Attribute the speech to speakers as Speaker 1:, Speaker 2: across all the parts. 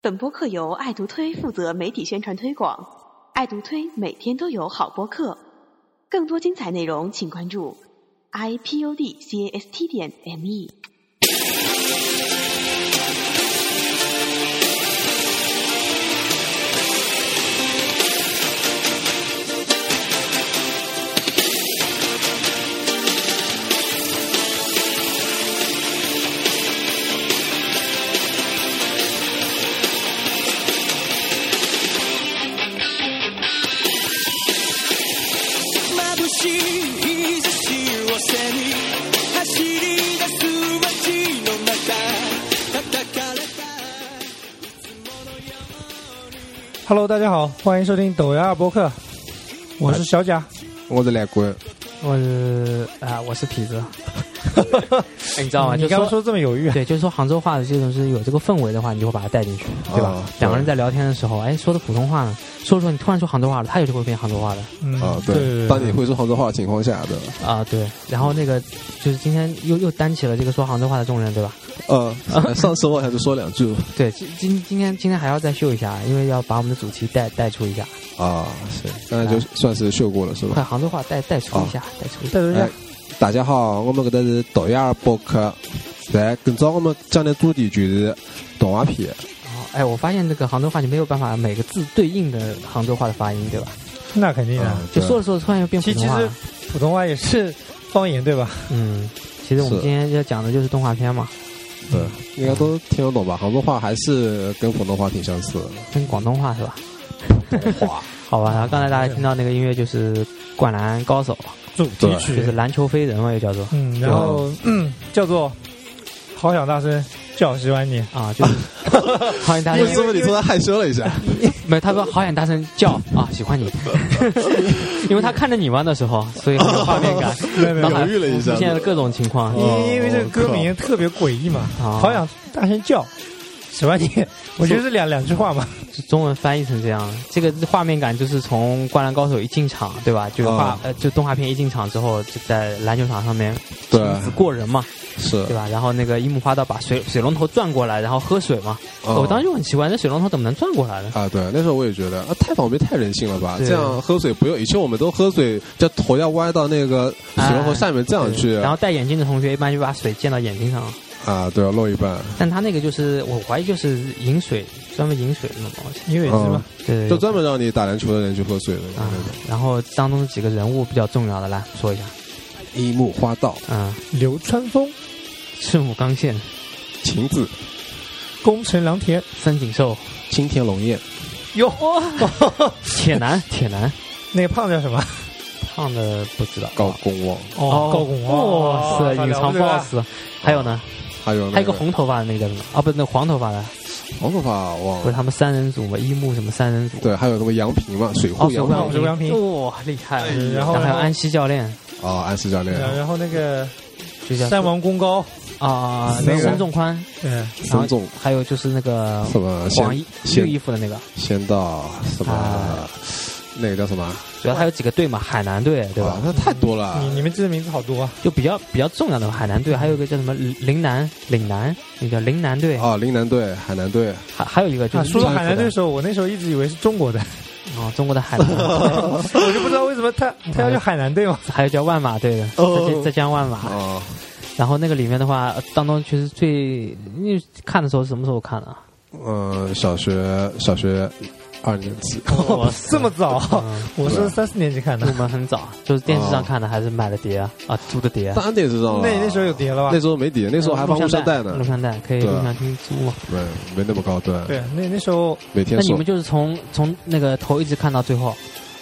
Speaker 1: 本播客由爱读推负责媒体宣传推广，爱读推每天都有好播客。更多精彩内容，请关注 i p u d c a s t 点 m e。
Speaker 2: 眩しい日差しを背に走り出す街の中叩かれた
Speaker 3: Hello，大家好，欢迎收听抖音二播客，我是小贾，
Speaker 4: 我的来滚！
Speaker 5: 我是啊、我是痞子。 哎你知道吗？
Speaker 3: 嗯你
Speaker 5: 就
Speaker 3: 刚
Speaker 5: 说
Speaker 3: 刚说这么有韵，
Speaker 5: 对，就是说杭州话的这种是有这个氛围的话，你就会把它带进去，对吧？
Speaker 4: 啊
Speaker 5: 两个人在聊天的时候，哎，说的普通话呢，说着说你突然说杭州话了，他也就会变杭州话了
Speaker 3: 嗯
Speaker 4: 啊，
Speaker 3: 对
Speaker 4: 对，当你会说杭州话的情况下的，
Speaker 5: 啊、对。然后那个就是今天又又担起了这个说杭州话的重任，对吧？
Speaker 4: 呃，上次我还是说两句
Speaker 5: 对，今今今天今天还要再秀一下，因为要把我们的主题带带 出一下，
Speaker 4: 啊，是，刚才就算是秀过了，是
Speaker 5: 快
Speaker 4: 吧？
Speaker 5: 杭州话带带出一下，带出一 下
Speaker 3: 带。着一下
Speaker 4: 哎，大家好，我们搿搭是抖音播客，来，今朝我们讲的主题就是动画片，
Speaker 5: 然后哎，我发现这个杭州话就没有办法每个字对应的杭州话的发音，对吧？
Speaker 3: 那肯定
Speaker 4: 啊
Speaker 3: 的，
Speaker 5: 就说着说着突然又变普
Speaker 3: 其
Speaker 5: 通话
Speaker 3: 其
Speaker 5: 了
Speaker 3: 实。普通话也是方言对吧？
Speaker 5: 嗯，其实我们
Speaker 4: 是
Speaker 5: 今天要讲的就是动画片嘛，
Speaker 4: 对，对应该都听得懂吧？杭州话还是跟普通话挺相似的，
Speaker 5: 跟广东话是吧？ 好吧，然后刚才大家听到那个音乐就是《灌篮高手
Speaker 3: 主题
Speaker 4: 对》，
Speaker 5: 就是
Speaker 3: 曲，
Speaker 5: 篮球飞人嘛，又叫做
Speaker 3: 嗯，然后嗯叫做好想大声叫喜欢你，
Speaker 5: 啊， 就是好想大
Speaker 4: 因为师
Speaker 5: 声，
Speaker 4: 傅你突然害羞了一 下，
Speaker 5: 没有他说好想大声叫啊，喜 欢你，因为他看着你嘛那时候，所以很有画 面感，
Speaker 3: 没有没有
Speaker 5: 脑海
Speaker 4: 犹豫了 一下
Speaker 5: 浮现了各种情况
Speaker 3: 因为因为这个歌
Speaker 4: 哦
Speaker 3: 名特别诡异嘛，
Speaker 5: 啊
Speaker 3: 好想大声叫喜欢你，
Speaker 4: 哦
Speaker 3: 我觉得是两两句话嘛，
Speaker 5: 中文翻译成这样，这个画面感就是从《灌篮高手》一进场，对吧？就是画、
Speaker 4: 啊
Speaker 5: 呃，就动画片一进场之后，就在篮球场上面
Speaker 4: 对，
Speaker 5: 子过人嘛，
Speaker 4: 是
Speaker 5: 对，吧？然后那个樱木花道把水水龙头转过来，然后喝水嘛。哦
Speaker 4: 嗯
Speaker 5: 我当时就很奇怪，那水龙头怎么能转过来呢？
Speaker 4: 啊，对，那时候我也觉得啊，太方便太人性了吧？
Speaker 5: 对
Speaker 4: 这样喝水不用，以前我们都喝水，这头要歪到那个水龙头下面这样去，
Speaker 5: 啊然后戴眼镜的同学一般就把水溅到眼睛上，
Speaker 4: 啊，对，漏一半，
Speaker 5: 但他那个就是我怀疑就是饮水，专门饮水的那种东西。
Speaker 3: 因为是
Speaker 4: 哦
Speaker 3: 嘛，
Speaker 5: 对，
Speaker 4: 就专门让你打篮球的人去喝水的那
Speaker 5: 啊
Speaker 4: 种。。
Speaker 5: 然后当中几个人物比较重要的，来说一下。
Speaker 4: 樱木花道、
Speaker 5: 嗯，
Speaker 3: 流川枫、
Speaker 5: 赤木刚宪、
Speaker 4: 晴子、
Speaker 3: 宫城良田
Speaker 5: 三井寿、
Speaker 4: 青田龙彦、
Speaker 3: 哟，
Speaker 5: 铁男、铁男，
Speaker 3: 那个胖叫什么？
Speaker 5: 胖的不知道。
Speaker 4: 高公望，
Speaker 3: 哦高哦拱
Speaker 5: 哇塞，隐藏 boss。还有呢，
Speaker 4: 还有
Speaker 5: 还有
Speaker 4: 那
Speaker 5: 一个红头发的那个叫什么？啊，不，那个黄头发的，
Speaker 4: 哦黄头发忘
Speaker 5: 不是
Speaker 4: 了，
Speaker 5: 他们三人组嘛，一木什么三人组，哦
Speaker 4: 对，还有那个杨平嘛，水户
Speaker 5: 手
Speaker 4: 杨
Speaker 3: 水户
Speaker 4: 平
Speaker 3: 杨平
Speaker 5: 哇，厉害！
Speaker 3: 嗯然后
Speaker 5: 还有安西教练，
Speaker 4: 啊，安石教练，
Speaker 3: 然后那个
Speaker 5: 就叫
Speaker 3: 三王功高，
Speaker 5: 啊，
Speaker 3: 那个
Speaker 5: 孙仲宽，
Speaker 3: 嗯，
Speaker 5: 然
Speaker 4: 孙
Speaker 5: 后
Speaker 4: 仲
Speaker 5: 还有就是那个
Speaker 4: 什么
Speaker 5: 黄衣
Speaker 4: 仙
Speaker 5: 绿
Speaker 4: 仙
Speaker 5: 衣服的那个，
Speaker 4: 仙道什么
Speaker 5: 啊
Speaker 4: 那个叫什么？
Speaker 5: 主要还有几个队嘛，海南队对
Speaker 4: 啊
Speaker 5: 吧？
Speaker 4: 那太多了
Speaker 3: 嗯你你们记的名字好多啊，
Speaker 5: 就比较比较重要的海南
Speaker 4: 嗯
Speaker 5: 队，还有一个叫什么岭南岭南，那叫岭南队，
Speaker 4: 啊！陵南队、海南队，
Speaker 5: 还还有一个就
Speaker 3: 啊，
Speaker 5: 是
Speaker 3: 说到海南队
Speaker 5: 队
Speaker 3: 的时候，我那时候一直以为是中国的，
Speaker 5: 啊，中国的 海南，
Speaker 3: 我就不知道为什么他他要去海南队嘛。
Speaker 5: 还有叫万马队的，
Speaker 4: 哦
Speaker 5: 浙江浙江万马，
Speaker 4: 啊，
Speaker 5: 然后那个里面的话，呃当中其实最因为看的时候是什么时候看的啊？
Speaker 4: 嗯，小学小学二年级，
Speaker 5: 哇塞
Speaker 3: 这么早，
Speaker 5: 嗯
Speaker 3: 我是三四年级看的
Speaker 5: 入，门很早，就是电视上看的，还是买的碟啊？
Speaker 3: 嗯
Speaker 5: 啊，租的碟啊。
Speaker 4: 当然得知道了。嗯
Speaker 3: 那那时候有碟了吧
Speaker 4: 那？时候没碟，那时候还放录像带呢
Speaker 5: 录，像带可以
Speaker 4: 对
Speaker 5: 录像厅租嘛？
Speaker 4: 对，没那么高端。
Speaker 3: 对，那那时候
Speaker 4: 每天
Speaker 5: 那你
Speaker 4: 送
Speaker 5: 们就是从从那个头一直看到最后，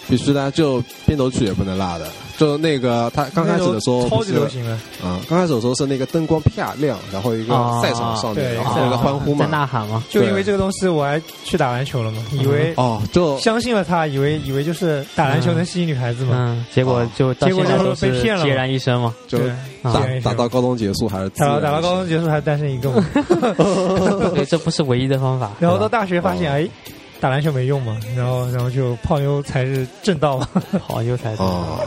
Speaker 4: 必须的，就片头曲也不能落的。就那个他刚开始的时候
Speaker 3: 那
Speaker 4: 不
Speaker 3: 超
Speaker 4: 是，
Speaker 3: 级流行的，
Speaker 4: 啊，刚开始的时候是那个灯光啪亮，然后一个
Speaker 5: 啊
Speaker 4: 赛场上面，
Speaker 3: 对
Speaker 4: 然
Speaker 3: 啊
Speaker 4: 后有个欢呼
Speaker 5: 在
Speaker 4: 嘛。
Speaker 5: 呐喊嘛。
Speaker 3: 就因为这个东西，我还去打篮球了嘛，以为
Speaker 4: 哦，就
Speaker 3: 相信了他，以为以为就是打篮球能吸引女孩子嘛，
Speaker 5: 嗯，结果就到
Speaker 3: 啊结果
Speaker 5: 现在
Speaker 3: 就
Speaker 5: 都
Speaker 3: 被
Speaker 5: 是
Speaker 3: 骗了嘛
Speaker 5: 孑然一身嘛。
Speaker 4: 就
Speaker 3: 对，
Speaker 5: 啊
Speaker 4: 打
Speaker 3: 这 样一
Speaker 4: 打
Speaker 3: 下
Speaker 4: 到高中结束还是自
Speaker 3: 打
Speaker 4: 然
Speaker 3: 到打到高中结束还单身一个嘛，
Speaker 5: 所以这不是唯一的方法。
Speaker 3: 然后到
Speaker 5: 对吧
Speaker 3: 大学发现
Speaker 4: 哦
Speaker 3: 哎。 打篮球没用嘛，然后然后就泡妞才是正道嘛，
Speaker 5: 好优才 是
Speaker 4: 哦，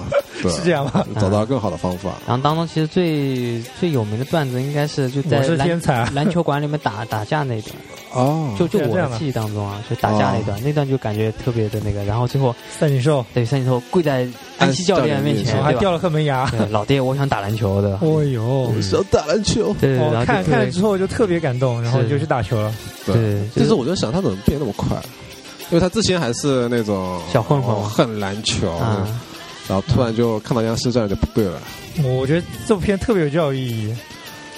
Speaker 4: 对
Speaker 3: 是这样吗？
Speaker 4: 找到更好的方法。
Speaker 5: 然后当中其实最最有名的段子应该是就在
Speaker 3: 我是天
Speaker 5: 篮
Speaker 3: 才啊
Speaker 5: 篮球馆里面打打架那一段，
Speaker 3: 嗯
Speaker 4: 哦，
Speaker 5: 就就
Speaker 3: 这样这
Speaker 5: 我的
Speaker 3: 样的
Speaker 5: 记忆当中啊，就打架那一段，那段就感觉特别的那个。然后最后
Speaker 3: 三井寿，哦
Speaker 5: 对三井寿跪在安西教练面前
Speaker 4: 哎
Speaker 3: 我，还
Speaker 5: 对吧？
Speaker 3: 掉了颗门牙。
Speaker 5: 对，老爹，我想打篮球的。
Speaker 3: 哦呦，
Speaker 4: 想打篮球，
Speaker 5: 对，然
Speaker 3: 我
Speaker 5: 后
Speaker 3: 哦看
Speaker 5: 就特别
Speaker 3: 看了之后就特别感动，然后
Speaker 5: 是
Speaker 3: 就去打球了。
Speaker 5: 对，
Speaker 4: 但
Speaker 5: 就是
Speaker 4: 我就想他怎么变那么快，因为他之前还是那种
Speaker 5: 小混混
Speaker 4: 哦
Speaker 5: 嘛
Speaker 4: 恨篮球，
Speaker 5: 啊，
Speaker 4: 然后突然就看到央视这样就不对了，
Speaker 3: 我觉得这部片特别有教育意义，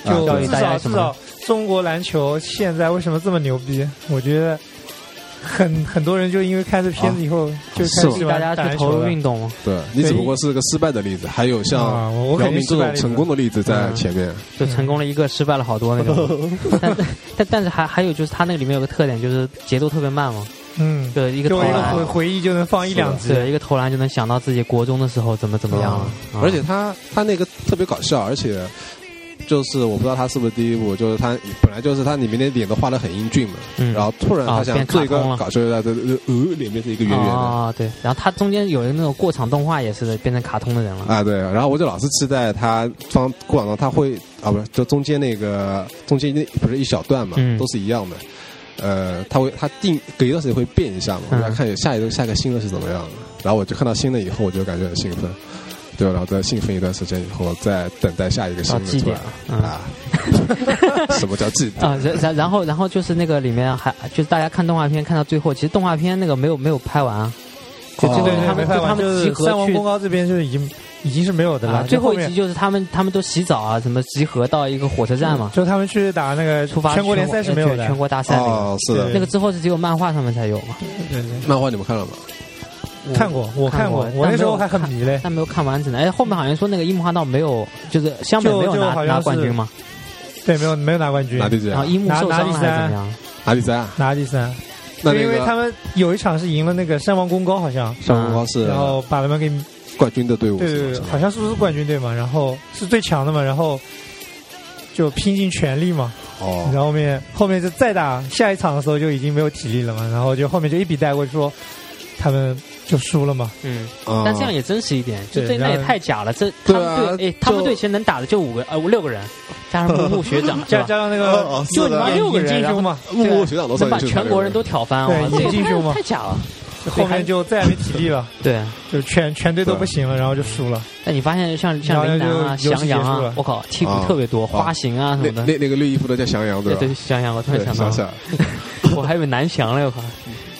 Speaker 4: 啊
Speaker 3: 就
Speaker 5: 教育
Speaker 3: 至
Speaker 5: 大家
Speaker 3: 少
Speaker 5: 什
Speaker 3: 至
Speaker 5: 么
Speaker 3: 少中国篮球现在为什么这么牛逼？我觉得很很多人就因为看这片子以后就开
Speaker 4: 是吗
Speaker 3: 始喜
Speaker 5: 啊大
Speaker 3: 欢
Speaker 5: 家
Speaker 3: 打
Speaker 5: 去
Speaker 3: 篮
Speaker 5: 投
Speaker 3: 球
Speaker 5: 入
Speaker 3: 了。
Speaker 5: 运动嘛，
Speaker 4: 对你只不过是个失败的例子，还有
Speaker 3: 啊，
Speaker 4: 像
Speaker 3: 我我
Speaker 4: 姚
Speaker 3: 肯定
Speaker 4: 明
Speaker 3: 是
Speaker 4: 这
Speaker 3: 败
Speaker 4: 种
Speaker 3: 类
Speaker 4: 成功的例子在
Speaker 5: 嗯
Speaker 4: 前面。
Speaker 5: 就成功了一个，失败了好多那种。但但但是还还有就是它那个里面有个特点，就是节奏特别慢嘛，
Speaker 3: 嗯，
Speaker 5: 对，一个
Speaker 3: 就
Speaker 5: 投
Speaker 3: 我一个
Speaker 5: 篮
Speaker 3: 回，回忆就能放一两集。
Speaker 5: 对，一个投篮就能想到自己国中的时候怎么怎么样了，啊
Speaker 4: 哦而且他他那个特别搞笑，而且就是我不知道他是不是第一部，就是他本来就是他里面那脸都画的很英俊嘛，
Speaker 5: 嗯
Speaker 4: 然后突然他
Speaker 5: 啊
Speaker 4: 想
Speaker 5: 变
Speaker 4: 做一个
Speaker 5: 卡通了
Speaker 4: 搞笑的，呃，脸变成一个圆圆的。
Speaker 5: 哦，对，然后它中间有一个那种过场动画也是的，变成卡通的人了。
Speaker 4: 啊，对，然后我就老是期待他放过往中他会啊，不是，就中间那个中间那不是一小段嘛，
Speaker 5: 嗯
Speaker 4: 都是一样的，呃，他会他定隔一段时间会变一下嘛，我
Speaker 5: 嗯
Speaker 4: 要看有下一个下一个新的是怎么样的，然后我就看到新的以后，我就感觉很兴奋，对，然后再兴奋一段时间以后，再等待下一个新
Speaker 5: 到
Speaker 4: 的
Speaker 5: 祭
Speaker 4: 出
Speaker 5: 典
Speaker 4: 来
Speaker 5: 了，
Speaker 4: 啊，什么叫祭
Speaker 5: 啊
Speaker 4: 典？，
Speaker 5: 然然然后然后就是那个里面还就是大家看动画片看到最后，其实动画片那个没有没有拍完啊，就最
Speaker 4: 哦
Speaker 5: 后
Speaker 3: 对对，
Speaker 5: 他
Speaker 3: 没
Speaker 5: 们
Speaker 3: 办
Speaker 5: 就
Speaker 3: 法，
Speaker 5: 他们集
Speaker 3: 就是三
Speaker 5: 合
Speaker 3: 王
Speaker 5: 去
Speaker 3: 功高这边就已经已经是没有的
Speaker 5: 啊
Speaker 3: 了。，
Speaker 5: 最后
Speaker 3: 后
Speaker 5: 一
Speaker 3: 面
Speaker 5: 集就是他们他们都洗澡啊，什么集合到一个火车站嘛，
Speaker 3: 就他们去打那个
Speaker 5: 出发
Speaker 3: 全国联赛是没有
Speaker 5: 呃
Speaker 3: 的
Speaker 5: 全。国大赛那个。
Speaker 4: 哦，是的
Speaker 3: 对，
Speaker 5: 那个之后是只有漫画上面才有嘛？
Speaker 3: 对对
Speaker 4: 漫画你们看了吗？
Speaker 5: 我
Speaker 3: 嗯看过，我
Speaker 5: 看
Speaker 3: 过，我那
Speaker 5: 但
Speaker 3: 时
Speaker 5: 没有
Speaker 3: 候还很
Speaker 5: 看
Speaker 3: 迷嘞。
Speaker 5: 但没有看完整的。哎，后面好像说那个樱木花道没有，就是湘北
Speaker 3: 就
Speaker 5: 没有
Speaker 3: 就
Speaker 5: 拿
Speaker 3: 好像
Speaker 5: 拿冠
Speaker 3: 是
Speaker 5: 军嘛，
Speaker 3: 对，没有没有拿冠军，
Speaker 4: 哪第几
Speaker 5: 然
Speaker 4: 啊
Speaker 5: 后？樱木
Speaker 3: 拿
Speaker 5: 受伤
Speaker 3: 拿
Speaker 5: 了
Speaker 3: 第
Speaker 5: 还是怎
Speaker 3: 三
Speaker 5: 么样？
Speaker 4: 哪第三啊？
Speaker 3: 拿第三。
Speaker 4: 那那
Speaker 3: 因为他
Speaker 4: 个
Speaker 3: 们有一场是赢了那个山王功高，好像，
Speaker 4: 上文高是
Speaker 3: 然后把他们给
Speaker 4: 冠军的队伍
Speaker 3: 啊对
Speaker 4: 是
Speaker 3: 对
Speaker 4: 吗，
Speaker 3: 对，
Speaker 4: 是吗
Speaker 3: 好像是不是冠军队嘛？然后是最强的嘛？然后就拼尽全力嘛。然
Speaker 4: 哦，
Speaker 3: 后后面后面就再打下一场的时候就已经没有体力了嘛。然后就后面就一笔带过，说他们就输了嘛。
Speaker 5: 嗯，
Speaker 4: 嗯
Speaker 5: 但这样也真实一点，就
Speaker 3: 哦对
Speaker 5: 这那
Speaker 3: 然
Speaker 5: 也
Speaker 3: 后
Speaker 5: 太假了。这他
Speaker 4: 对啊
Speaker 5: 们队，哎，他们
Speaker 4: 就
Speaker 5: 队其实能打的就五个呃五六个人，加 上木木学长是
Speaker 3: 加
Speaker 5: 吧？
Speaker 3: 加上那
Speaker 4: 哦
Speaker 3: 个
Speaker 4: 哦是的
Speaker 3: 就
Speaker 5: 就六个
Speaker 3: 眼
Speaker 5: 人
Speaker 3: 镜兄嘛，
Speaker 4: 木木学长都
Speaker 5: 能
Speaker 4: 算
Speaker 5: 把
Speaker 4: 是
Speaker 5: 全国人都挑翻，
Speaker 3: 对
Speaker 5: 哇，这
Speaker 3: 引进去
Speaker 5: 也
Speaker 3: 嘛
Speaker 5: 太假了。
Speaker 3: 后面就再也没体力了，
Speaker 5: 对，啊
Speaker 3: 就全全队都不行了，然后就输了。
Speaker 5: 但你发现像像林
Speaker 3: 然
Speaker 5: 楠
Speaker 3: 后
Speaker 5: 啊、
Speaker 3: 就游戏
Speaker 5: 翔阳
Speaker 3: 结束
Speaker 5: 啊
Speaker 3: 了，
Speaker 5: 我靠，替补
Speaker 4: 啊
Speaker 5: 特别多，花形啊什
Speaker 4: 那
Speaker 5: 么的。
Speaker 4: 那那个绿衣服的叫翔阳
Speaker 5: 对
Speaker 4: 吧？
Speaker 5: 对，翔阳，我突然
Speaker 4: 对，
Speaker 5: 想
Speaker 4: 想起
Speaker 5: 到，
Speaker 4: 来
Speaker 5: 我还以为南翔嘞，我靠，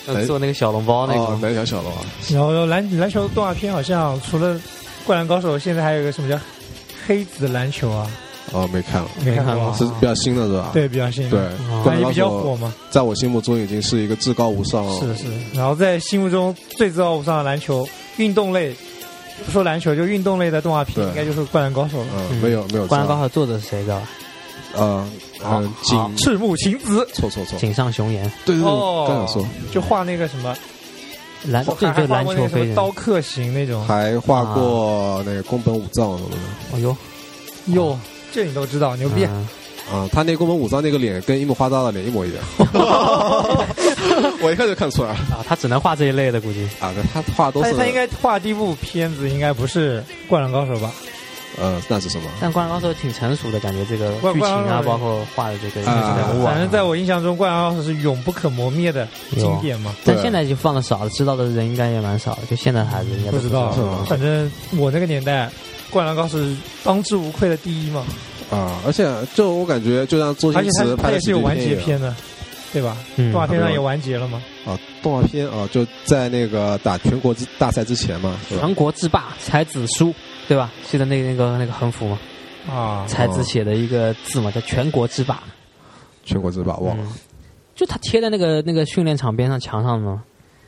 Speaker 4: 哎
Speaker 5: 要做那个小笼包那
Speaker 4: 哦，
Speaker 5: 个。
Speaker 4: 南翔小龙啊，
Speaker 3: 然后篮篮球动画片好像除了《灌篮高手》，现在还有一个什么叫黑子篮球啊？
Speaker 4: 哦，没看了，
Speaker 3: 没看
Speaker 5: 没看
Speaker 3: 过
Speaker 5: 过啊
Speaker 3: 啊？
Speaker 4: 是比较新的是吧？
Speaker 3: 对，比较新。
Speaker 4: 对，
Speaker 5: 哦
Speaker 3: 但
Speaker 4: 灌篮
Speaker 3: 也
Speaker 4: 高
Speaker 3: 比较火
Speaker 4: 手
Speaker 3: 嘛。
Speaker 4: 在我心目中已经是一个至高无上，
Speaker 3: 是的，是的。然后在心目中最自傲无上的篮球运动类，不说篮球，就运动类的动画片，
Speaker 4: 对
Speaker 3: 应该就是《灌篮高手》了。
Speaker 4: 嗯
Speaker 5: 嗯，
Speaker 4: 没有没有，
Speaker 5: 灌篮高手作者是谁的？
Speaker 4: 呃
Speaker 5: 好
Speaker 4: 呃，井
Speaker 5: 好
Speaker 3: 赤木晴子
Speaker 4: 错错错，
Speaker 5: 井上雄彦，
Speaker 4: 对对对，
Speaker 3: 哦
Speaker 4: 我刚想说，
Speaker 3: 就画那个什么，
Speaker 5: 篮
Speaker 3: 还
Speaker 5: 对
Speaker 3: 还
Speaker 5: 对
Speaker 3: 画
Speaker 5: 篮
Speaker 3: 过那
Speaker 5: 球
Speaker 3: 个什
Speaker 5: 飞
Speaker 3: 么
Speaker 5: 人。
Speaker 3: 刀刻型那种，
Speaker 4: 还
Speaker 5: 啊
Speaker 4: 画过那个宫本武藏什么的
Speaker 5: 哦呦哟，
Speaker 3: 这你都知道，牛逼！
Speaker 5: 嗯
Speaker 4: 啊，他那宫本武藏那个脸跟樱木花道的脸一模 一样，我一看就看出来了
Speaker 5: 啊！他只能画这一类的，估计。
Speaker 4: 啊，对他画都
Speaker 3: 他
Speaker 4: 是
Speaker 3: 他应该画第一部片子应该不是《灌篮高手》吧？
Speaker 4: 呃，那是什么？
Speaker 5: 但《灌篮高手》挺成熟的感觉，这个
Speaker 3: 灌
Speaker 5: 剧情
Speaker 3: 灌篮
Speaker 5: 啊，
Speaker 3: 高手
Speaker 5: 包括画的这个
Speaker 4: 啊
Speaker 5: 人物啊，
Speaker 3: 反正在我印象中，《灌篮高手》是永不可磨灭的经典嘛。
Speaker 5: 但
Speaker 4: 对
Speaker 5: 现在已经放的少了，知道的人应该也蛮少的，就现在孩子应该都
Speaker 3: 不知道
Speaker 4: 是吗，
Speaker 3: 反正我那个年代，《灌篮高手》当之无愧的第一嘛，
Speaker 4: 啊，而且就我感觉，就像周
Speaker 3: 而且
Speaker 4: 星驰
Speaker 3: 它它
Speaker 4: 拍的
Speaker 3: 也
Speaker 4: 喜剧
Speaker 3: 是有完
Speaker 4: 一
Speaker 3: 结
Speaker 4: 样
Speaker 3: 篇的，对吧？
Speaker 5: 嗯
Speaker 3: 动画片上也完结了嘛。
Speaker 4: 啊，动画片啊，就在那个打全国之大赛之前嘛，是吧？
Speaker 5: 全国制霸才子书，对吧？记得那个那个那个横幅吗？
Speaker 3: 啊，
Speaker 5: 才子写的一个字嘛，叫全国制霸。
Speaker 4: 全国之霸忘了
Speaker 5: 嗯，就他贴在那个那个训练场边上墙上的嘛，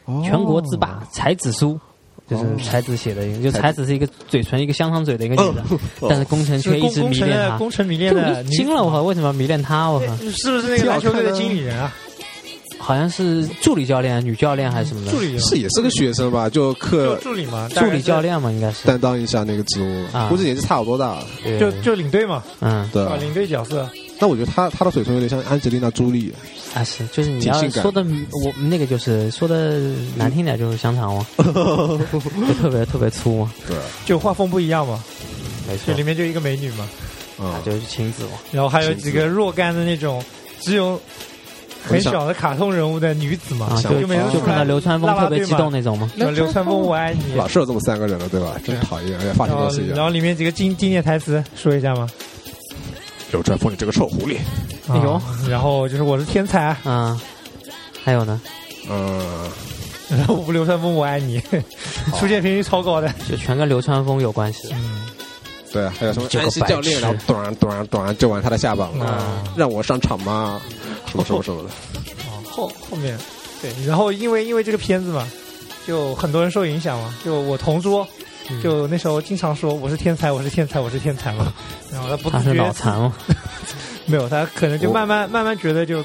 Speaker 3: 嗯
Speaker 4: 哦
Speaker 5: 全国制霸才子书。就是
Speaker 4: 哦
Speaker 5: 才子写的一个，就才
Speaker 4: 才
Speaker 5: 子是一个嘴唇一个香肠嘴的一个
Speaker 4: 哦
Speaker 5: 女的，但是宫城
Speaker 3: 就
Speaker 5: 却
Speaker 3: 哦是
Speaker 5: 一
Speaker 3: 工
Speaker 5: 直
Speaker 3: 工
Speaker 5: 迷
Speaker 3: 程
Speaker 5: 恋
Speaker 3: 的
Speaker 5: 他，
Speaker 3: 工程迷恋
Speaker 5: 就
Speaker 3: 的
Speaker 5: 我就
Speaker 3: 女，哎
Speaker 5: 惊了我，为什么迷恋他？我靠，
Speaker 3: 是不是那个篮球队的经理人啊？
Speaker 5: 好像是助理教练、女教练哎还是什么的，
Speaker 3: 助理
Speaker 4: 是也是个学生吧，就
Speaker 3: 就
Speaker 4: 课
Speaker 3: 助理嘛，
Speaker 5: 助理教练嘛，应该是
Speaker 4: 担当一下那个职务
Speaker 5: 啊，
Speaker 4: 估计年纪差不多大，
Speaker 3: 大概
Speaker 5: 对
Speaker 3: 是就就领队嘛，
Speaker 5: 嗯，
Speaker 4: 对
Speaker 3: 啊，领队角色。
Speaker 4: 但我觉得她她的嘴唇有点像安吉丽娜朱 莉，
Speaker 5: 啊是，就是你
Speaker 4: 挺
Speaker 5: 要
Speaker 4: 性感
Speaker 5: 说的，我那个就是说的难听点就是香肠嘛，就特别特别粗嘛，
Speaker 4: 对，
Speaker 3: 就画风不一样嘛，
Speaker 5: 没
Speaker 3: 就
Speaker 5: 错
Speaker 3: 里，面就一个美女嘛，
Speaker 4: 啊、
Speaker 5: 就是亲子嘛，
Speaker 3: 然后还有几个若干的那种只有很小的卡通人物的女子嘛，
Speaker 5: 啊就
Speaker 3: 就每次
Speaker 5: 就
Speaker 3: 出
Speaker 5: 看
Speaker 3: 来
Speaker 5: 到流川枫
Speaker 3: 啦啦
Speaker 5: 特别
Speaker 3: 队
Speaker 5: 激
Speaker 3: 嘛
Speaker 5: 动，那种嘛，
Speaker 3: 什么流川枫我爱你，
Speaker 4: 老是有这么三个人了，对吧？真讨厌，而且发型
Speaker 3: 然后
Speaker 4: 都是一
Speaker 3: 然
Speaker 4: 样。
Speaker 3: 后里面几个经经典台词说一下嘛，
Speaker 4: 流川枫，你这个臭狐狸。
Speaker 5: 哎呦
Speaker 3: 啊，然后就是我是天才，
Speaker 5: 啊，还有呢，
Speaker 4: 嗯，
Speaker 3: 然后我不流川枫我爱你， 出现频率超高的，
Speaker 5: 就全跟流川枫有关系的
Speaker 3: 嗯
Speaker 4: 对，还有什么
Speaker 5: 这个
Speaker 4: 安西教
Speaker 5: 白
Speaker 4: 练，
Speaker 5: 痴
Speaker 4: 然后啊短短短就玩他的下巴了，
Speaker 3: 啊，
Speaker 4: 让我上场吗？什么什么什么的。
Speaker 3: 后后面对，然后因为因为这个片子嘛，就很多人受影响嘛，就我同桌。
Speaker 5: 嗯
Speaker 3: 就那时候经常说我是天才，我是天才，我是天才嘛，然后他不
Speaker 5: 他
Speaker 3: 自觉
Speaker 5: 是脑残嘛，
Speaker 3: 没有，他可能就
Speaker 4: 我
Speaker 3: 慢慢慢慢觉得就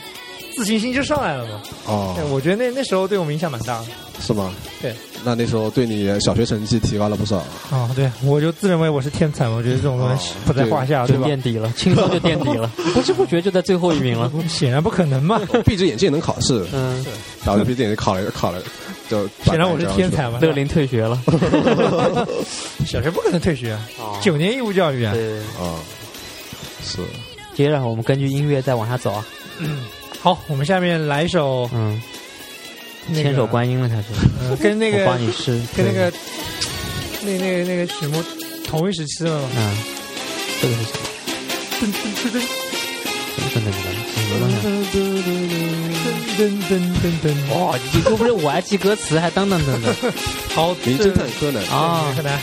Speaker 3: 自信心就上来了嘛。对，
Speaker 4: 哦，
Speaker 3: 我觉得那那时候对我们影响蛮大的。
Speaker 4: 是吗？
Speaker 3: 对。
Speaker 4: 那那时候对你小学成绩提高了不少。
Speaker 3: 哦，对，我就自认为我是天才嘛，我觉得这种东西
Speaker 4: 哦
Speaker 3: 不在话下，
Speaker 5: 就
Speaker 3: 对吧？
Speaker 5: 垫底了，轻松就垫底了，不知不觉就在最后一名了，
Speaker 3: 显然不可能嘛，
Speaker 4: 闭着眼睛也能考试，
Speaker 5: 嗯，
Speaker 4: 然后就闭着眼睛考了考了，就
Speaker 3: 显然我是天才嘛。
Speaker 5: 乐龄退学了，
Speaker 3: 小学不可能退学，
Speaker 5: 哦
Speaker 3: 九年义务教育啊。
Speaker 5: 对，
Speaker 4: 啊。是，
Speaker 5: 接着我们根据音乐再往下走啊，
Speaker 3: 好，我们下面来一首
Speaker 5: 嗯，
Speaker 3: 那个
Speaker 5: 千手观音了开始，
Speaker 3: 呃跟那
Speaker 5: 我
Speaker 3: 个
Speaker 5: 帮你试，
Speaker 3: 跟那
Speaker 5: 对
Speaker 3: 个那那个那个曲目同一时期的嘛。
Speaker 5: 嗯，这个是什么？噔噔噔噔噔噔噔噔！
Speaker 3: 噔噔噔噔，
Speaker 5: 哇，你都不是我还记歌词，还噔噔噔 噔。
Speaker 3: 好，
Speaker 4: 名
Speaker 3: 这
Speaker 4: 侦探柯南
Speaker 5: 啊
Speaker 3: 柯南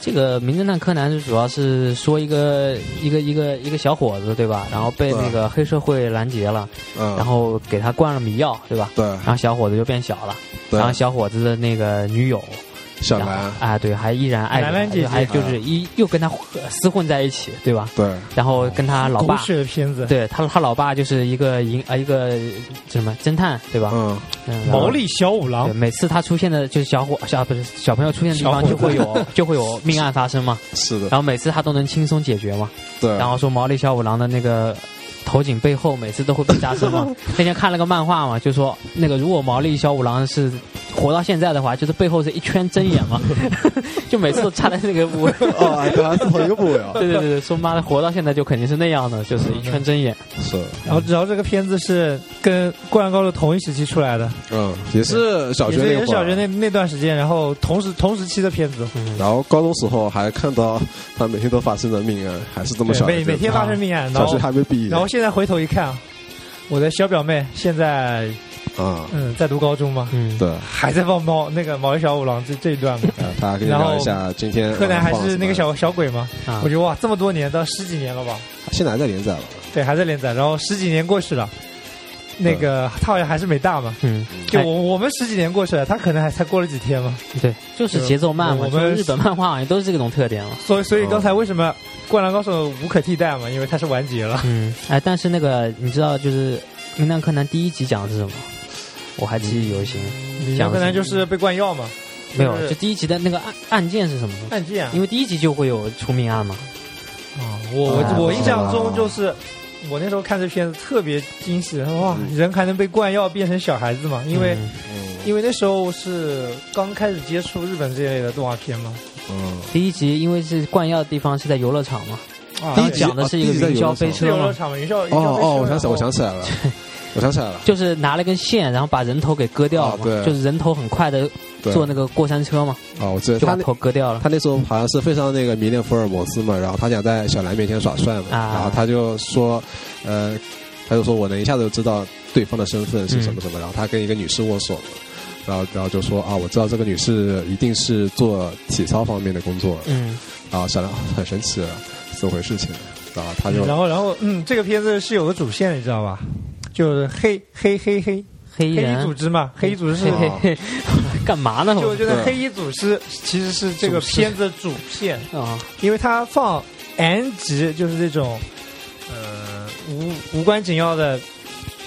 Speaker 5: 这个《名侦探柯南》是主要是说一个一个一个一个小伙子对吧？然后被那个黑社会拦截了，
Speaker 4: 嗯，
Speaker 5: 然后给他灌了迷药对吧？
Speaker 4: 对
Speaker 5: 然后小伙子就变小了，
Speaker 4: 对
Speaker 5: 然后小伙子的那个女友
Speaker 4: 小
Speaker 5: 然后
Speaker 4: 兰，
Speaker 5: 啊，对，还依然爱着
Speaker 3: 兰兰
Speaker 5: 他
Speaker 3: 姐姐
Speaker 5: 还就是一又跟他厮混在一起对吧？
Speaker 4: 对，
Speaker 5: 然后跟他老
Speaker 3: 狗
Speaker 5: 爸。
Speaker 3: 血的片子，
Speaker 5: 对他，他老爸就是一个银啊，一个什么侦探，对吧？
Speaker 4: 嗯，
Speaker 5: 嗯，然后
Speaker 3: 毛利小五郎
Speaker 5: 对，。每次他出现的就是小伙小不是小朋友出现的地方
Speaker 3: 小伙
Speaker 5: 就会有就会有命案发 生嘛，
Speaker 4: 嗯是的，
Speaker 5: 然后每次他都能轻松解决嘛，
Speaker 4: 对，
Speaker 3: 嗯
Speaker 5: 然后说毛利小五郎的那个。头颈背后每次都会被扎伤嘛。 那天看了个漫画嘛，就说那个如果毛利小五郎是活到现在的话，就是背后是一圈针 眼嘛， 就每次都插在那个部位。
Speaker 4: 哦，哎跟他是同一个部位啊，
Speaker 5: 对对对对，说妈的活到现在就肯定是那样的，就是一圈针眼。
Speaker 4: 是，
Speaker 3: 然后，然后这个片子是跟《灌篮高手》同一时期出来的，
Speaker 4: 嗯，也是小学
Speaker 3: 也是
Speaker 4: 那
Speaker 3: 也
Speaker 4: 会
Speaker 3: 是小学
Speaker 4: 儿，啊
Speaker 3: 那那段时间，然后同时同时期的片子，
Speaker 5: 嗯，
Speaker 4: 然后高中时候还看到他每天都发生的命案，还是这么
Speaker 3: 对
Speaker 4: 小的
Speaker 3: 每
Speaker 4: 地方，
Speaker 3: 每天发生命案，然
Speaker 4: 小学
Speaker 3: 后
Speaker 4: 还没毕业，
Speaker 3: 然后现在回头一看，我的小表妹现在
Speaker 4: 啊，
Speaker 3: 嗯在读高中嘛，
Speaker 5: 嗯，
Speaker 4: 对，
Speaker 3: 还在放猫那个毛利小五郎这这一段 嘛，
Speaker 4: 呃大家可以聊一下今天
Speaker 3: 柯南还
Speaker 4: 晚上放
Speaker 3: 是那个
Speaker 4: 什么，
Speaker 3: 小小鬼嘛，
Speaker 5: 啊
Speaker 3: 我觉得哇这么多年到十几年了吧，
Speaker 4: 现在还在连载了，
Speaker 3: 对，还在连载，然后十几年过去了，那
Speaker 4: 嗯
Speaker 3: 个他好像还是没大嘛，
Speaker 5: 嗯，
Speaker 3: 就
Speaker 5: 哎
Speaker 3: 我我们十几年过去了，他可能还才过了几天嘛。
Speaker 5: 对，就是节奏慢嘛，
Speaker 3: 我
Speaker 5: 就
Speaker 3: 们
Speaker 5: 日本漫画好像都是这种特点了。
Speaker 3: 所以，所以
Speaker 4: 哦
Speaker 3: 刚才为什么《灌篮高手》无可替代嘛？因为它是完结了。
Speaker 5: 嗯，哎，但是那个你知道，就是《名侦探柯南》第一集讲的是什么？我还记忆犹新。
Speaker 4: 嗯
Speaker 3: 里面柯南就是被灌药嘛，
Speaker 5: 没有，
Speaker 3: 就
Speaker 5: 就是第一集的那个案案件是什么呢？
Speaker 3: 案件啊。
Speaker 5: 因为第一集就会有出命案嘛。
Speaker 3: 啊我
Speaker 5: 啊
Speaker 3: 我我印象
Speaker 4: 我
Speaker 3: 中
Speaker 4: 知道
Speaker 3: 就是。我那时候看这片子特别惊喜，哇，
Speaker 4: 嗯
Speaker 3: 人还能被灌药变成小孩子嘛？因为、
Speaker 5: 嗯
Speaker 4: 嗯
Speaker 3: 因为那时候是刚开始接触日本这类的动画片嘛。
Speaker 4: 嗯，
Speaker 5: 第一集因为是灌药的地方是在游乐场嘛，
Speaker 3: 啊
Speaker 4: 嗯第一
Speaker 5: 然后
Speaker 4: 集
Speaker 5: 讲的是一个云霄飞
Speaker 3: 是
Speaker 5: 车
Speaker 3: 游乐
Speaker 5: 嘛，
Speaker 3: 场嘛，云霄云霄飞车
Speaker 4: 哦哦，我想起来，
Speaker 3: 然后
Speaker 4: 我想起来了，我想起来了，
Speaker 5: 就是拿了根线，然后把人头给割掉了嘛，
Speaker 4: 啊对
Speaker 5: 就是人头很快的
Speaker 4: 对，
Speaker 5: 坐那个过山车嘛，
Speaker 4: 哦，我记得
Speaker 5: 就
Speaker 4: 他
Speaker 5: 把
Speaker 4: 那
Speaker 5: 头割掉了。
Speaker 4: 他那时候好像是非常那个迷恋福尔摩斯嘛，然后他想在小兰面前耍帅嘛，
Speaker 5: 啊
Speaker 4: 然后他就说，呃，他就说我能一下子就知道对方的身份是什么什么，然后他跟一个女士握手，然后然后就说啊，我知道这个女士一定是做体操方面的工作，
Speaker 5: 嗯，
Speaker 4: 然后小兰很神奇，怎么回事情？然后他就
Speaker 3: 然后然后嗯，这个片子是有个主线，你知道吧？就是黑黑黑黑
Speaker 5: 黑
Speaker 3: 黑衣
Speaker 5: 衣人
Speaker 3: 组织嘛，
Speaker 4: 嗯
Speaker 3: 黑衣组织是
Speaker 5: 嘿嘿嘿， 干嘛呢？
Speaker 3: 就我
Speaker 5: 我
Speaker 3: 觉得
Speaker 4: 对
Speaker 3: 黑衣组织其实是这个片子的主线，
Speaker 5: 啊，
Speaker 3: 因为它放 N 级就是这种哦呃无无关紧要的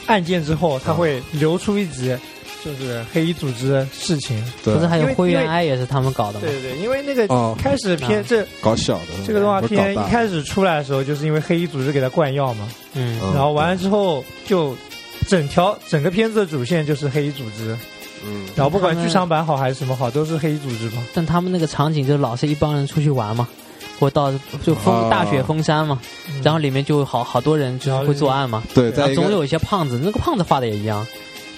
Speaker 3: 案件之后，它会留出一集就是黑衣组织的事情。
Speaker 4: 对
Speaker 5: 不是还
Speaker 3: 因
Speaker 5: 有
Speaker 3: 为
Speaker 5: 灰
Speaker 3: 因
Speaker 5: 原
Speaker 3: 为
Speaker 5: 哀也是他们搞的吗？
Speaker 3: 对对，因为那个
Speaker 4: 哦
Speaker 3: 开始片
Speaker 5: 啊
Speaker 3: 这
Speaker 4: 搞小的
Speaker 3: 这个动画
Speaker 4: 不是搞
Speaker 3: 片
Speaker 4: 大
Speaker 3: 一开始出来的时候，就是因为黑衣组织给他灌药嘛，
Speaker 5: 嗯，
Speaker 4: 嗯
Speaker 3: 然后完了之后就整条整个片子的主线就是黑衣组织，
Speaker 4: 嗯
Speaker 3: 然后不管
Speaker 5: 他们
Speaker 3: 剧场版好还是什么好，都是黑衣组织嘛。
Speaker 5: 但他们那个场景就老是一帮人出去玩嘛，或到就封
Speaker 4: 啊
Speaker 5: 大雪封山嘛，
Speaker 3: 嗯
Speaker 5: 然后里面就好好多人就是会作案嘛，
Speaker 4: 对，
Speaker 5: 然
Speaker 4: 在
Speaker 5: 后
Speaker 4: 一
Speaker 5: 总
Speaker 4: 个
Speaker 5: 有一些胖子，那个胖子画的也一样，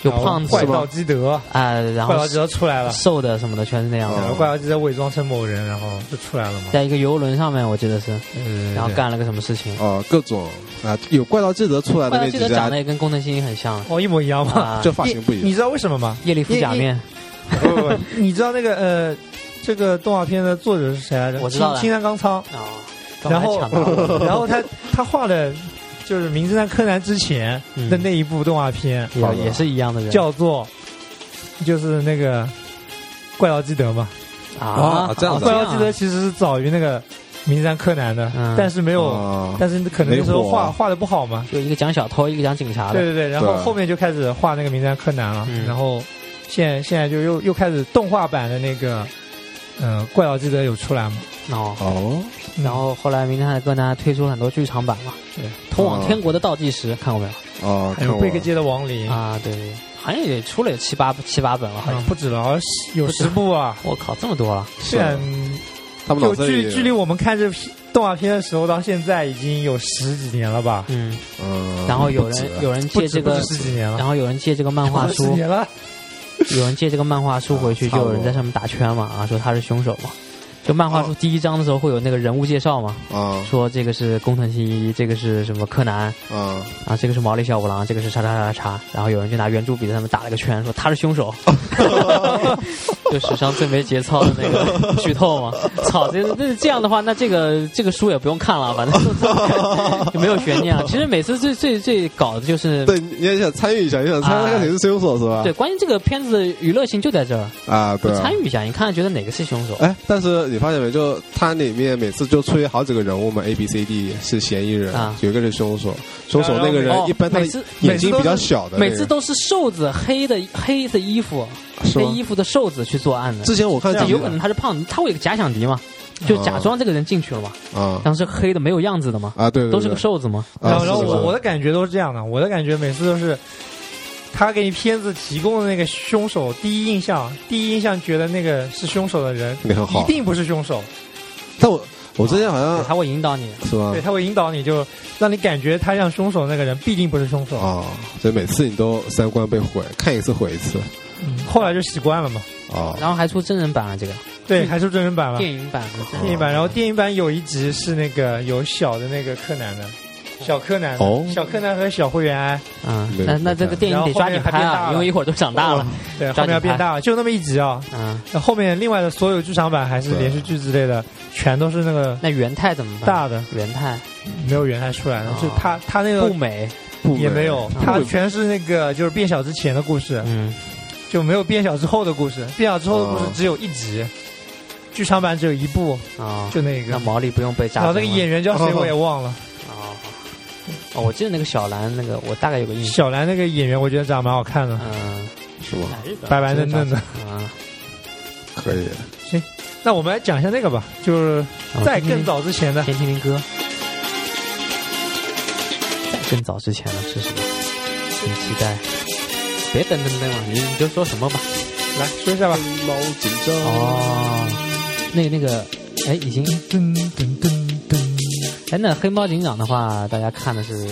Speaker 5: 有
Speaker 3: 然后
Speaker 5: 胖子
Speaker 3: 怪
Speaker 5: 是吧
Speaker 3: 盗基德，
Speaker 5: 哎，然
Speaker 3: 怪
Speaker 5: 后
Speaker 3: 盗基德出来了，
Speaker 5: 瘦的什么的全是那样
Speaker 3: 然
Speaker 5: 的，
Speaker 4: 嗯
Speaker 3: 后怪盗基德伪装成某人，然后就出来了嘛。
Speaker 5: 在一个游轮上面我记得是，
Speaker 3: 嗯，
Speaker 5: 然后
Speaker 3: 对。
Speaker 5: 干了个什么事情，
Speaker 4: 呃各种啊有怪盗基德出来的
Speaker 5: 怪盗
Speaker 4: 那
Speaker 5: 基
Speaker 4: 几
Speaker 5: 德长
Speaker 4: 家
Speaker 5: 得，也跟宫藤新一很像
Speaker 3: 哦，一模一样嘛。
Speaker 5: 啊
Speaker 4: 就，发型不一
Speaker 3: 你
Speaker 4: 样。
Speaker 3: 知道为什 么吗？
Speaker 5: 夜里敷假 面，
Speaker 3: 不不不，你知道那个呃，这个动画片的作者是谁来着？
Speaker 5: 我知道
Speaker 3: 青
Speaker 5: 了
Speaker 3: 青山刚昌。
Speaker 5: 啊，
Speaker 3: 然后
Speaker 5: 刚才抢
Speaker 4: 哦
Speaker 5: 到了
Speaker 3: 然后他 他画的，就是《名侦探柯南》之前的 那一部动画片，
Speaker 4: 好的
Speaker 5: 嗯也也是一样的人
Speaker 3: 叫做就是那个怪盗基德嘛。
Speaker 5: 啊
Speaker 4: 啊这样子
Speaker 3: 怪盗基德其实是早于那个《名侦探柯南》的，
Speaker 5: 嗯
Speaker 3: 但是没有，
Speaker 4: 啊
Speaker 3: 但是可能那时候
Speaker 4: 没
Speaker 3: 画
Speaker 4: 火啊
Speaker 3: 画的不好嘛。
Speaker 5: 就一个讲小偷，一个讲警察
Speaker 3: 对
Speaker 5: 的，
Speaker 3: 对对，然后
Speaker 4: 对
Speaker 3: 后面就开始画那个《名侦探柯南》了，
Speaker 5: 嗯
Speaker 3: 然后现在现在就又又开始动画版的那个，嗯、怪盗基德有出来嘛？
Speaker 5: 哦。
Speaker 4: 哦，
Speaker 5: 然后后来《名侦探柯南》推出了很多剧场版嘛，
Speaker 3: 对，
Speaker 5: 通往天国的倒计时》看过没有？
Speaker 4: 哦，
Speaker 3: 还
Speaker 5: 哎
Speaker 4: 看
Speaker 3: 有
Speaker 4: 我
Speaker 3: 贝克街的亡
Speaker 4: 嗯
Speaker 3: 灵啊、
Speaker 5: 啊，对对，对好像也出了有七八七八本了，好像。
Speaker 3: 不止了，好像是有十部啊。
Speaker 5: 我靠，这么多了！
Speaker 3: 虽然
Speaker 4: 他们脑
Speaker 3: 就
Speaker 4: 子
Speaker 3: 距
Speaker 4: 里
Speaker 3: 距离我们看这批动画片的时候到现在已经有十几年了吧？
Speaker 5: 嗯，
Speaker 4: 嗯，
Speaker 5: 然后有
Speaker 4: 不止
Speaker 5: 人有人
Speaker 3: 不
Speaker 5: 借
Speaker 3: 止
Speaker 5: 这
Speaker 3: 不
Speaker 5: 个
Speaker 3: 止，十几年
Speaker 5: 然
Speaker 3: 了，
Speaker 5: 后有人借这个漫 画
Speaker 3: 十
Speaker 5: 书，
Speaker 3: 年了。
Speaker 5: 有人借这个漫画书回去，
Speaker 4: 啊
Speaker 5: 就
Speaker 4: 差不多
Speaker 5: 有人在上面打圈嘛，啊，说他是凶手嘛。就漫画书
Speaker 4: 哦
Speaker 5: 第一章的时候会有那个人物介绍嘛，
Speaker 4: 啊
Speaker 5: 说这个是工藤新一，这个是什么柯南，
Speaker 4: 啊
Speaker 5: 啊，这个是毛利小五郎，这个是叉叉叉叉，然后有人就拿圆珠笔在上面打了个圈，说他是 凶手， 就史上最没节操的那个剧透嘛。操，这这这样的话，那这个这个书也不用看了，反正就就没有悬念了。啊其实每次最最最搞的就是
Speaker 4: 对，你也想参与一下，你想参与一下谁是凶手是吧？
Speaker 5: 对，关键这个片子的娱乐性就在这儿，
Speaker 4: 啊，对
Speaker 5: 就
Speaker 4: 啊，
Speaker 5: 参与一下，你看看觉得哪个是凶手。
Speaker 4: 哎，但是你发现没？就它里面每次就出现好几个人物嘛，A、B、C、D 是嫌疑人，
Speaker 5: 啊
Speaker 4: 有一个是凶手，凶手那个人、
Speaker 5: 哦
Speaker 4: 呃一般他
Speaker 5: 每
Speaker 4: 的
Speaker 5: 次
Speaker 4: 眼睛比较小的那个
Speaker 5: 每
Speaker 4: 人，
Speaker 5: 次都是瘦子黑的黑的衣服
Speaker 4: 是
Speaker 5: 黑
Speaker 4: 吗？
Speaker 5: 衣服的瘦子去作案的，
Speaker 4: 之前我看
Speaker 5: 这
Speaker 4: 几
Speaker 5: 有可能他是胖子，他会有个假想敌嘛，就假装这个人进去了嘛。
Speaker 4: 啊
Speaker 5: 当时黑的没有样子的嘛，
Speaker 4: 啊，对对对，
Speaker 5: 都是个瘦子嘛。
Speaker 4: 啊
Speaker 3: 然后，然后
Speaker 4: 是的
Speaker 3: 我
Speaker 4: 是的
Speaker 3: 我的感觉都是这样的，我的感觉每次都是，他给你片子提供的那个凶手第一印象，第一印象觉得那个是凶手的人，
Speaker 4: 你很
Speaker 3: 一
Speaker 4: 好，
Speaker 3: 定不是凶手，
Speaker 4: 但我我之前好像、
Speaker 5: 哦对他会引导你，
Speaker 4: 是吗
Speaker 3: 对？他会引导你就让你感觉他像凶手那个人必定不是凶
Speaker 5: 嗯
Speaker 3: 手，
Speaker 4: 啊，所以每次你都三观被毁，看一次毁一次
Speaker 3: 嗯后来就习惯了嘛。
Speaker 4: 啊。
Speaker 5: 然后还出真人版啊，这个
Speaker 3: 对，还是真人版了，
Speaker 5: 电影版和真人
Speaker 3: 电影版。然后电影版有一集是那个有小的那个柯南
Speaker 5: 哦
Speaker 3: 的，小柯南，
Speaker 4: 哦
Speaker 3: 小柯南和小灰原哀，
Speaker 5: 啊
Speaker 4: 对，
Speaker 5: 那
Speaker 4: 对
Speaker 5: 那这个电影得抓紧拍
Speaker 3: 然后后面还变大
Speaker 5: 啊，
Speaker 3: 了
Speaker 5: 因为一会儿都长大了。
Speaker 3: 对，后
Speaker 5: 抓紧
Speaker 3: 面要变
Speaker 5: 拍
Speaker 3: 大了，就那么一集啊。
Speaker 5: 嗯，
Speaker 3: 那后面另外的所有剧场版还是
Speaker 4: 对
Speaker 3: 连续剧之类的，全都是那个
Speaker 5: 那元太怎么办？
Speaker 3: 大的。
Speaker 5: 元太
Speaker 3: 没有原来出来的
Speaker 5: 哦，
Speaker 3: 就他他那
Speaker 5: 不
Speaker 3: 个
Speaker 5: 美，
Speaker 4: 不
Speaker 3: 也没有，
Speaker 5: 不
Speaker 3: 他全是那个就是变小之前的故事，
Speaker 5: 嗯，
Speaker 3: 就没有变小之后的故事。变小之后的故事
Speaker 4: 哦
Speaker 3: 只有一集，剧场版只有一部，
Speaker 5: 啊，
Speaker 3: 就那
Speaker 5: 那
Speaker 3: 个。
Speaker 5: 毛利不用被炸
Speaker 3: 然
Speaker 5: 伤
Speaker 3: 后
Speaker 5: 了。
Speaker 3: 那个演员叫谁我也忘了，
Speaker 5: 哦，哦，我记得那个小兰，那个我大概有个印象。
Speaker 3: 小兰那个演员我觉得长得蛮好看的，
Speaker 5: 嗯，
Speaker 4: 是吗？
Speaker 3: 白白嫩嫩的。
Speaker 5: 啊，
Speaker 4: 可以，
Speaker 3: 那我们来讲一下那个吧，就是
Speaker 5: 哦
Speaker 3: 在更，早之前的，
Speaker 5: 先听听歌。在更早之前呢是什么？很期待。别等等等了，你你就说什么吧。
Speaker 3: 来说一下吧。
Speaker 4: 毛紧张，
Speaker 5: 哦，那那个，哎，已经，
Speaker 3: 噔噔噔噔，
Speaker 5: 哎，那黑猫警长的话，大家看的是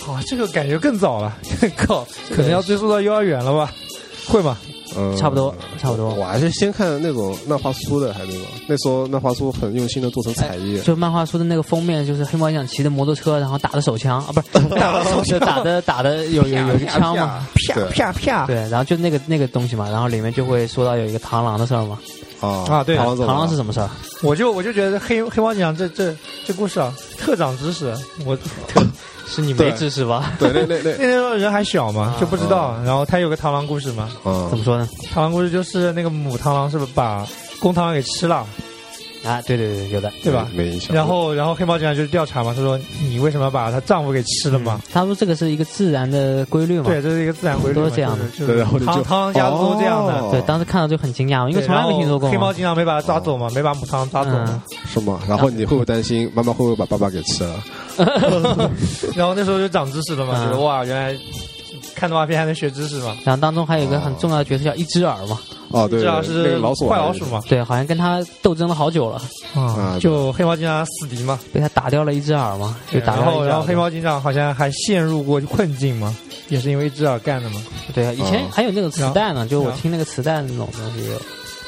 Speaker 3: 好，这个感觉更早了， 靠，可能要追溯到幼儿园了吧？会吗？
Speaker 4: 嗯，
Speaker 5: 差不多，差不多，
Speaker 4: 我还是先看那种漫画书的，还那种那时候漫画书很用心的做成
Speaker 3: 哎
Speaker 4: 彩页，
Speaker 5: 就漫画书的那个封面，就是黑猫警长骑着摩托车，然后打的手枪啊，不是打的手枪，打的打的有有有一个枪嘛，
Speaker 3: 啪
Speaker 4: 对
Speaker 3: 啪啪，
Speaker 5: 对，然后就那个那个东西嘛，然后里面就会说到有一个螳螂的事儿嘛，
Speaker 4: 啊
Speaker 3: 啊对
Speaker 5: 螳螂是
Speaker 4: 么？
Speaker 5: 什么事儿？
Speaker 3: 我就我就觉得黑黑猫警长这这这故事啊，特长知识。我
Speaker 5: 是你没
Speaker 4: 对嗯
Speaker 5: 知识吧？
Speaker 4: 对，那那
Speaker 3: 那时候人还小嘛
Speaker 5: 啊，
Speaker 3: 就不知道。然后他有个螳螂故事嘛，
Speaker 4: 那，啊
Speaker 5: 怎么说呢？
Speaker 3: 螳螂故事就是那个母螳螂是不是把公螳螂给吃了，
Speaker 5: 啊，对对对，有的。
Speaker 3: 对吧？
Speaker 4: 没印象。
Speaker 3: 然后，然后黑猫警长就调查嘛，他说你为什么把她丈夫给吃了嘛？
Speaker 5: 嗯他说这个是一个自然的规律嘛。
Speaker 3: 对，这是一个自然规律嘛，
Speaker 5: 都是这样的
Speaker 3: 就是
Speaker 4: 嗯对，然后你就
Speaker 3: 唐唐家族这样的，
Speaker 4: 哦
Speaker 5: 对当时看到就很惊讶，因为
Speaker 3: 对
Speaker 5: 从来没听说
Speaker 3: 然后
Speaker 5: 过嘛。嗯
Speaker 3: 黑猫警长没把他抓走
Speaker 4: 哦
Speaker 3: 嘛，没把母汤抓走嘛。
Speaker 4: 是吗？然后你会不会担心妈妈会不会把爸爸给吃了？
Speaker 3: 然后那时候就长知识了嘛，
Speaker 5: 嗯
Speaker 3: 觉得哇，原来看动画片还能学知识嘛。
Speaker 5: 然后当中还有一个很重要的角色叫一只耳嘛，
Speaker 4: 哦，对，
Speaker 3: 这要
Speaker 4: 那个
Speaker 3: 是
Speaker 4: 老鼠
Speaker 3: 坏
Speaker 4: 还
Speaker 3: 老
Speaker 4: 是
Speaker 3: 鼠嘛，
Speaker 5: 对，好像跟他斗争了好久了，
Speaker 4: 啊
Speaker 3: 就黑猫警长死敌嘛，
Speaker 5: 被他打掉了一只耳嘛，就打
Speaker 3: 然
Speaker 5: 掉了
Speaker 3: 后
Speaker 5: 一只耳
Speaker 3: 然后黑猫警长好像还陷入过困境嘛，也是因为一只耳干的嘛。
Speaker 5: 对啊，以前
Speaker 4: 哦
Speaker 3: 嗯
Speaker 5: 还有那个磁带呢，就我
Speaker 3: 然后
Speaker 5: 听那个磁带那种东西，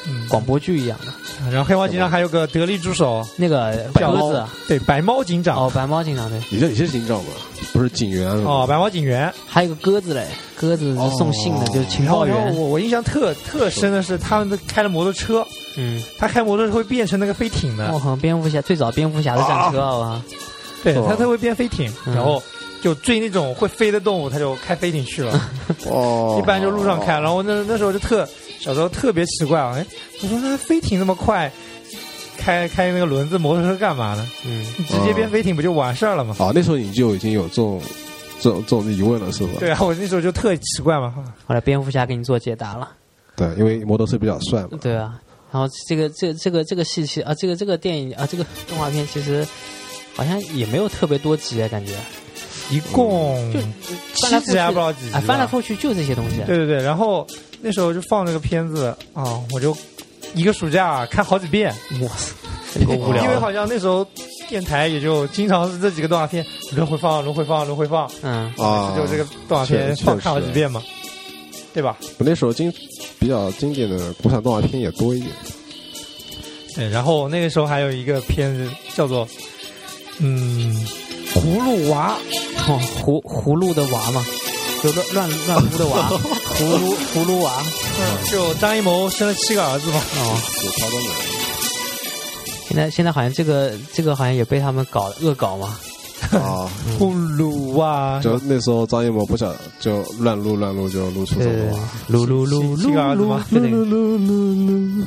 Speaker 3: 嗯，
Speaker 5: 广播剧一样的。
Speaker 3: 然后黑猫警长还有个得力助手，
Speaker 5: 那个
Speaker 3: 白
Speaker 5: 鸽子
Speaker 3: 猫对白猫警长
Speaker 5: 哦，白猫警长对，
Speaker 4: 你这你是警长吗？不是警员
Speaker 3: 哦，
Speaker 4: 啊？
Speaker 3: 白猫警员。
Speaker 5: 还有个鸽子嘞，鸽子是送信的，
Speaker 4: 哦
Speaker 5: 就是情
Speaker 3: 然后
Speaker 5: 报
Speaker 3: 然后
Speaker 5: 员。
Speaker 3: 我我印象特特深的是，他们都开了摩托车，
Speaker 5: 嗯，
Speaker 3: 他开摩托车会变成那个飞艇的
Speaker 5: 我，好像蝙蝠侠最早蝙蝠侠的战车好吧？
Speaker 3: 对
Speaker 4: 是吧
Speaker 3: 他他会变飞艇，
Speaker 5: 嗯
Speaker 3: 然后就追那种会飞的动物，他就开飞艇去了。
Speaker 4: 哦
Speaker 3: 一般就路上开，然后那那时候就特小时候特别奇怪啊，哎，我说那飞艇那么快，开开那个轮子摩托车干嘛呢？
Speaker 5: 嗯，
Speaker 3: 你直接变飞艇不就完事儿了吗？
Speaker 4: 哦，那时候你就已经有这种这种这种疑问了，是吧？
Speaker 3: 对啊，我那时候就特奇怪嘛，
Speaker 5: 后来蝙蝠侠给你做解答了，
Speaker 4: 对，因为摩托车比较帅嘛。
Speaker 5: 对啊。然后这个这这个这个戏其啊，这个这个电影啊，这个动画片其实好像也没有特别多集啊，感觉
Speaker 3: 一共
Speaker 5: 就
Speaker 3: 七集还不知道嗯几集吧
Speaker 5: 啊，翻来覆去就这些东西。
Speaker 3: 对对对，然后那时候就放那个片子啊、我就一个暑假看好几遍，
Speaker 5: 哇塞，这个无聊
Speaker 3: 因为
Speaker 5: 啊。
Speaker 3: 好像那时候电台也就经常是这几个动画片轮回放、轮回放、轮回放，
Speaker 5: 嗯，
Speaker 4: 啊，
Speaker 3: 就这个动画片
Speaker 4: 确
Speaker 3: 放
Speaker 4: 确
Speaker 3: 看好
Speaker 4: 实
Speaker 3: 几遍嘛，对吧？
Speaker 4: 那时候经比较经典的国产动画片也多一点。
Speaker 3: 对，然后那个时候还有一个片子叫做嗯《葫芦娃
Speaker 5: 哦，葫葫芦的娃嘛，就乱乱乱撸的 娃，葫芦葫芦娃。》，
Speaker 3: 就张艺谋生了七个儿子嘛。
Speaker 5: 哦，
Speaker 4: 有超多 美，
Speaker 5: 现在现在好像这个这个好像也被他们搞恶搞嘛。
Speaker 4: 啊！
Speaker 3: 葫芦娃，
Speaker 4: 就那时候张艺谋不想就乱录乱录就录出这种哇
Speaker 5: 啊噜噜噜
Speaker 3: 七
Speaker 5: 噜
Speaker 3: 个儿子
Speaker 5: 噜
Speaker 3: 吗，
Speaker 5: 就那个。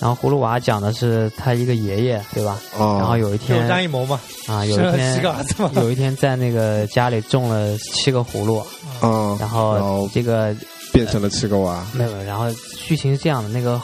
Speaker 5: 然后葫芦娃讲的是他一个爷爷，对吧？
Speaker 4: 啊，
Speaker 5: 然后有一
Speaker 3: 哦就
Speaker 5: 天
Speaker 3: 张艺谋嘛，
Speaker 5: 啊，有
Speaker 3: 生
Speaker 5: 一
Speaker 3: 了七个
Speaker 5: 天
Speaker 3: 儿子嘛。
Speaker 5: 有一天在那个家里种了七个葫芦，
Speaker 4: 啊，
Speaker 5: 然
Speaker 4: 然
Speaker 5: 后
Speaker 3: 哦
Speaker 4: 后
Speaker 5: 这个
Speaker 4: 变成了七个娃，啊
Speaker 5: 没有，然后剧情是这样的，那个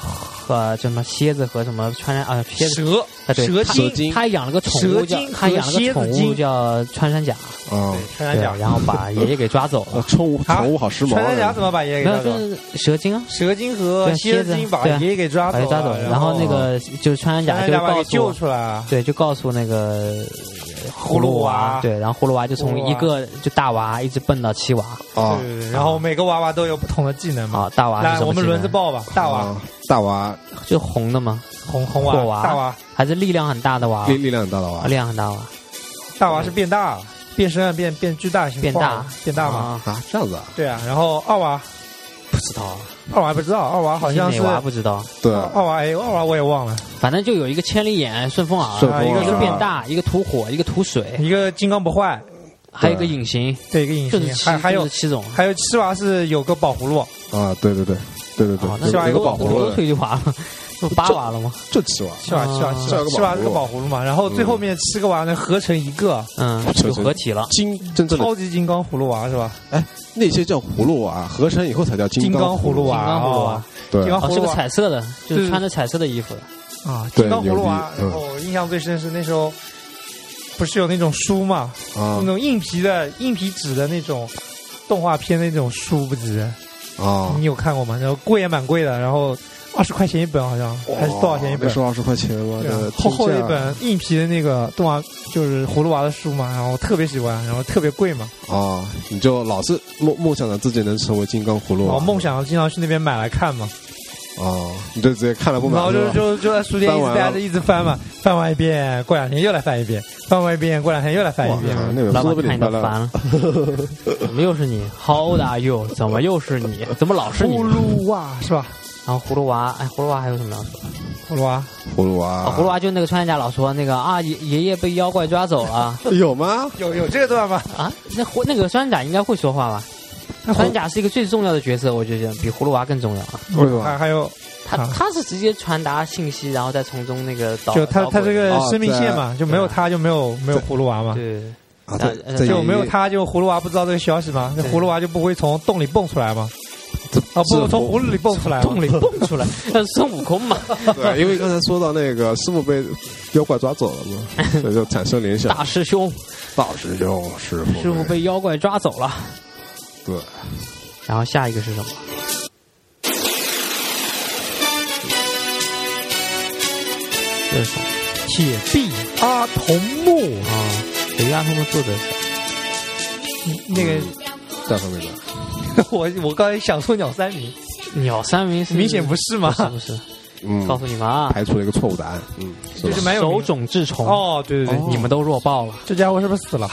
Speaker 5: 呃叫什么蝎子和什么穿山啊蝎子
Speaker 3: 蛇，
Speaker 5: 啊对
Speaker 3: 蛇
Speaker 5: 他
Speaker 3: 精
Speaker 4: 精
Speaker 5: 他养了个宠物叫
Speaker 3: 蛇精
Speaker 5: 他养
Speaker 3: 和
Speaker 5: 了个宠
Speaker 3: 蝎子
Speaker 5: 物
Speaker 3: 精
Speaker 5: 叫穿山甲，
Speaker 4: 啊
Speaker 3: 对，，穿
Speaker 5: 对，
Speaker 3: 山甲，
Speaker 5: 然后把爷爷给抓走
Speaker 4: 啊
Speaker 5: 了，
Speaker 4: 宠物
Speaker 3: 啊
Speaker 4: 宠物好时髦
Speaker 3: 穿山甲
Speaker 4: 啊
Speaker 3: 怎！么把爷爷
Speaker 5: 没
Speaker 3: 给
Speaker 5: 有
Speaker 3: 抓
Speaker 5: 就
Speaker 3: 走？
Speaker 5: 是蛇精啊，
Speaker 3: 蛇精和
Speaker 5: 对
Speaker 3: 蝎
Speaker 5: 蝎子
Speaker 3: 精把
Speaker 5: 对啊
Speaker 3: 爷爷给抓
Speaker 5: 把
Speaker 3: 走
Speaker 5: 他
Speaker 3: 了，
Speaker 5: 抓走了，然后那个就是穿山
Speaker 3: 穿
Speaker 5: 甲
Speaker 3: 山
Speaker 5: 就
Speaker 3: 甲把
Speaker 5: 告
Speaker 3: 你救
Speaker 5: 诉
Speaker 3: 出来啊。
Speaker 5: 对，就告诉那个呃葫芦
Speaker 3: 葫芦娃
Speaker 5: 对，然后葫芦娃就
Speaker 3: 葫芦
Speaker 5: 从
Speaker 3: 娃
Speaker 5: 一个就大娃一直蹦到七娃
Speaker 4: 啊
Speaker 3: 对对对，然后每个娃娃都有不同的技能嘛。
Speaker 5: 啊，大哦娃是
Speaker 3: 来，
Speaker 5: 什么
Speaker 3: 我们
Speaker 5: 技能
Speaker 3: 轮着报吧。大娃，
Speaker 4: 啊，大娃
Speaker 5: 就红的嘛，
Speaker 3: 红红
Speaker 5: 火
Speaker 3: 娃，
Speaker 5: 娃
Speaker 3: 大娃，
Speaker 5: 还是力量很大的娃，
Speaker 4: 力力量很大的娃
Speaker 5: 啊力量很大娃，
Speaker 3: 大娃是变大，变身啊，变变巨大型化
Speaker 5: 变大
Speaker 3: 变大嘛？
Speaker 5: 啊？
Speaker 4: 啊，这样子啊，
Speaker 3: 对啊，然后二娃，
Speaker 5: 不知道，
Speaker 3: 二娃还不知道，二娃好像
Speaker 5: 哪
Speaker 3: 是
Speaker 5: 娃不知道，
Speaker 4: 对，啊
Speaker 3: 二娃，哎，二娃我也忘了，
Speaker 5: 反正就有一个千里眼、顺风耳，
Speaker 4: 顺
Speaker 3: 风耳
Speaker 5: 一个是变大，一个吐火，一个吐水，
Speaker 3: 一个金刚不坏，
Speaker 5: 还有一个隐形，
Speaker 3: 对，一个隐
Speaker 5: 就是
Speaker 3: 形，
Speaker 5: 七
Speaker 3: 还还
Speaker 5: 就
Speaker 3: 有
Speaker 5: 是七种。
Speaker 3: 还有七娃是有个宝葫芦，
Speaker 4: 啊，对对对，对对
Speaker 5: 哦，那
Speaker 4: 对，
Speaker 3: 是
Speaker 4: 有
Speaker 3: 吧
Speaker 4: 有
Speaker 3: 一
Speaker 4: 个
Speaker 3: 个
Speaker 4: 宝
Speaker 5: 多
Speaker 4: 葫
Speaker 5: 多
Speaker 4: 芦
Speaker 5: 推就娃 了，不八娃了吗？
Speaker 4: 就七娃，
Speaker 3: 七娃七娃
Speaker 5: 啊
Speaker 3: 七娃
Speaker 4: 七
Speaker 3: 七
Speaker 4: 娃
Speaker 3: 娃
Speaker 4: 是
Speaker 3: 是
Speaker 4: 个
Speaker 3: 个
Speaker 4: 宝
Speaker 3: 宝葫芦嘛，然后最后面七个娃能合成一个
Speaker 5: 嗯，就合体了。
Speaker 4: 金真正的
Speaker 3: 超级金刚葫芦娃是吧？
Speaker 4: 那些叫葫芦娃，合成以后才叫金
Speaker 3: 金刚
Speaker 4: 刚
Speaker 3: 葫芦
Speaker 4: 娃。
Speaker 3: 娃
Speaker 5: 金刚葫芦娃
Speaker 3: 哦
Speaker 4: 对啊
Speaker 3: 金，刚
Speaker 5: 哦，
Speaker 3: 葫
Speaker 5: 是
Speaker 3: 芦嗯
Speaker 5: 个
Speaker 3: 娃
Speaker 5: 彩色的，就
Speaker 3: 对
Speaker 5: 是穿着彩色的衣服的。
Speaker 3: 啊，
Speaker 4: 对
Speaker 3: 金刚葫芦娃，
Speaker 4: 牛逼嗯
Speaker 3: 然后印象最深是那时候。不是有那种书嘛，
Speaker 4: 啊
Speaker 3: 那种硬皮的、硬皮纸的那种动画片那种书，不值。
Speaker 4: 啊，
Speaker 3: 你有看过吗？然后贵也蛮贵的，然后二十块钱一本好像，还是多少钱一
Speaker 4: 哦那
Speaker 3: 本？
Speaker 4: 时候二十块钱吗？
Speaker 3: 对啊
Speaker 4: 的
Speaker 3: 厚厚的一
Speaker 4: 天价
Speaker 3: 本硬皮的那个动画，就是葫芦娃的书嘛，然后特别喜欢，然后特别贵嘛，
Speaker 4: 啊！你就老是梦梦想着自己能成为金刚葫芦
Speaker 3: 然后
Speaker 4: 娃，
Speaker 3: 哦梦想经常去那边买来看嘛，
Speaker 4: 啊，你就直接看了不买
Speaker 3: 然后就就就在书店
Speaker 4: 翻
Speaker 3: 一直
Speaker 4: 完
Speaker 3: 待
Speaker 4: 了
Speaker 3: 着，一直翻嘛，翻完一遍，过两天又来翻一遍，翻完一遍，过两天又来翻一遍，
Speaker 4: 啊那本
Speaker 5: 老
Speaker 4: 书
Speaker 5: 板
Speaker 4: 都被
Speaker 5: 看
Speaker 4: 你
Speaker 5: 你都
Speaker 4: 翻
Speaker 5: 烦
Speaker 4: 烂
Speaker 5: 了， 怎么又是你？How old are you？怎么又是你？怎么老是你
Speaker 3: 葫？芦娃是吧？
Speaker 5: 然后葫芦娃，哎，葫芦娃还有什么要说？
Speaker 3: 葫芦娃
Speaker 4: 葫芦娃
Speaker 5: 啊，葫芦娃就那个穿山甲老说那个啊，爷爷爷被妖怪抓走了啊
Speaker 4: 有吗？
Speaker 3: 有有这个段吗？
Speaker 5: 啊。那葫那个穿山甲应该会说话吧？
Speaker 3: 那
Speaker 5: 三
Speaker 3: 葫
Speaker 5: 甲是一个最重要的角色，我觉得比葫芦娃更重要啊。
Speaker 4: 为什么
Speaker 3: 还？还有
Speaker 5: 他
Speaker 3: 啊
Speaker 5: 他是直接传达信息，然后再从中那个导
Speaker 3: 就他
Speaker 5: 导
Speaker 3: 他
Speaker 5: 轨
Speaker 3: 这个
Speaker 4: 哦
Speaker 3: 生命线嘛，就没有
Speaker 5: 对
Speaker 3: 他就没有没有葫芦娃嘛，
Speaker 5: 对
Speaker 4: 啊，
Speaker 5: 呃
Speaker 4: 这
Speaker 5: 呃
Speaker 4: 这
Speaker 5: 对
Speaker 3: 就没有
Speaker 4: 一
Speaker 3: 他就葫芦娃不知道这个消息嘛，那
Speaker 5: 对
Speaker 3: 葫芦娃就不会从洞里蹦出来嘛，
Speaker 4: 这
Speaker 3: 啊
Speaker 4: 这
Speaker 3: 不从葫芦里蹦出来嘛，
Speaker 5: 洞里蹦 出来，
Speaker 3: 啊
Speaker 5: 那是孙悟空嘛，
Speaker 4: 对，因为刚才说到那个师傅被妖怪抓走了嘛，所以就产生联 想。
Speaker 5: 大师兄，
Speaker 4: 大师兄，师傅，
Speaker 5: 师傅被妖怪抓走了。
Speaker 4: 对，
Speaker 5: 然后下一个是什么？这是什么
Speaker 3: 铁臂阿童木，
Speaker 5: 啊？谁压他们作者是？
Speaker 3: 那个
Speaker 4: 嗯在后面的
Speaker 3: 我我刚才想说鸟三明，
Speaker 5: 鸟三明是
Speaker 3: 明显不是嘛
Speaker 5: 不，是不是？
Speaker 4: 嗯，
Speaker 5: 告诉你们啊，
Speaker 4: 排除了一个错误答案，嗯，是
Speaker 3: 就
Speaker 4: 吧
Speaker 3: 是？蛮有名
Speaker 5: 手
Speaker 3: 的
Speaker 5: 冢治虫，
Speaker 3: 哦，对对对，
Speaker 5: 你们都弱爆了，
Speaker 3: 这家伙是不是 死了？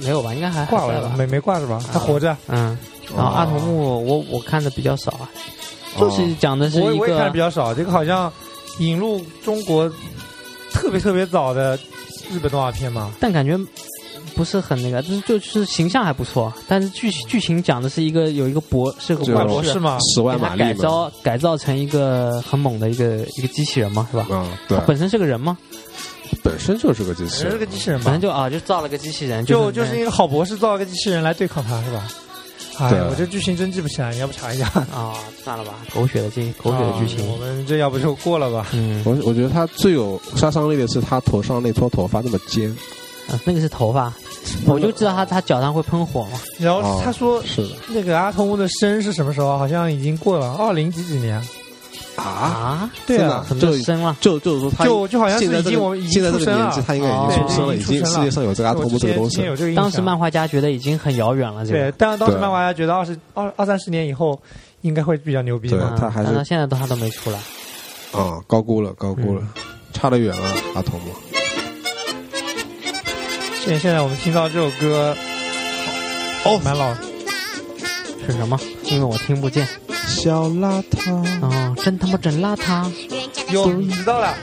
Speaker 5: 没有吧？应该还
Speaker 3: 挂
Speaker 5: 还在
Speaker 3: 了
Speaker 5: 吧
Speaker 3: 没没挂是吧？还活着，
Speaker 5: 嗯，
Speaker 4: 哦
Speaker 5: 然后
Speaker 4: 啊
Speaker 5: 阿童木，我我看的比较少啊，就是讲的是
Speaker 3: 我
Speaker 5: 一
Speaker 3: 我也看的
Speaker 5: 个
Speaker 3: 比较少，这个好像引入中国特别特别早的日本动画片嘛，
Speaker 5: 但感觉不是很那个，就是就是形象还不错，啊但是剧剧情讲的是一个有一个博是个
Speaker 4: 就
Speaker 3: 怪
Speaker 5: 怪
Speaker 3: 博士嘛，
Speaker 4: 啊十
Speaker 5: 给
Speaker 4: 万
Speaker 5: 他
Speaker 4: 马力
Speaker 5: 改
Speaker 4: 嘛，
Speaker 5: 造改造成一个很猛的一个一个机器人嘛，是吧？
Speaker 4: 嗯，对，
Speaker 5: 本身是个人嘛，
Speaker 4: 本身就是个机器
Speaker 3: 是
Speaker 4: 人
Speaker 3: 个，机器人
Speaker 5: 反
Speaker 3: 嘛
Speaker 5: 正，就啊，就造了个机器人，
Speaker 3: 嗯就就是是一个好博士造了个机器人来对抗他是吧？哎
Speaker 4: 对，
Speaker 3: 我这剧情真记不起来，你要不查一下？
Speaker 5: 那啊，算了吧，狗血的这狗血的
Speaker 3: 啊
Speaker 5: 剧
Speaker 3: 我
Speaker 5: 情，
Speaker 3: 们这要不就过了吧？
Speaker 5: 嗯，
Speaker 4: 我我觉得他最有杀伤力的是他头上那撮头发那么尖，
Speaker 5: 啊那个是头发，我就知道他他脚上会喷火嘛，
Speaker 3: 然后他说
Speaker 4: 是的
Speaker 3: 那个阿童木的生是什么时候？啊好像已经过了二零几几年，
Speaker 4: 啊，
Speaker 5: 啊，
Speaker 3: 对
Speaker 4: 真的
Speaker 3: 啊
Speaker 4: 啊，
Speaker 5: 怎么
Speaker 4: 就
Speaker 5: 就生了？
Speaker 4: 就就是说他
Speaker 3: 就就好像是
Speaker 4: 现在
Speaker 3: 已
Speaker 4: 这
Speaker 3: 经我
Speaker 4: 个
Speaker 3: 们已
Speaker 4: 现
Speaker 3: 经
Speaker 4: 在这个
Speaker 5: 出生
Speaker 4: 年
Speaker 5: 了
Speaker 4: 纪，他应该已
Speaker 5: 哦
Speaker 4: 经出生了，
Speaker 3: 啊对已
Speaker 4: 已
Speaker 3: 经
Speaker 4: 经
Speaker 3: 出生
Speaker 4: 世
Speaker 3: 了
Speaker 4: 界上有这个阿
Speaker 3: 我
Speaker 4: 童
Speaker 3: 之
Speaker 4: 木这
Speaker 3: 前
Speaker 4: 个东
Speaker 3: 之
Speaker 4: 西
Speaker 3: 前，有这个印象
Speaker 5: 当时漫画家觉得已经很遥远了，这
Speaker 3: 对
Speaker 5: 个，
Speaker 3: 但是当时
Speaker 4: 对
Speaker 3: 漫画家觉得二十二二三十年以后应该会比较牛逼
Speaker 4: 对
Speaker 3: 嘛。
Speaker 5: 嗯
Speaker 4: 他还是
Speaker 5: 但到现在都他都没出来。
Speaker 4: 啊，高估了，高估了，
Speaker 3: 嗯
Speaker 4: 差得远了，阿童木。
Speaker 3: 现现在我们听到这首歌，哦，蛮老，
Speaker 5: 是什么？因为我听不见。
Speaker 4: 小邋遢，
Speaker 5: 哦，真他妈真邋遢！
Speaker 3: 哟，你知道了，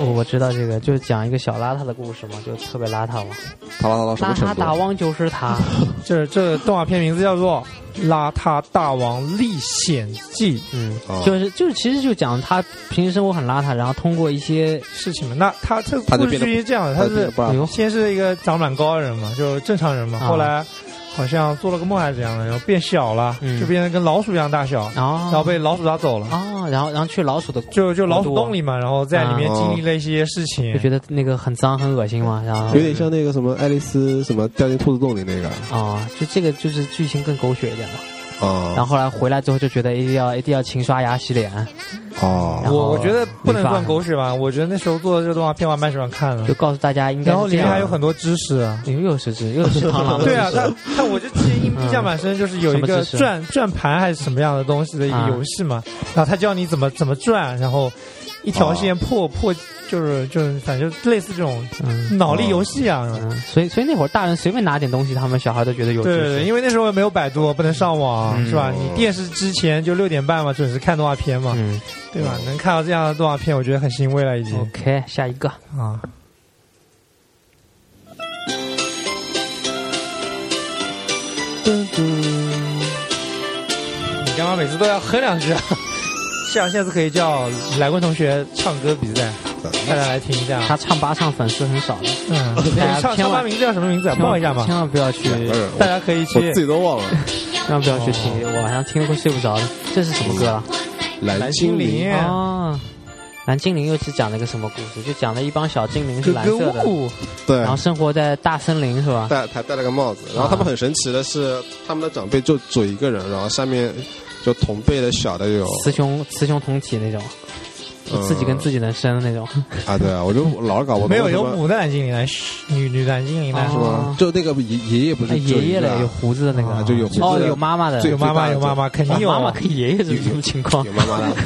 Speaker 5: 我我知道这个，就是讲一个小邋遢的故事嘛，就特别邋遢嘛。
Speaker 4: 他邋遢到什么
Speaker 5: 邋遢
Speaker 4: 程
Speaker 5: 大
Speaker 4: 度？啊
Speaker 5: 王就是 他，
Speaker 3: 这这动画片名字叫做《邋遢大王历险记》
Speaker 5: 嗯
Speaker 4: 哦，
Speaker 5: 就是就是，其实就讲他平时生活很邋遢，然后通过一些
Speaker 3: 事情嘛。那他这
Speaker 4: 他
Speaker 3: 故
Speaker 4: 就
Speaker 3: 事
Speaker 4: 变得
Speaker 3: 剧情是这样的，
Speaker 4: 他
Speaker 3: 他
Speaker 4: 这个
Speaker 3: 是
Speaker 4: 不邋
Speaker 5: 哎呦
Speaker 3: 先是一个长蛮高的人嘛，就是正常人嘛，
Speaker 5: 啊
Speaker 3: 后来好像做了个梦还是怎样的，然后变小了，
Speaker 5: 嗯
Speaker 3: 就变得跟老鼠一样大小，
Speaker 5: 啊
Speaker 3: 然后被老鼠抓走了，
Speaker 5: 啊，然后然后去老鼠的，
Speaker 3: 就就老鼠洞里嘛，然后在里面
Speaker 4: 啊
Speaker 3: 经历了一些事情
Speaker 5: 就，觉得那个很脏很恶心嘛，然后
Speaker 4: 有点像那个什么爱丽丝什么掉进兔子洞里那个
Speaker 5: 啊，就这个就是剧情更狗血一点嘛。然后
Speaker 4: 啊
Speaker 5: 后来回来之后就觉得一定要一定要勤刷牙洗脸，
Speaker 4: 哦
Speaker 5: 然后
Speaker 3: 我我觉得不能
Speaker 5: 没法
Speaker 3: 算狗血吧，我觉得那时候做的这个动画片我还蛮喜欢看的
Speaker 5: 就，告诉大家应该
Speaker 3: 然后
Speaker 5: 是
Speaker 3: 里
Speaker 5: 这
Speaker 3: 面
Speaker 5: 样。
Speaker 3: 还有很多知识。啊
Speaker 5: 又又是只又是螳 螂，
Speaker 3: 对啊，
Speaker 5: 又是
Speaker 3: 他他我就记得印印象蛮深，就是有一
Speaker 5: 嗯什么
Speaker 3: 个
Speaker 5: 知识
Speaker 3: 转转盘还是什么样的东西的一个
Speaker 5: 啊
Speaker 3: 游戏嘛，然后他教你怎么怎么转，然后一
Speaker 5: 啊
Speaker 3: 条线破破就是就是反正就类似这种
Speaker 5: 嗯
Speaker 3: 脑力游戏啊。
Speaker 5: 嗯，所以所以那会儿大人随便拿点东西，他们小孩都觉得有知
Speaker 3: 对对
Speaker 5: 识
Speaker 3: 对，。因为那时候也没有百度，不能上网，
Speaker 5: 嗯
Speaker 3: 是吧？你电视之前就六点半嘛，准时看动画片嘛，
Speaker 5: 嗯
Speaker 3: 对吧？能看到这样的动画片，我觉得很欣慰了，已经、
Speaker 5: ，OK，下一个
Speaker 3: 啊。你干嘛每次都要哼两句啊？下下次可以叫来棍同学唱歌比赛，大家来听一下。
Speaker 5: 他唱吧唱粉丝很少的，
Speaker 3: 嗯，唱唱吧名字叫什么名字啊？
Speaker 5: 千
Speaker 3: 报
Speaker 5: 万
Speaker 3: 一下嘛
Speaker 5: 千。万不要去，
Speaker 4: 两个人，
Speaker 3: 大家可以
Speaker 4: 哎我
Speaker 3: 去
Speaker 4: 自己都忘了。
Speaker 5: 千万不要去听，我晚上听会睡不着的。这是什么歌啊？
Speaker 4: 蓝啊
Speaker 3: 蓝精灵，
Speaker 5: 哦，蓝精灵又是讲了一个什么故事？就讲了一帮小精灵是
Speaker 3: 格
Speaker 5: 蓝
Speaker 3: 格
Speaker 5: 色的，
Speaker 3: 巫，
Speaker 4: 对
Speaker 5: 然，后生活在大森林是吧？
Speaker 4: 戴还戴了个帽子。然后他们很神奇的是，他们的长辈就只有一个人，然后下面就同辈的小的有嗯
Speaker 5: 雌雄雌雄同体那种，
Speaker 3: 嗯
Speaker 5: 就自己跟自己能生的那种。
Speaker 4: 啊，对啊，我就老是搞不懂
Speaker 3: 没有
Speaker 4: 为什
Speaker 3: 有
Speaker 4: 么啊
Speaker 3: 母的蓝精灵来，女女蓝精灵来
Speaker 5: 哦
Speaker 4: 是吧？就那个爷爷爷不
Speaker 5: 哎
Speaker 4: 是只有
Speaker 5: 爷
Speaker 4: 一
Speaker 5: 爷
Speaker 4: 个
Speaker 5: 嘞，有
Speaker 4: 啊
Speaker 5: 胡子的那
Speaker 3: 啊
Speaker 5: 个，
Speaker 4: 就有胡子
Speaker 5: 哦，
Speaker 4: 的
Speaker 5: 有妈妈的，
Speaker 4: 最
Speaker 3: 有妈妈有妈妈，肯定
Speaker 5: 哦
Speaker 3: 有啊
Speaker 5: 妈妈跟爷爷是什么情况
Speaker 4: 啊有？妈妈 的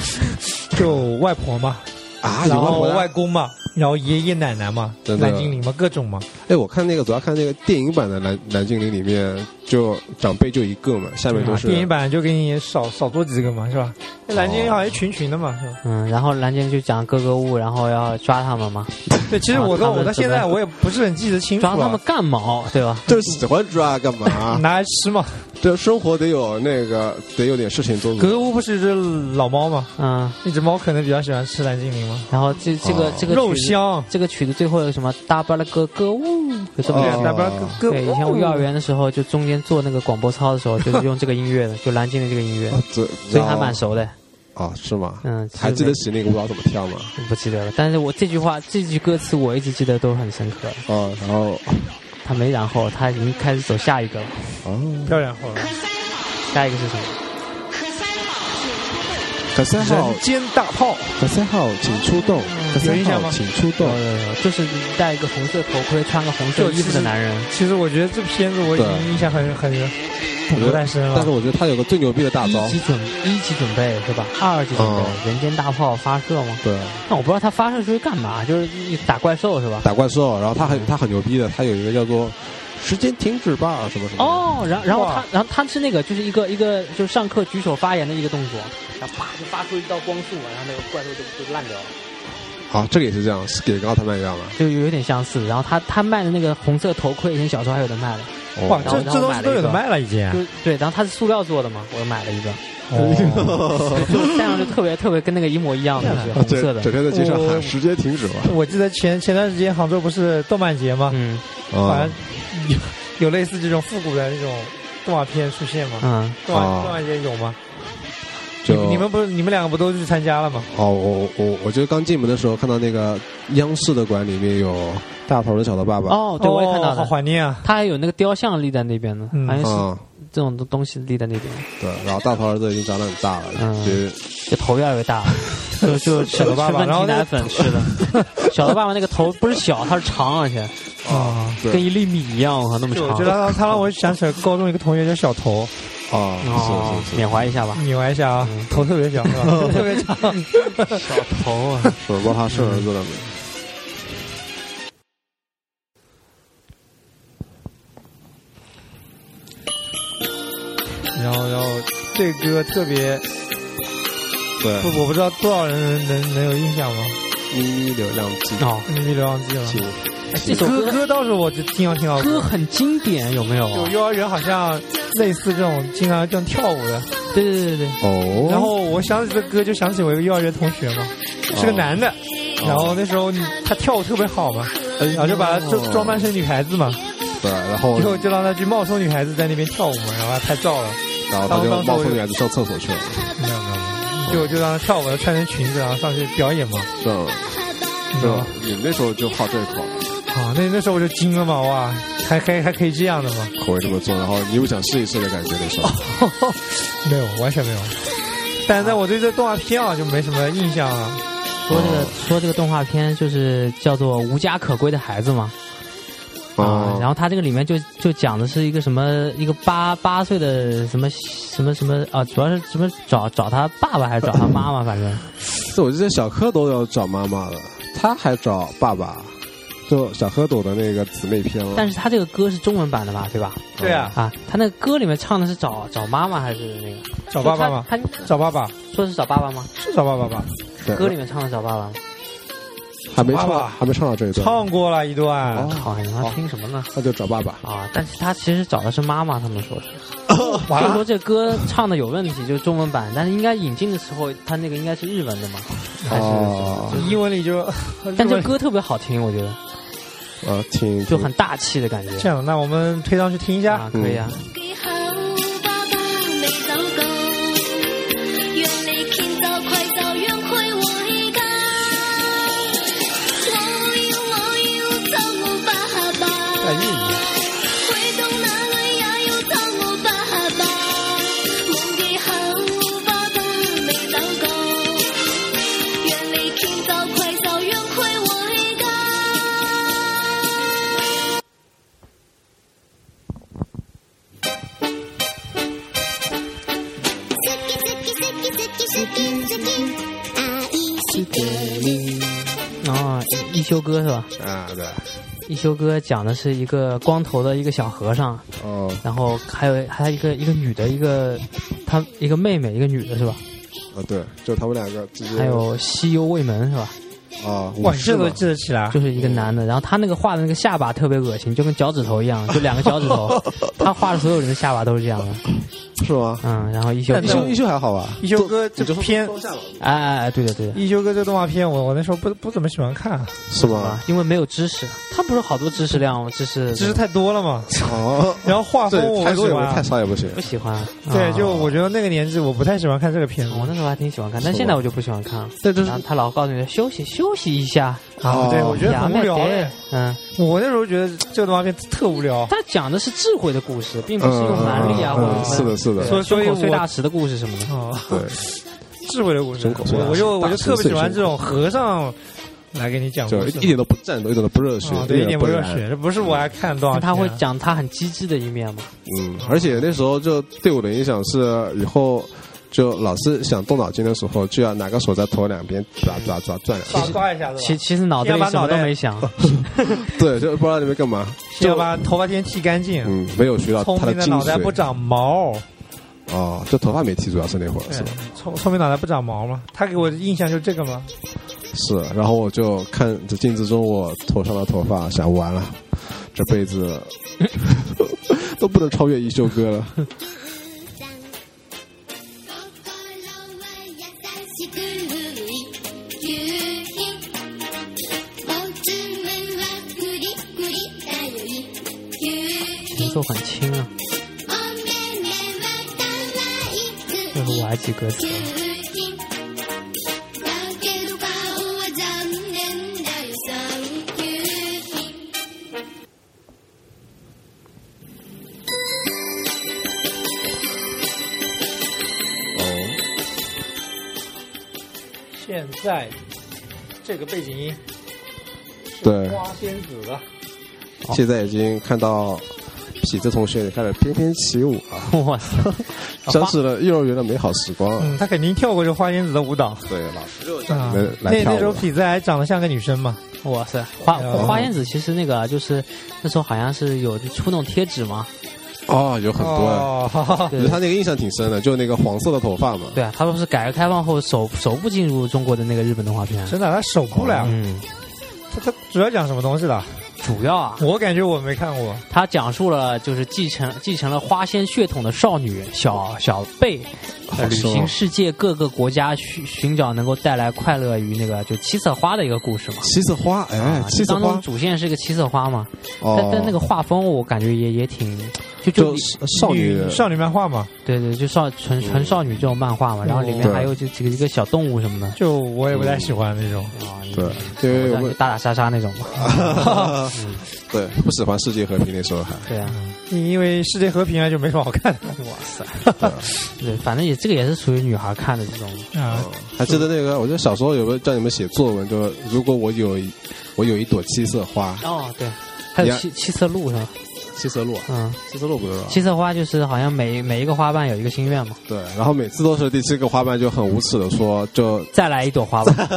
Speaker 3: 就外婆嘛，
Speaker 4: 啊，有
Speaker 3: 然
Speaker 4: 外
Speaker 3: 后
Speaker 4: 婆的
Speaker 3: 外公嘛，然后爷爷奶奶嘛，
Speaker 4: 对对
Speaker 3: 蓝精灵嘛，各种嘛。
Speaker 4: 哎，我看那个主要看那个电影版的蓝《蓝精灵》里面，就长辈就一个嘛，下面都
Speaker 3: 啊
Speaker 4: 是、
Speaker 3: 电影版就给你少少做几个嘛，是吧？那蓝鲸好像一群群的嘛，是吧？
Speaker 5: 嗯，然后蓝鲸就讲格格巫，然后要抓他们嘛，
Speaker 3: 对，其实我
Speaker 5: 啊
Speaker 3: 到
Speaker 5: 他们
Speaker 3: 我到现在我也不是很记得清楚
Speaker 4: 啊
Speaker 5: 抓他们
Speaker 3: 了，
Speaker 5: 干毛，对吧？
Speaker 4: 就喜欢抓干嘛？
Speaker 3: 拿来吃嘛。
Speaker 4: 这生活得有那个，得有点事情做。
Speaker 3: 格格巫不是一只老猫嘛？
Speaker 5: 嗯，
Speaker 3: 那只猫可能比较喜欢吃蓝精灵嘛，
Speaker 5: 然后这这个、
Speaker 4: 哦
Speaker 5: 这个
Speaker 3: 肉
Speaker 5: 曲子
Speaker 3: 香。
Speaker 5: 这个曲子最后有什么大巴拉格格呜，有这么一
Speaker 3: 对
Speaker 5: 句。
Speaker 4: 哦
Speaker 3: 大巴哥哥，
Speaker 5: 对，以前我幼儿园的时候，就中间做那个广播操的时候，就是用这个音乐的，就 蓝鲸的这个音乐，
Speaker 4: 啊，这
Speaker 5: 所以还蛮熟的。
Speaker 4: 啊，是吗？
Speaker 5: 嗯，其实
Speaker 4: 还记得
Speaker 5: 没嗯
Speaker 4: 起那个舞蹈怎么跳吗？
Speaker 5: 不记得了？但是我这句话这句歌词我一直记得都很深刻。
Speaker 4: 啊，然后
Speaker 5: 他没然后，他已经开始走下一个了。
Speaker 4: 啊，
Speaker 3: 漂亮后了。
Speaker 5: 下一个是什么？
Speaker 4: 可三号
Speaker 3: 人，间大炮，
Speaker 4: 可三号，请出动，可
Speaker 3: 有
Speaker 4: 三
Speaker 3: 印象吗
Speaker 4: 号，请出动
Speaker 5: 有。有有，就是戴一个红色头盔、穿个红色衣服的男人。
Speaker 3: 其实我觉得这片子我已经
Speaker 4: 对
Speaker 3: 印象很很不太深
Speaker 4: 但是
Speaker 3: 了。
Speaker 4: 我觉得他有个最牛逼的大招
Speaker 5: 一，级准一级准备是吧？二级准备、
Speaker 4: 嗯
Speaker 5: 人间大炮发射吗？
Speaker 4: 对，
Speaker 5: 但我不知道他发射出去干嘛，就是打怪兽是吧？
Speaker 4: 打怪兽，然后他很他很牛逼的，他有一个叫做“时间停止吧”什么什么的。
Speaker 5: 哦，然然后
Speaker 3: 哇
Speaker 5: 他，然后他是那个，就是一个一个，就是上课举手发言的一个动作，然后啪就发出一道光束，然后那个怪兽就就烂掉了，
Speaker 4: 啊，这个也是这样，是给奥特曼一样吗？
Speaker 5: 就有点相似。然后他他卖的那个红色头盔，以前小时候还有的卖的，
Speaker 4: 哦
Speaker 3: 哇，
Speaker 5: 然后
Speaker 3: 这这东西都有的卖了已经。啊
Speaker 5: 就对，然后它是塑料做的嘛，我又买了一个，
Speaker 3: 哦
Speaker 5: 就戴上就特别特别跟那个一模一样的，就是红色
Speaker 4: 整整
Speaker 5: 的，
Speaker 4: 天在街上
Speaker 3: 我
Speaker 4: 喊“时间停止吧
Speaker 3: 我记得前前段时间杭州不是动漫节吗？
Speaker 5: 嗯”，
Speaker 3: 好像
Speaker 4: 啊，
Speaker 3: 有 有类似这种复古的那种动画片出现吗？
Speaker 5: 嗯，
Speaker 3: 动画
Speaker 4: 哦
Speaker 3: 动画节有吗？
Speaker 4: 就
Speaker 3: 你们不是你们两个不都去参加了吗？
Speaker 4: 哦，我我我就刚进门的时候看到那个央视的馆里面有大头的小头爸爸，
Speaker 5: 哦，对，我也看到
Speaker 3: 哦好
Speaker 5: 了。
Speaker 3: 怀念啊！
Speaker 5: 它还有那个雕像立在那边呢，
Speaker 3: 嗯
Speaker 5: 好像是
Speaker 4: 嗯，
Speaker 5: 这种东西立在那边，
Speaker 4: 对，然后大头儿子已经长得很大了，
Speaker 5: 嗯
Speaker 4: 就是
Speaker 5: 就头越来越大， 就就
Speaker 3: 小的爸爸
Speaker 5: 吃
Speaker 3: 然后
Speaker 5: 问题
Speaker 3: 那个
Speaker 5: 奶粉吃的。小的爸爸那个头不是小，它是长，而且
Speaker 3: 啊，
Speaker 4: 对
Speaker 5: 跟一粒米一样，我靠，那么
Speaker 3: 就
Speaker 5: 长。
Speaker 3: 我觉得他他让我想起来高中一个同学叫小头，
Speaker 4: 啊，
Speaker 5: 哦
Speaker 4: 是是，是，
Speaker 5: 缅怀一下吧。
Speaker 3: 你玩一下啊，
Speaker 5: 嗯
Speaker 3: 头特别小，是吧？头特别长。
Speaker 5: 小头啊，
Speaker 4: 是不知道他是儿子了没？
Speaker 3: 然后，然后这歌特别，
Speaker 4: 对
Speaker 3: 不，，我不知道多少人能能有印象吗？
Speaker 4: 咪咪流浪记，
Speaker 5: 哦，哎
Speaker 3: 《秘密流浪记》吗？
Speaker 4: 请
Speaker 5: 这首
Speaker 3: 歌
Speaker 5: 歌
Speaker 3: 歌倒是我就经常听到
Speaker 5: 歌
Speaker 3: 过，
Speaker 5: 很经典，有没有？
Speaker 3: 有幼儿园好像类似这种经常这种跳舞的。
Speaker 5: 对对对对，
Speaker 4: 哦，
Speaker 3: 然后我想起这歌，就想起我一个幼儿园同学嘛，是个男的，然后那时候他跳舞特别好嘛，
Speaker 4: 呃
Speaker 3: 然后就把
Speaker 4: 哦
Speaker 3: 他装装扮成女孩子嘛，
Speaker 4: 对，然后
Speaker 3: 以后就让他去冒充女孩子在那边跳舞嘛，然后他拍照了，
Speaker 4: 然后他就冒充女孩子上厕所去了，
Speaker 3: 没有没有，没有就就让他跳舞，然后穿成裙子然后上去表演嘛，
Speaker 4: 这样
Speaker 3: 你知
Speaker 4: 这
Speaker 3: 道吗
Speaker 4: 样？，你们那时候就好这一口，
Speaker 3: 啊，那那时候我就惊了嘛，哇，还还还可以这样的吗？
Speaker 4: 口味这么重，然后你又想试一试的感觉那时候，
Speaker 3: 没有，完全没有。但是我对这动画片啊就没什么印象了。
Speaker 5: 说这个说这个动画片就是叫做《无家可归的孩子》嘛。
Speaker 4: 哦
Speaker 3: 嗯
Speaker 5: 啊，然后他这个里面就就讲的是一个什么一个八八岁的什么什么什么啊，主要是什么找找他爸爸还是找他妈 妈，反正
Speaker 4: 这我记得小蝌蚪要找妈妈了，他还找爸爸，就小蝌蚪的那个姊妹篇了。嗯
Speaker 5: 但是他这个歌是中文版的吧，对吧？
Speaker 3: 对啊，
Speaker 5: 啊，他那个歌里面唱的是找找妈妈还是那个
Speaker 3: 找爸爸嘛，
Speaker 5: 他他
Speaker 3: 找爸爸
Speaker 5: 说是找爸爸吗？
Speaker 3: 是找爸爸吧？
Speaker 4: 对
Speaker 5: 歌里面唱的找爸爸吗，
Speaker 4: 还没
Speaker 3: 爸爸
Speaker 4: 唱，还没唱到这一段，
Speaker 3: 唱过了一段，
Speaker 4: 哦
Speaker 5: 好，你妈
Speaker 4: 好
Speaker 5: 听什么呢？
Speaker 4: 那就找爸爸。
Speaker 5: 啊，但是他其实找的是妈妈，他们说的，
Speaker 3: 完
Speaker 5: 就说
Speaker 3: 了
Speaker 5: 这歌唱的有问题，就是中文版，但是应该引进的时候，他那个应该是日文的嘛，还是？
Speaker 4: 哦，
Speaker 3: 英文里就，
Speaker 5: 但这歌特别好听，我觉得
Speaker 4: 呃，挺
Speaker 5: 就很大气的感觉。
Speaker 3: 这样，那我们推上去听一下
Speaker 5: 啊，。可以啊，
Speaker 6: 幾口爸爸未走夠，讓你見就愧疚，讓佢回家。我要我要找我爸爸，
Speaker 3: 哎英语
Speaker 6: 去到哪裡也要找我爸爸。忘記口爸爸未走夠，讓你見就愧疚，讓佢回家。好
Speaker 5: 哦，一一休哥是吧？
Speaker 4: 啊，对，
Speaker 5: 一休哥讲的是一个光头的一个小和尚，
Speaker 4: 哦，
Speaker 5: 然后还有还有一个一个女的，一个他一个妹妹，一个女的是吧？
Speaker 4: 啊，对，就他们两个直接
Speaker 5: 还有西幽卫门是吧？
Speaker 4: 啊，武
Speaker 3: 哇，你
Speaker 4: 士
Speaker 3: 这都
Speaker 4: 嘛
Speaker 3: 记得起来啊
Speaker 5: 就？是一个男的，然后他那个画的那个下巴特别恶心，就跟脚趾头一样，就两个脚趾头。他画的所有人的下巴都是这样的，
Speaker 4: 是吗？
Speaker 5: 嗯，然后一休
Speaker 3: 但
Speaker 4: 一
Speaker 3: 那
Speaker 4: 休
Speaker 3: 我
Speaker 4: 一休还好吧？
Speaker 3: 一休哥这
Speaker 4: 你就说
Speaker 3: 片
Speaker 4: 双下吧
Speaker 5: 哎哎哎，对的对的，
Speaker 3: 一休哥这动画片，我我那时候不不怎么喜欢看，
Speaker 4: 是吗
Speaker 5: 啊？，因为没有知识，他不是好多知识量，知识
Speaker 3: 知识太多了嘛。
Speaker 4: 哦，
Speaker 3: 然后画风
Speaker 4: 对，
Speaker 3: 我
Speaker 4: 太
Speaker 3: 不
Speaker 4: 多
Speaker 3: 喜
Speaker 4: 也不太
Speaker 3: 欢，
Speaker 4: 少也不行。
Speaker 5: 不喜欢。
Speaker 3: 对
Speaker 5: 啊，
Speaker 3: 就我觉得那个年纪我不太喜欢看这个片子。
Speaker 4: 哦
Speaker 5: 我那时候还挺喜欢看，但
Speaker 4: 是
Speaker 5: 现在
Speaker 4: 吧
Speaker 5: 我就不喜欢看了。
Speaker 4: 但就是
Speaker 5: 然后他老告诉你休息休息一下，
Speaker 3: 啊，对，我觉得
Speaker 5: 呀
Speaker 3: 很无
Speaker 5: 没
Speaker 3: 聊
Speaker 5: 得
Speaker 3: 哎。
Speaker 5: 嗯，
Speaker 3: 我那时候觉得这个动画片特无聊，
Speaker 5: 他讲的是智慧的故事，并不是一种
Speaker 4: 嗯，
Speaker 5: 蛮力啊，
Speaker 4: 嗯
Speaker 5: 或
Speaker 4: 嗯
Speaker 5: 者
Speaker 4: 是的，是的，
Speaker 3: 所以所
Speaker 5: 胸
Speaker 3: 以
Speaker 5: 口碎大
Speaker 3: 我
Speaker 5: 石的故事什么的。
Speaker 3: 哦，
Speaker 4: 对，
Speaker 3: 智慧的故事
Speaker 4: 胸口，碎大
Speaker 3: 我我就我
Speaker 4: 大
Speaker 3: 就特别
Speaker 4: 神
Speaker 3: 喜欢
Speaker 4: 碎
Speaker 3: 这种和尚来给你讲故
Speaker 4: 就
Speaker 3: 事，
Speaker 4: 一点都不战斗，一点都不热血
Speaker 3: 啊，对，一点
Speaker 4: 不
Speaker 3: 不热
Speaker 4: 燃
Speaker 3: 血，这不是我爱看动画
Speaker 5: 但
Speaker 3: 片。啊
Speaker 5: 他会讲他很机智的一面嘛？
Speaker 4: 嗯，而且那时候就对我的影响是，以后就老是想动脑筋的时候，就要拿个手在头两边抓抓抓转两
Speaker 3: 抓
Speaker 4: 下。
Speaker 3: 抓一下
Speaker 5: 其
Speaker 3: 子吧，
Speaker 5: 其实脑子里什么都没想，
Speaker 4: 对，就不知道你们干嘛。
Speaker 3: 先 要把头发先剃干净。
Speaker 4: 嗯，没有学到
Speaker 3: 聪
Speaker 4: 他
Speaker 3: 明的
Speaker 4: 精
Speaker 3: 脑袋不
Speaker 4: 髓。
Speaker 3: 长毛，
Speaker 4: 哦，就头发没剃，主要是那会儿
Speaker 3: 对
Speaker 4: 是吧？，
Speaker 3: 聪聪明脑袋不长毛嘛？他给我的印象就这个嘛。
Speaker 4: 是，然后我就看着镜子中我头上的头发，想完了，这辈子 都不能超越一休哥了。
Speaker 6: 心は優しく「吸引」「おつむはくりくりだより」「吸
Speaker 5: 节
Speaker 6: 引」
Speaker 5: 奏很轻啊。
Speaker 6: 「おめめはかわいく」
Speaker 5: 最后我还记歌词
Speaker 6: 吸，引「だけど顔は残念だよサンキュー」
Speaker 3: 现在这个背景音
Speaker 4: 对，
Speaker 3: 花仙子的，
Speaker 5: 哦
Speaker 4: 现在已经看到痞子同学也开始翩翩起舞了，
Speaker 5: 哇塞！
Speaker 4: 想起了幼儿园的美好时光。
Speaker 3: 嗯，他肯定跳过这花仙子的舞蹈。
Speaker 4: 对，老师又叫
Speaker 3: 啊
Speaker 4: 你们，来
Speaker 3: 那
Speaker 4: 跳
Speaker 3: 那时候
Speaker 4: 舞。
Speaker 3: 痞子还长得像个女生嘛？
Speaker 5: 哇塞！花
Speaker 3: 哎呦
Speaker 5: 花仙子其实那个啊就是那时候好像是有出那种贴纸嘛，啊
Speaker 4: 哦，有很多哎。
Speaker 3: 哦，哈哈
Speaker 4: 我觉得他那个印象挺深的，就那个黄色的头发嘛。
Speaker 5: 对啊，他说是改革开放后首首部进入中国的那个日本动画片。啊
Speaker 3: 真的，他手不了。
Speaker 5: 嗯，
Speaker 3: 他他主要讲什么东西的？
Speaker 5: 主要啊，
Speaker 3: 我感觉我没看过。
Speaker 5: 他讲述了就是继承继承了花仙血统的少女小小贝，呃
Speaker 4: 好
Speaker 5: 旅
Speaker 4: 深哦
Speaker 5: 行世界各个国家寻寻找能够带来快乐与那个就七色花的一个故事嘛。
Speaker 4: 七色花，哎
Speaker 5: 啊，
Speaker 4: 七色
Speaker 5: 当中
Speaker 4: 花，
Speaker 5: 主线是个七色花嘛，但
Speaker 4: 哦，
Speaker 5: 但那个画风我感觉也也挺，就就
Speaker 4: 就少女
Speaker 3: 女少女漫画嘛，
Speaker 5: 对对，就少纯纯少女这种漫画嘛，然后里面
Speaker 4: 对
Speaker 5: 还有就几个一个小动物什么的
Speaker 3: 就我也
Speaker 4: 嗯
Speaker 3: 不太喜欢那种。
Speaker 5: 啊，你
Speaker 4: 对，因为
Speaker 5: 我知道
Speaker 4: 我
Speaker 5: 你打打杀杀那种嘛，
Speaker 4: 对不喜欢世界和平那时候还
Speaker 5: 对啊，
Speaker 3: 因为世界和平啊，就没什么好看的
Speaker 5: 哇塞，对，反正也这个也是属于女孩看的这种，
Speaker 3: 啊。
Speaker 4: 还记得那个，我觉得小时候有个叫你们写作文，就如果我有一我有一朵七色花，
Speaker 5: 哦对，还有
Speaker 4: 呀
Speaker 5: 七七色鹿是吧？
Speaker 4: 七色鹿啊，
Speaker 5: 嗯，
Speaker 4: 七色鹿不是吧？
Speaker 5: 七色花就是好像每每一个花瓣有一个心愿嘛，
Speaker 4: 对，然后每次都是第七个花瓣就很无耻的说，就
Speaker 5: 再来一朵花吧，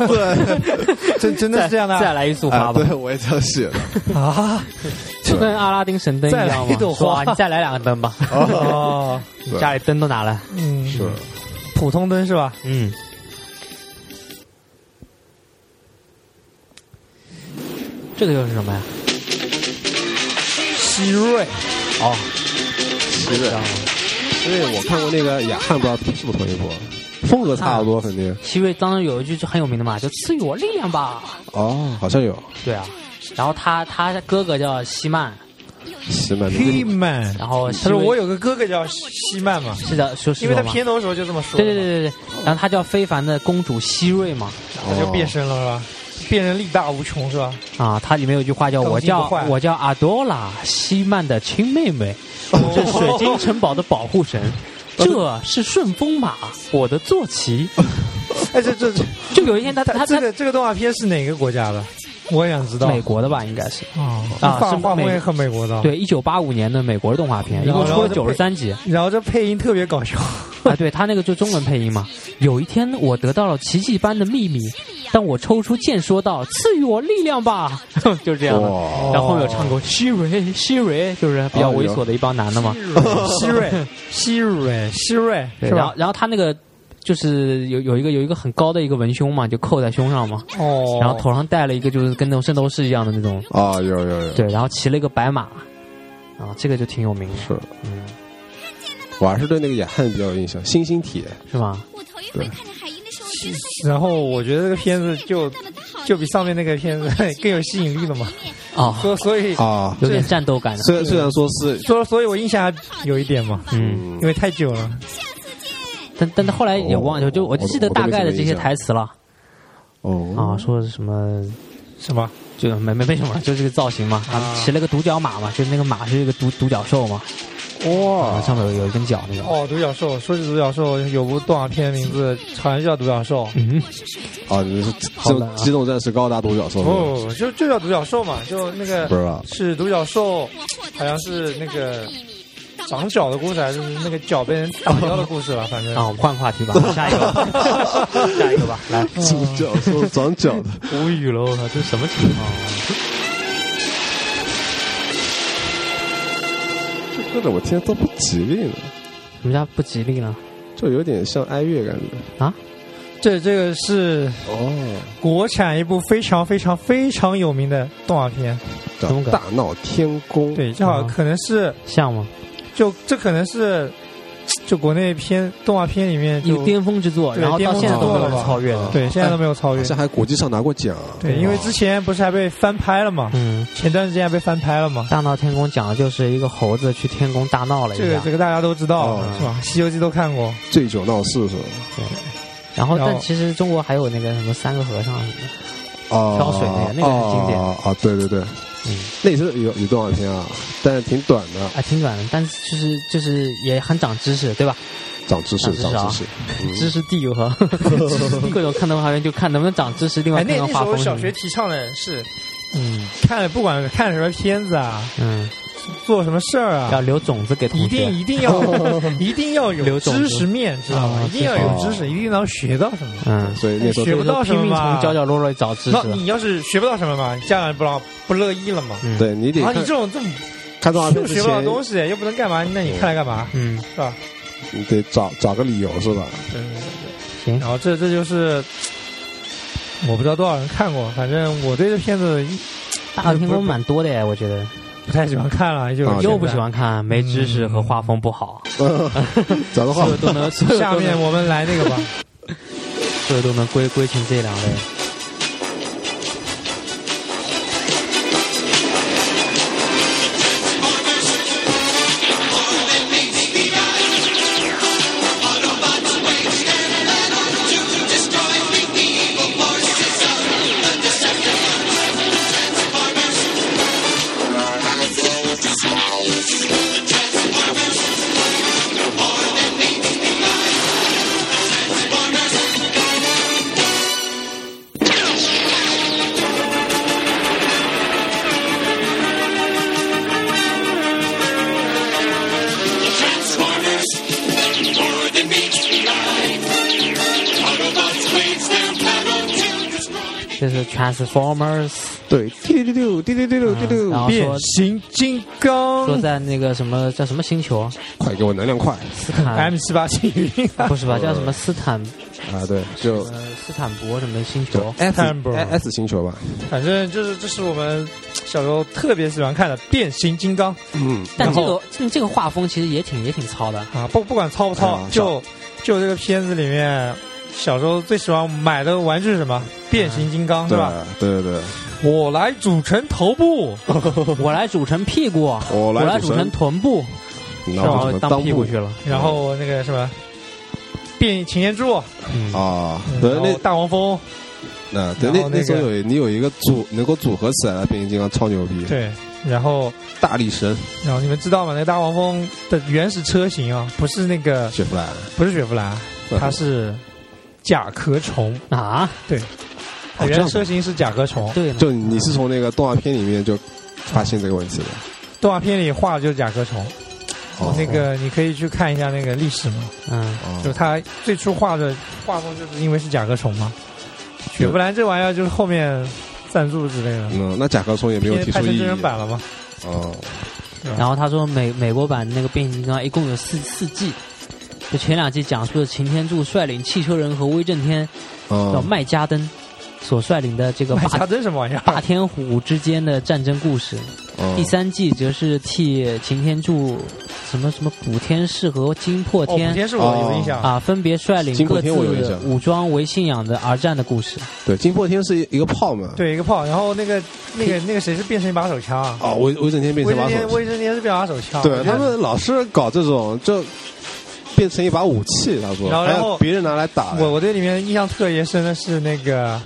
Speaker 4: 对
Speaker 3: 真真的是这样的
Speaker 5: 再来一束花
Speaker 4: 啊，
Speaker 5: 吧，
Speaker 4: 哎对我也这样写的。
Speaker 3: 啊！
Speaker 5: 就跟阿拉丁神灯一样
Speaker 3: 再
Speaker 5: 嘛，
Speaker 3: 来一朵花
Speaker 5: 说啊你再来两个灯吧，
Speaker 3: 哦，
Speaker 5: 你家里灯都拿来，
Speaker 3: 嗯，
Speaker 4: 是，
Speaker 3: 普通灯是吧？
Speaker 5: 嗯。这个又是什么呀？
Speaker 3: 希瑞
Speaker 5: 哦，
Speaker 4: 对，因为我看过那个雅汉，不知道是不是同一波，风格差不多肯定。
Speaker 5: 希瑞当中有一句就很有名的嘛，就赐予我力量吧。
Speaker 4: 哦，好像有
Speaker 5: 对啊，然后他他哥哥叫希曼，
Speaker 4: 西曼，
Speaker 3: 黑曼，
Speaker 5: 然后
Speaker 3: 他
Speaker 5: 希
Speaker 3: 说
Speaker 5: 瑞
Speaker 3: 我有个哥哥叫希曼嘛，
Speaker 5: 是的，说是
Speaker 3: 因为他
Speaker 5: 我吗
Speaker 3: 片头的时候就这么说，
Speaker 5: 对对，对对对，然后他叫非凡的公主希瑞嘛，
Speaker 3: 他
Speaker 4: 哦
Speaker 3: 就变身了是吧？变人力大无穷是吧？
Speaker 5: 啊，它里面有句话叫
Speaker 3: 更
Speaker 5: 我
Speaker 3: 新不
Speaker 5: 叫
Speaker 3: 坏
Speaker 5: 我叫阿多拉希曼的亲妹妹，
Speaker 3: 哦
Speaker 5: 我是水晶 城堡的保 护神，这是顺风马，我的坐骑。
Speaker 3: 哎，这这这
Speaker 5: 就有一 天他他
Speaker 3: 这
Speaker 5: 他
Speaker 3: 个这个动画片是哪个国家的？我也想知道。
Speaker 5: 美国的吧，应该是
Speaker 3: 哦
Speaker 5: 啊
Speaker 3: 画
Speaker 5: 是
Speaker 3: 画风
Speaker 5: 美
Speaker 3: 也很美国的。，
Speaker 5: 对，一九八五年的美国动画片，一
Speaker 3: 然后
Speaker 5: 共出了
Speaker 3: 然后
Speaker 5: 九
Speaker 3: 就
Speaker 5: 十
Speaker 3: 被
Speaker 5: 三集。
Speaker 3: 然后这哦配音特别搞笑，
Speaker 5: 啊，对他那个就中文配音嘛。有一天，我得到了奇迹般的秘密，当我抽出剑说道：“赐予我力量吧！” 就是这样的。
Speaker 3: 哦
Speaker 4: 哇，
Speaker 5: 然后后面有唱过希瑞希瑞，就是比较猥 琐的一帮男的嘛。
Speaker 3: 希瑞希瑞希瑞
Speaker 5: 对
Speaker 3: 是
Speaker 5: 然后
Speaker 3: 吧？
Speaker 5: 然后他那个就是有有一个有一个很高的一个文胸嘛，就扣在胸上嘛，
Speaker 3: 哦，
Speaker 5: 然后头上戴了一个就是跟那种圣斗士一样的那种，
Speaker 4: 啊，有有有，
Speaker 5: 对，然后骑了一个白马，啊，这个就挺有名的，
Speaker 4: 是，
Speaker 5: 嗯，
Speaker 4: 我还是对那个雅汉比较有印象，星星体，
Speaker 5: 是吧？
Speaker 6: 我头一回看见海鹰的时候，我觉得它
Speaker 3: 然后我觉得这个片子啊就 就比上面那个片子 更有吸引力了嘛，
Speaker 5: 哦，
Speaker 3: 所所以
Speaker 4: 啊，
Speaker 5: 有点战斗感的，
Speaker 4: 虽然虽然说是
Speaker 3: 所所以我印象有一点嘛，
Speaker 5: 嗯，
Speaker 3: 因为太久了，
Speaker 5: 但但他后来也忘了，就我
Speaker 4: 我
Speaker 5: 记得大概的这些台词了啊，
Speaker 4: 哦，
Speaker 5: 说是什么
Speaker 3: 什么
Speaker 5: 就没没没什么，就这个造型嘛，啊，骑了个独角马嘛，就是那个马是一个独独角兽嘛，啊，
Speaker 3: 哇
Speaker 5: 上面有有一根角那个，
Speaker 3: 哦，独角兽，说起独角兽，有部动画片名字好像就叫独角兽，
Speaker 5: 嗯，
Speaker 4: 啊，你是
Speaker 5: 好冷啊哦
Speaker 4: 这机动战士高达独角兽，
Speaker 3: 不哦就就叫独角兽嘛，就那
Speaker 4: 嗯不知
Speaker 3: 个
Speaker 5: 啊
Speaker 4: 道
Speaker 3: 是独角兽好像是那个长角的故事，还是那个脚被人打掉的故事吧，反正
Speaker 5: 啊，我们换个话题吧，下一个吧，下一个吧，来，
Speaker 4: 独角兽长角的，
Speaker 5: 无语了，我靠，这什么情况啊？
Speaker 4: 这歌怎么听着都不吉利呢？
Speaker 5: 什么叫不吉利呢？
Speaker 4: 就有点像哀乐感觉。
Speaker 3: 这这个是
Speaker 4: 哦，
Speaker 3: 国产一部非常非常非常有名的动画片，
Speaker 4: 叫
Speaker 5: 什么梗
Speaker 4: 大闹天宫。
Speaker 3: 对，这好像
Speaker 5: 啊
Speaker 3: 可能是
Speaker 5: 像吗？
Speaker 3: 就这可能是就国内片动画片里面
Speaker 5: 一
Speaker 3: 就
Speaker 5: 个巅峰之作，
Speaker 3: 对
Speaker 5: 然后到
Speaker 3: 巅峰
Speaker 5: 现在
Speaker 3: 之
Speaker 5: 都
Speaker 3: 作
Speaker 5: 没有
Speaker 3: 了
Speaker 5: 人
Speaker 3: 吧
Speaker 5: 超越的，
Speaker 3: 对，现在都没有超越
Speaker 4: 好。像还国际上拿过奖。啊
Speaker 3: 对，因为之前不是还被翻拍了嘛，
Speaker 5: 嗯。
Speaker 3: 前段时间还被翻拍了嘛。
Speaker 5: 大闹天宫讲的就是一个猴子去天宫大闹了一
Speaker 3: 这个
Speaker 5: 下，
Speaker 3: 这个大家都知道、
Speaker 4: 哦
Speaker 3: 是吧？《西游记》都看过，
Speaker 4: 醉酒闹事是吧？
Speaker 5: 然后
Speaker 3: 然后
Speaker 5: 但其实中国还有那个什么三个和尚什么的，
Speaker 4: 哦，
Speaker 5: 挑水啊那个那个是经典
Speaker 4: 哦哦，对对对，
Speaker 5: 嗯，
Speaker 4: 那也是有有动画片啊，但是挺短的，
Speaker 5: 啊，挺短的，但是就是就是也很长知识，对吧？
Speaker 4: 长知识，
Speaker 5: 长
Speaker 4: 长
Speaker 5: 知
Speaker 4: 知
Speaker 5: 识啊
Speaker 4: 识。
Speaker 5: 知识地 有和各种看动画片就看能不能长知识，另外
Speaker 3: 哎，
Speaker 5: 看
Speaker 3: 那
Speaker 5: 看
Speaker 3: 那时
Speaker 5: 画
Speaker 3: 候
Speaker 5: 风什
Speaker 3: 小
Speaker 5: 么
Speaker 3: 学
Speaker 5: 的。
Speaker 3: 提倡的是
Speaker 5: 嗯
Speaker 3: 看了不管看什么片子啊，
Speaker 5: 嗯，
Speaker 3: 做什么事儿
Speaker 5: 要
Speaker 3: 啊，
Speaker 5: 留种子给同
Speaker 3: 一定
Speaker 5: 学。
Speaker 3: 一定要一定要有
Speaker 5: 留种
Speaker 3: 知
Speaker 5: 子
Speaker 3: 识面，知道吗？
Speaker 5: 啊
Speaker 3: 一定要有知识，一定要学到什么。
Speaker 5: 嗯，
Speaker 4: 所以那时候
Speaker 3: 学不到
Speaker 5: 就是
Speaker 3: 什么
Speaker 5: 拼命
Speaker 3: 嘛
Speaker 5: 从角角落落里找知
Speaker 3: 那
Speaker 5: 识。
Speaker 3: 你要是学不到什么嘛，家长不让不乐意了嘛。
Speaker 5: 嗯，，
Speaker 4: 对你得
Speaker 3: 啊，
Speaker 4: 看
Speaker 3: 你这种这么
Speaker 4: 看动画片
Speaker 3: 又
Speaker 4: 之
Speaker 3: 学不到
Speaker 4: 前，
Speaker 3: 东西，又不能干嘛，那你看来干嘛
Speaker 5: 嗯，
Speaker 3: 是吧？
Speaker 4: 你得找找个理由是 吧？
Speaker 5: 行
Speaker 3: 然后这这就是。我不知道多少人看过，反正我对这片子
Speaker 5: 大闹天宫蛮多的耶，我觉得。
Speaker 3: 不太喜欢看了，就
Speaker 4: 啊
Speaker 5: 又不喜欢看，没知识和画风不好，
Speaker 4: 找的话
Speaker 5: 嗯所有都能，所有
Speaker 3: 下
Speaker 5: 都
Speaker 3: 面
Speaker 5: 能，
Speaker 3: 我们来那个吧，
Speaker 5: 所有都能归归成这两类。
Speaker 2: Transformers, more than meets the eye. Autobots wage their battle to destroy.
Speaker 5: 就是 Transformers，
Speaker 4: 对，滴滴溜滴溜滴溜滴溜
Speaker 5: 啊然
Speaker 4: 溜，
Speaker 5: 后
Speaker 3: 变
Speaker 5: 说
Speaker 3: 形金刚
Speaker 5: 说在那个什么叫什么星球，
Speaker 4: 快给我能量快
Speaker 5: 斯坦
Speaker 3: ，M 七八星云，
Speaker 5: 不是吧？叫什么斯坦
Speaker 4: 啊！对，就
Speaker 5: 呃斯坦博什么星
Speaker 4: 就
Speaker 5: 球？
Speaker 4: S 哎
Speaker 3: 看不
Speaker 4: S 星球吧，
Speaker 3: 反正就是这是我们小时候特别喜欢看的变形金刚
Speaker 4: 嗯，
Speaker 5: 但这
Speaker 3: 然
Speaker 5: 个这这个画风其实也挺也挺糙的，
Speaker 3: 啊，不不管糙不糙
Speaker 4: 啊，
Speaker 3: 就就这个片子里面。小时候最喜欢买的玩具是什么？变形金刚是
Speaker 4: 对
Speaker 3: 吧？
Speaker 4: 对对对，
Speaker 3: 我来组成头部，
Speaker 5: 我来煮成屁股，
Speaker 4: 我
Speaker 5: 哦我来
Speaker 4: 来
Speaker 5: 煮成臀部，
Speaker 4: 你
Speaker 5: 然
Speaker 4: 拿
Speaker 5: 后
Speaker 4: 什么
Speaker 5: 当
Speaker 4: 当
Speaker 5: 屁股
Speaker 4: 部
Speaker 5: 去了。
Speaker 3: 然后那个什么，变擎天柱，
Speaker 5: 嗯，
Speaker 4: 啊，对
Speaker 3: 然后
Speaker 4: 那
Speaker 3: 大黄蜂，
Speaker 4: 那对
Speaker 3: 然后
Speaker 4: 那
Speaker 3: 那
Speaker 4: 那时候
Speaker 3: 个
Speaker 4: 有你有一个组能够组合起来的变形金刚超牛逼，
Speaker 3: 对，然后
Speaker 4: 大力神
Speaker 3: 然后你们知道吗？那个大黄蜂的原始车型啊，不是那个
Speaker 4: 雪佛兰，
Speaker 3: 不是雪佛兰，它是甲壳虫，
Speaker 5: 啊，
Speaker 3: 它
Speaker 4: 哦这
Speaker 3: 原
Speaker 4: 样
Speaker 3: 来车型是甲壳虫。
Speaker 5: 对呢，
Speaker 4: 就你是从那个动画片里面就发现这个问题的，
Speaker 3: 动画片里画的就是甲壳虫，
Speaker 4: 哦
Speaker 3: 那个你可以去看一下那个历史嘛，
Speaker 5: 嗯，
Speaker 4: 哦
Speaker 3: 就是它最初画的画风就是因为是甲壳虫嘛。雪佛兰这玩意儿就是后面赞助之类的，
Speaker 4: 嗯，那甲壳虫也没有
Speaker 3: 因为
Speaker 4: 提
Speaker 3: 拍
Speaker 4: 出
Speaker 3: 成
Speaker 4: 异
Speaker 3: 真人
Speaker 4: 议，
Speaker 3: 版了嘛。
Speaker 4: 哦，
Speaker 5: 然后他说美美国版那个变形金刚一共有四四季，就前两季讲述的擎天柱率领汽车人和威震天叫
Speaker 4: 嗯，
Speaker 5: 麦加登所率领的这个
Speaker 3: 买
Speaker 5: 霸
Speaker 3: 家真什么玩意
Speaker 5: 霸
Speaker 3: 儿？哦
Speaker 5: 天虎之间的战争故事。
Speaker 4: 嗯
Speaker 5: 第三季则是替擎天柱什么什么补天士和金破
Speaker 3: 哦，
Speaker 5: 天
Speaker 3: 古。天是我有印象，
Speaker 5: 啊，分别率领
Speaker 4: 金破
Speaker 5: 各自
Speaker 4: 天我有印象
Speaker 5: 武装为信仰的而战的故事。
Speaker 4: 对，金破天是一个炮嘛，，
Speaker 3: 对一个炮，然后那个那个那个谁是变成一把手枪啊？
Speaker 4: 哦，威威震天变
Speaker 3: 威
Speaker 4: 成
Speaker 3: 震
Speaker 4: 把
Speaker 3: 天
Speaker 4: 手，
Speaker 3: 威震天是变把手枪，
Speaker 4: 对他们老是搞这种就变成一把武器，他说，
Speaker 3: 然后
Speaker 4: 还
Speaker 3: 然
Speaker 4: 有
Speaker 3: 后
Speaker 4: 别人拿来打，
Speaker 3: 我我对里面印象特别深的是那个，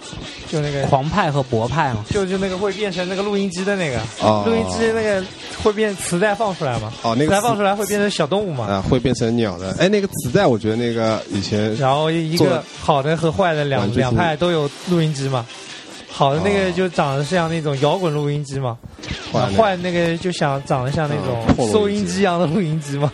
Speaker 3: 就那个。
Speaker 5: 狂派和博派嘛，
Speaker 3: 就就那个会变成那个录音机的那个，
Speaker 4: 哦
Speaker 3: 录音机那个会变磁带放出来嘛？
Speaker 4: 哦那个
Speaker 3: 磁带
Speaker 4: 磁
Speaker 3: 放出来会变成小动物嘛？
Speaker 4: 啊会变成鸟的，哎，那个子弹我觉得那个以前
Speaker 3: 然后一
Speaker 4: 做
Speaker 3: 个好的和坏的两
Speaker 4: 玩具
Speaker 3: 两派都有录音机嘛。好的那
Speaker 4: 哦
Speaker 3: 个就长得像那种摇滚录音机嘛，
Speaker 4: 换那个
Speaker 3: 坏那个就想长得像那
Speaker 4: 嗯破录
Speaker 3: 种
Speaker 4: 音机
Speaker 3: 收音机一样的录音机嘛。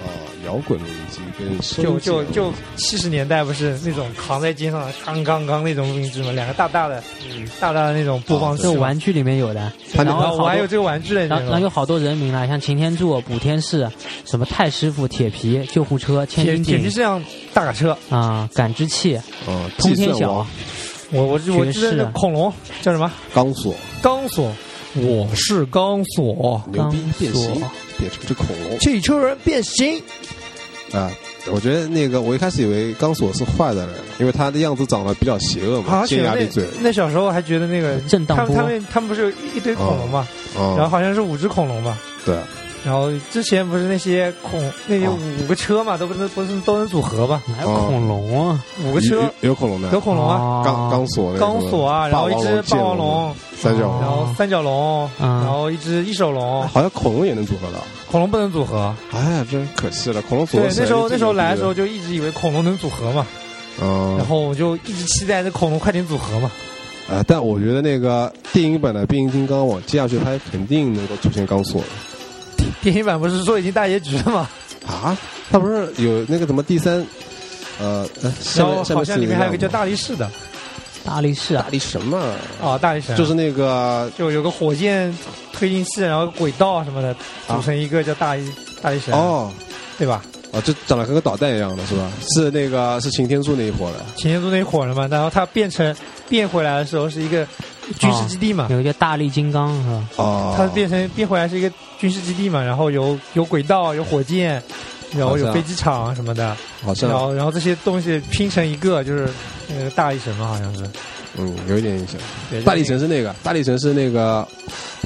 Speaker 4: 哦摇滚录音机跟收
Speaker 3: 就
Speaker 4: 音机
Speaker 3: 就
Speaker 4: 的
Speaker 3: 就七十年代不是那种扛在肩上刚刚刚那种录音机嘛，两个大大的
Speaker 4: 嗯
Speaker 3: 大大的那种播放
Speaker 5: 啊这
Speaker 3: 器
Speaker 5: 个
Speaker 3: 嘛。
Speaker 5: 玩具里面有的。
Speaker 4: 他
Speaker 5: 然
Speaker 4: 那
Speaker 5: 后
Speaker 3: 然后
Speaker 5: 好多
Speaker 3: 我还有这个玩具的
Speaker 5: 然
Speaker 3: 那
Speaker 5: 后然后有
Speaker 3: 种。
Speaker 5: 好多人名了，像擎天柱、补天士、什么太师傅、铁皮、救护车、千
Speaker 3: 铁
Speaker 5: 斤
Speaker 3: 铁皮
Speaker 5: 顶
Speaker 3: 是辆大卡车，
Speaker 5: 啊、感知器、
Speaker 4: 哦
Speaker 5: 通
Speaker 4: 计
Speaker 5: 天
Speaker 4: 算
Speaker 5: 晓
Speaker 4: 王、
Speaker 3: 我我记我记
Speaker 5: 爵士啊
Speaker 3: 得那恐龙叫什么
Speaker 4: 钢索
Speaker 3: 钢索，我是钢索，
Speaker 4: 牛逼变
Speaker 5: 钢索
Speaker 4: 形变成只恐龙
Speaker 3: 汽车人变形。
Speaker 4: 啊。我觉得那个，我一开始以为钢索是坏的人，因为他的样子长得比较邪恶
Speaker 3: 好
Speaker 4: 嘛，
Speaker 3: 像
Speaker 4: 尖
Speaker 3: 选
Speaker 4: 牙
Speaker 3: 啊那
Speaker 4: 利嘴。
Speaker 3: 那小时候还觉得那个
Speaker 5: 震荡
Speaker 3: 他
Speaker 5: 波
Speaker 3: 们他们他们不是有一堆恐龙嘛，
Speaker 4: 嗯，
Speaker 3: 然后好像是五只恐龙嘛，
Speaker 4: 对，
Speaker 3: 然后之前不是那些恐那些
Speaker 4: 哦
Speaker 3: 五个车嘛，都不能不是都能组合嘛，
Speaker 5: 哪有恐龙啊？
Speaker 3: 五个
Speaker 4: 有
Speaker 3: 车
Speaker 4: 有有恐龙的，
Speaker 3: 有恐龙啊，
Speaker 5: 啊
Speaker 4: 钢钢索那个
Speaker 3: 钢索啊，然后一只霸
Speaker 4: 剑
Speaker 3: 王龙，嗯
Speaker 4: 三角
Speaker 5: 哦
Speaker 4: 龙，
Speaker 3: 然后三角龙，
Speaker 5: 嗯
Speaker 3: 然后一只翼手龙，
Speaker 4: 好像恐龙也能组合到。
Speaker 3: 啊恐龙不能组合。
Speaker 4: 哎呀，真可惜了，恐龙组
Speaker 3: 对
Speaker 4: 合。，
Speaker 3: 那时候那时候来的时候，就一直以为恐龙能组合嘛，
Speaker 4: 嗯
Speaker 3: 然，后我就一直期待这恐龙快点组合 嘛。
Speaker 4: 呃，但我觉得那个电影版的变形金刚往接下去拍，肯定能够出现钢索的
Speaker 3: 电影版不是说已经大结局了吗？
Speaker 4: 啊。他不是有那个什么第三，呃，呃下
Speaker 3: 然
Speaker 4: 面
Speaker 3: 后
Speaker 4: 下
Speaker 3: 好
Speaker 4: 面是
Speaker 3: 像里面还有一个
Speaker 4: 那
Speaker 3: 叫大力士的
Speaker 5: 大力士啊
Speaker 4: 大，力神嘛，
Speaker 3: 啊，大力神
Speaker 4: 就是那个
Speaker 3: 就有个火箭推进器，然后轨道什么的
Speaker 4: 啊
Speaker 3: 组成一个叫大力大力神，啊
Speaker 4: 哦
Speaker 3: 对吧？
Speaker 4: 哦，就长得跟个导弹一样的是吧？是那个是擎天柱那一伙的。
Speaker 3: 擎天柱那一伙人嘛，然后他变成变回来的时候是一个军事基地嘛，
Speaker 5: 有一个大力金刚啊是吧？
Speaker 4: 哦，
Speaker 3: 他变成变回来是一个军事基地嘛，然后有有轨道，有火箭，然后
Speaker 4: 好
Speaker 3: 有
Speaker 4: 像
Speaker 3: 飞机场什么的，
Speaker 4: 好像
Speaker 3: 然后然后这些东西拼成一个就是那个大力神嘛，好像是
Speaker 4: 嗯，有一点印象。
Speaker 3: 对
Speaker 4: 大力神是那个，大力神是那个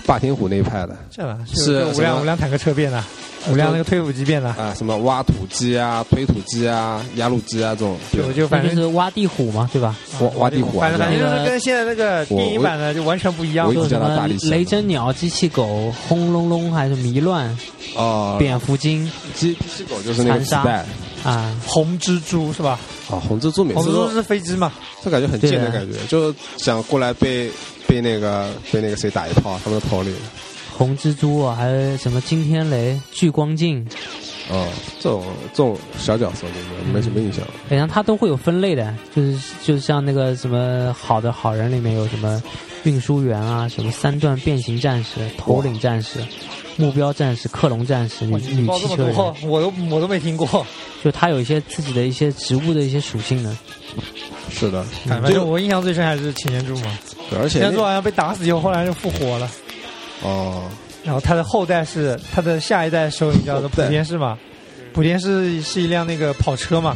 Speaker 4: 霸天虎那一派的
Speaker 3: 这了
Speaker 4: 是
Speaker 3: 就
Speaker 4: 什么
Speaker 3: 五
Speaker 4: 呃
Speaker 3: 辆五辆坦克车变的，五辆那个推土机变的，
Speaker 4: 啊，什么挖土机啊、推土机啊、压路机啊这种。对
Speaker 3: 就就
Speaker 5: 那
Speaker 3: 反
Speaker 5: 就
Speaker 3: 正
Speaker 5: 是挖地虎嘛，对吧？
Speaker 4: 挖挖地虎啊
Speaker 3: 反正反正就是
Speaker 5: 那个
Speaker 3: 跟现在那个电影版的就完全不一样
Speaker 4: 我一
Speaker 5: 就
Speaker 4: 直
Speaker 5: 是
Speaker 4: 叫
Speaker 5: 什
Speaker 4: 它
Speaker 5: 么
Speaker 4: 大力神
Speaker 5: 雷针鸟、机器狗、轰隆隆还是迷乱、
Speaker 4: 哦，
Speaker 5: 蝙蝠精
Speaker 4: 机机器狗就是那个
Speaker 5: 残
Speaker 4: 子
Speaker 5: 杀
Speaker 4: 弹
Speaker 5: 啊，
Speaker 3: 红蜘蛛是吧？
Speaker 4: 啊，红蜘蛛每
Speaker 3: 红蜘
Speaker 4: 次
Speaker 3: 蛛
Speaker 4: 都
Speaker 3: 是飞机嘛？
Speaker 4: 就感觉很贱的
Speaker 5: 对啊
Speaker 4: 感觉，就想过来被被那个被那个谁打一炮，他们的头里。
Speaker 5: 红蜘蛛啊，还有什么惊天雷、聚光镜，
Speaker 4: 哦，这种这种小角色我没没什么印象。
Speaker 5: 好像它都会有分类的，就是就是像那个什么好的好人里面有什么运输员啊，什么三段变形战士、头领战士、目标战士、克隆战士、女
Speaker 3: 哇你
Speaker 5: 女
Speaker 3: 报这
Speaker 5: 汽
Speaker 3: 么
Speaker 5: 车人，
Speaker 3: 多，我都我都没听
Speaker 4: 嗯
Speaker 3: 过。
Speaker 5: 就它有一些自己的一些植物的一些属性的。
Speaker 4: 是的，
Speaker 3: 嗯反正我印象最深还是擎天柱嘛，
Speaker 4: 对而且
Speaker 3: 擎天
Speaker 4: 那
Speaker 3: 柱好像被打死以后，后来就复活了。
Speaker 4: 哦，
Speaker 3: 然后他的后代是他的下一代首领叫
Speaker 4: 后
Speaker 3: 做
Speaker 4: 代
Speaker 3: 普天士嘛，普天士是一辆那个跑车嘛，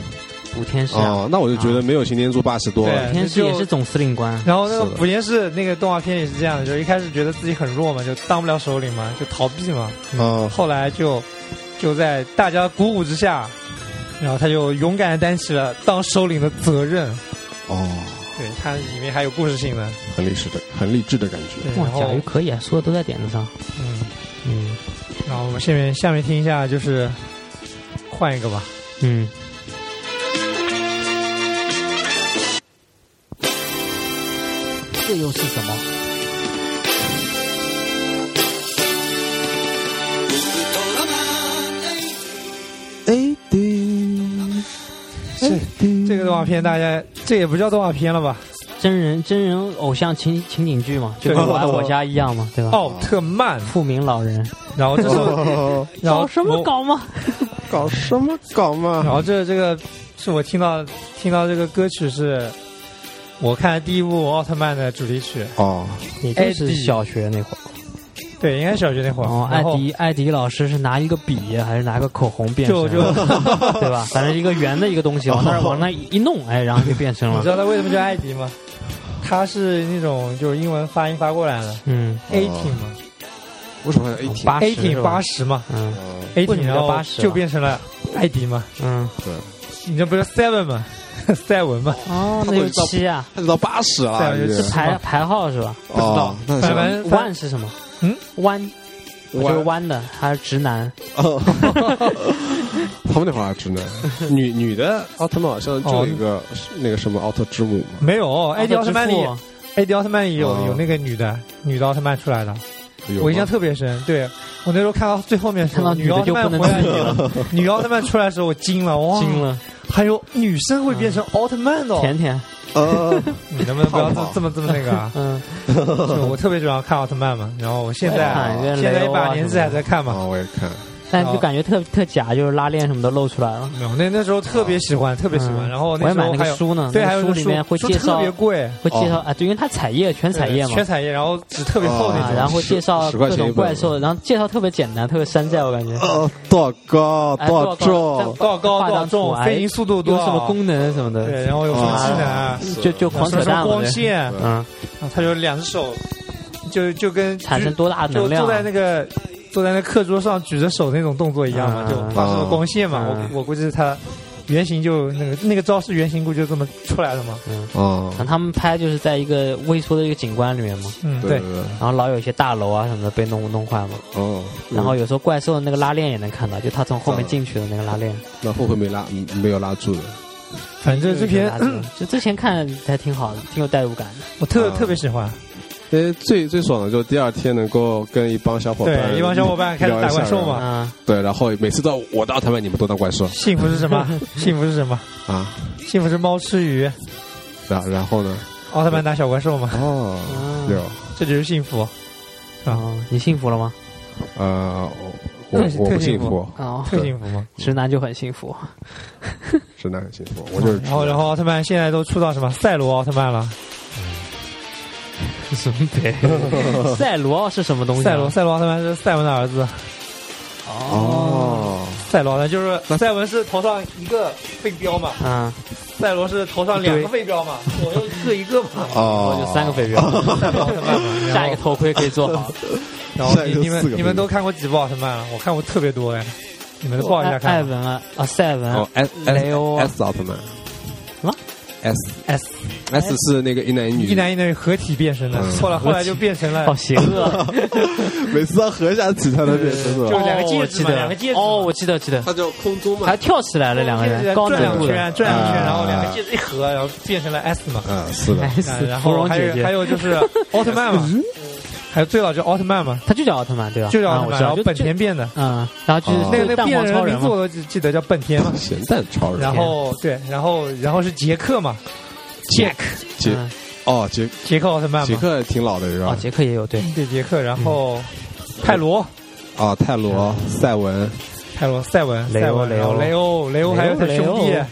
Speaker 5: 补天使啊，
Speaker 4: 哦，那我就觉得没有擎天柱八十多了
Speaker 3: 对。
Speaker 5: 天使
Speaker 3: 就
Speaker 5: 也是总司令官，
Speaker 3: 然后那个
Speaker 4: 是的
Speaker 3: 普天士那个动画片也是这样的，就一开始觉得自己很弱嘛，就当不了首领嘛，就逃避嘛，
Speaker 4: 哦，
Speaker 3: 后来就就在大家鼓舞之下，然后他就勇敢的担起了当首领的责任。
Speaker 4: 哦，
Speaker 3: 对，它里面还有故事性的。
Speaker 4: 很励志的，很励志的感觉。
Speaker 3: 对，
Speaker 5: 哇
Speaker 3: 然，后
Speaker 5: 甲鱼可以啊，说的都在点子上。
Speaker 3: 嗯，
Speaker 5: 嗯
Speaker 3: 然后我们下面下面听一下，就是换一个吧。
Speaker 5: 嗯，这又是什么？
Speaker 4: A D，
Speaker 3: 这这个动画片大家这也不叫动画片了吧？
Speaker 5: 真人真人偶像情情景剧嘛，就
Speaker 3: 对
Speaker 5: 跟我爱我家一样
Speaker 3: 哦
Speaker 4: 哦
Speaker 5: 嘛，对吧？
Speaker 3: 奥特曼，
Speaker 5: 富明老人哦
Speaker 3: 然后这是然后
Speaker 5: 搞什么
Speaker 3: 我
Speaker 5: 搞嘛？
Speaker 4: 搞什么搞
Speaker 3: 然
Speaker 4: 嘛？
Speaker 3: 后这这个是我听到听到这个歌曲是，我看第一部奥特曼的主题曲，
Speaker 4: 哦，
Speaker 5: 你这
Speaker 3: 艾
Speaker 5: 是
Speaker 3: 迪
Speaker 5: 小学那会儿。
Speaker 3: 对，应该是小学那会儿。
Speaker 5: 哦，艾
Speaker 3: 然后
Speaker 5: 迪，艾迪老师是拿一个笔还是拿个口红变身
Speaker 3: 就
Speaker 5: 了？
Speaker 3: 就， 哦
Speaker 5: 对吧？反正一个圆的一个东西往那儿往那一弄，哎，然后就变身
Speaker 3: 你知
Speaker 5: 了。
Speaker 3: 道他为什么叫艾迪吗？他是那种就是英文发音发过来的
Speaker 5: 嗯，
Speaker 3: ，eighteen 嘛
Speaker 4: 为什么还有 AT？
Speaker 5: 八十
Speaker 3: ，eighteen 八
Speaker 5: 十，
Speaker 3: 十嘛
Speaker 5: 嗯
Speaker 4: 哦
Speaker 5: 为什
Speaker 3: ，eighteen
Speaker 5: 么叫
Speaker 3: 然后
Speaker 5: 80啊
Speaker 3: 就变成了艾迪嘛。
Speaker 5: 嗯，
Speaker 3: 你这不是 seven 吗？赛文嘛，
Speaker 5: 哦，那有七啊，
Speaker 4: 他知道八十了，
Speaker 3: 对呃
Speaker 4: 这
Speaker 5: 是排排号是吧
Speaker 4: 不知道， 那
Speaker 3: 反
Speaker 4: 行，
Speaker 3: 正
Speaker 5: 哦？one 是什么？
Speaker 3: 嗯
Speaker 5: 弯，我就是
Speaker 4: 弯
Speaker 5: 弯的，还是直男？
Speaker 4: 哦，他们那会儿还真的，女女的奥特曼好像就有一个那个什么奥特之母嘛，
Speaker 3: 没有艾迪奥特曼里，
Speaker 5: 哦
Speaker 3: 艾迪奥特曼里有
Speaker 4: 哦
Speaker 3: 有那个女的，女的奥特曼出来的，
Speaker 4: 有
Speaker 3: 我印象
Speaker 4: 吗
Speaker 3: 特别深。对我那时候看到最后面的时候，
Speaker 5: 看到女
Speaker 3: 女
Speaker 5: 的
Speaker 3: 哦奥特曼回
Speaker 5: 就不能
Speaker 3: 来了，女奥特曼出来的时候我惊了，哇，
Speaker 5: 惊，了，嗯
Speaker 3: 还有女生会变成奥特曼的哦，
Speaker 5: 甜甜，？
Speaker 4: 呃，
Speaker 3: 你能不能不要
Speaker 4: 好
Speaker 3: 这
Speaker 4: 不好
Speaker 3: 这么这么那个啊
Speaker 5: 嗯，
Speaker 3: 就是我特别喜欢看奥特曼嘛，然后我现在啊
Speaker 5: 哎原来
Speaker 3: 现在一
Speaker 5: 雷欧啊
Speaker 3: 把年纪还在看嘛，
Speaker 4: 啊，我也看，
Speaker 5: 但就感觉特特假，就是拉链什么的露出来了。
Speaker 3: 没有那那时候特别喜欢，特别喜欢，
Speaker 5: 嗯
Speaker 3: 然后
Speaker 5: 我也
Speaker 3: 时
Speaker 5: 买
Speaker 3: 候
Speaker 5: 那
Speaker 3: 还
Speaker 5: 个
Speaker 3: 有
Speaker 5: 书呢，
Speaker 3: 对，
Speaker 5: 那
Speaker 3: 还有
Speaker 5: 个
Speaker 3: 那
Speaker 5: 书里面会
Speaker 3: 书
Speaker 5: 介
Speaker 3: 特
Speaker 5: 绍
Speaker 3: 别贵，
Speaker 5: 会介绍
Speaker 4: 哦
Speaker 5: 啊，对，因为它彩页全彩页嘛，
Speaker 3: 全彩页，然后纸特别厚那
Speaker 5: 啊，
Speaker 3: 种，
Speaker 5: 然后介绍
Speaker 4: 十块
Speaker 5: 各
Speaker 4: 钱一
Speaker 5: 种
Speaker 4: 本
Speaker 5: 怪兽，然后介绍特别简单，特别山寨，我感觉。
Speaker 3: 哦
Speaker 4: 呃，多高
Speaker 5: 哎
Speaker 4: 多
Speaker 5: 多
Speaker 4: 重
Speaker 5: 高？
Speaker 3: 多少高
Speaker 5: 画
Speaker 3: 多少
Speaker 5: 张图
Speaker 3: 重，
Speaker 5: 哎
Speaker 3: 飞行速度多
Speaker 5: 有什
Speaker 3: 少，
Speaker 5: 么功能什么
Speaker 3: 对，
Speaker 5: 的，
Speaker 3: 然后有什么技能啊，
Speaker 5: 就就狂
Speaker 3: 什么
Speaker 5: 扯
Speaker 3: 什么
Speaker 5: 淡嘛
Speaker 3: 光。
Speaker 5: 对
Speaker 3: 线，
Speaker 5: 嗯，
Speaker 3: 然后他就两只手，就就跟
Speaker 5: 产生
Speaker 3: 举
Speaker 5: 多大的
Speaker 3: 就
Speaker 5: 能量
Speaker 3: 坐
Speaker 5: 啊？
Speaker 3: 在那个坐在那课桌上举着手那种动作一样嘛，
Speaker 5: 嗯
Speaker 3: 就发射光线嘛。
Speaker 5: 嗯
Speaker 3: 我我估计他原型就那个那个招式原型估计就这么出来的嘛。
Speaker 4: 哦，
Speaker 5: 然后他们拍就是在一个微缩的一个景观里面嘛，
Speaker 3: 嗯，
Speaker 4: 对
Speaker 3: 对，
Speaker 4: 对，
Speaker 5: 然后老有一些大楼啊什么的被弄弄坏嘛，
Speaker 4: 哦，
Speaker 3: 嗯
Speaker 5: 然后有时候怪兽的那个拉链也能看到，就他从后面进去的那个拉链。
Speaker 4: 那后悔没拉，没有拉住的，
Speaker 3: 反正这篇
Speaker 5: 拉住了就之前看还挺好的，挺有代入感的。
Speaker 3: 我 特
Speaker 4: 嗯
Speaker 3: 特别喜欢。
Speaker 4: 哎，最最爽的就是第二天能够跟一帮小伙伴，
Speaker 3: 对一帮小伙伴开始打怪兽
Speaker 4: 聊一下
Speaker 3: 嘛
Speaker 5: 嗯，
Speaker 4: 然后对，然后每次到我的奥特曼，你们都当怪兽
Speaker 3: 幸福是什么？幸福是什么？
Speaker 4: 啊，
Speaker 3: 幸福是猫吃鱼，
Speaker 4: 然然后呢？
Speaker 3: 奥特曼打小怪兽 嘛，
Speaker 4: 哦，
Speaker 5: 嗯
Speaker 4: 有，
Speaker 3: 这就是幸福。
Speaker 5: 哦，你幸福了吗？
Speaker 4: 呃，我
Speaker 3: 特
Speaker 4: 我不
Speaker 3: 特幸
Speaker 4: 幸
Speaker 3: 福
Speaker 4: 福，
Speaker 5: 哦，
Speaker 3: 特幸福嘛，
Speaker 5: 直男就很幸福。
Speaker 4: 真的很幸福，我就是
Speaker 3: 然后，然后奥特曼现在都出到什么赛罗奥特曼了？
Speaker 5: 什么鬼？赛罗是什么东西啊？
Speaker 3: 赛罗，赛罗奥特曼是赛文的儿子，
Speaker 5: 哦，
Speaker 4: 哦，
Speaker 3: 赛罗呢就是赛文是头上一个飞镖嘛，
Speaker 5: 嗯，
Speaker 3: 赛罗是头上两个飞镖嘛，左右各一个嘛。
Speaker 4: 哦，
Speaker 5: 就三个飞镖，
Speaker 3: 赛罗奥特曼嘛，
Speaker 5: 下一个头盔可以做好。
Speaker 3: 然后
Speaker 4: 下一
Speaker 3: 你
Speaker 4: 个
Speaker 3: 你
Speaker 4: 四个
Speaker 3: 们
Speaker 4: 飞
Speaker 3: 你
Speaker 4: 镖
Speaker 3: 们都看过几部奥特曼了？我看过特别多哎，你们都报一下
Speaker 5: 艾
Speaker 3: 看吧。
Speaker 5: 文啊，啊赛 文
Speaker 4: 哦，S
Speaker 5: 雷欧
Speaker 4: S
Speaker 5: 啊
Speaker 4: S 奥特曼，
Speaker 5: 什么
Speaker 4: ？S
Speaker 5: S，
Speaker 4: S 是那个一男一女，
Speaker 3: 一男一女合体变身的，
Speaker 4: 嗯
Speaker 3: 后来后来就变成了
Speaker 5: 好邪恶 啊，
Speaker 4: 每次要合下体才能变身是
Speaker 3: 就
Speaker 4: 吧？
Speaker 3: 是两个戒指嘛
Speaker 5: 哦我记得
Speaker 3: 两个戒指嘛
Speaker 5: 哦，我记得记得，
Speaker 4: 他叫空中嘛
Speaker 5: 还，跳起来了两个人，高
Speaker 3: 转
Speaker 5: 难
Speaker 3: 两
Speaker 5: 度
Speaker 3: 圈，
Speaker 5: 的嗯
Speaker 3: 转两圈，
Speaker 4: 啊
Speaker 3: 然后两个戒指一合，然后变成了 S 嘛。
Speaker 4: 嗯，是的，
Speaker 5: S，
Speaker 3: 然
Speaker 5: 哎芙
Speaker 3: 后
Speaker 5: 蓉
Speaker 3: 还
Speaker 5: 姐
Speaker 3: 有还
Speaker 5: 姐，
Speaker 3: 有就是奥特曼嘛，还有最早就奥特曼嘛，
Speaker 5: 他就叫奥特曼对吧？
Speaker 3: 就叫
Speaker 5: 啊
Speaker 3: 奥特
Speaker 5: 我
Speaker 3: 曼，
Speaker 5: 知道
Speaker 3: 然后
Speaker 5: 就
Speaker 3: 本田变的，
Speaker 5: 就嗯，然后就是
Speaker 4: 哦
Speaker 3: 那个那个
Speaker 5: 蛋
Speaker 3: 变
Speaker 5: 黄
Speaker 3: 的
Speaker 5: 超
Speaker 3: 人
Speaker 5: 人
Speaker 3: 名字我
Speaker 5: 嘛，
Speaker 3: 都记记得叫本田嘛。
Speaker 4: 咸蛋超人
Speaker 3: 然，后对，然后然后是杰克嘛，杰克
Speaker 4: 杰
Speaker 5: 嗯
Speaker 4: 哦杰
Speaker 3: 杰克奥呃特曼
Speaker 4: 杰
Speaker 3: 嘛，嗯
Speaker 4: 克挺老的是
Speaker 5: 哦
Speaker 4: 吧？
Speaker 5: 杰克也有对，
Speaker 3: 对杰克，然后泰罗。
Speaker 4: 啊，泰罗、赛文，
Speaker 3: 泰罗、赛文、
Speaker 5: 雷欧
Speaker 3: 赛文，
Speaker 5: 雷
Speaker 3: 然后
Speaker 5: 欧
Speaker 3: 雷欧、雷欧还有他
Speaker 5: 雷欧
Speaker 3: 兄
Speaker 5: 雷
Speaker 3: 弟
Speaker 5: 欧，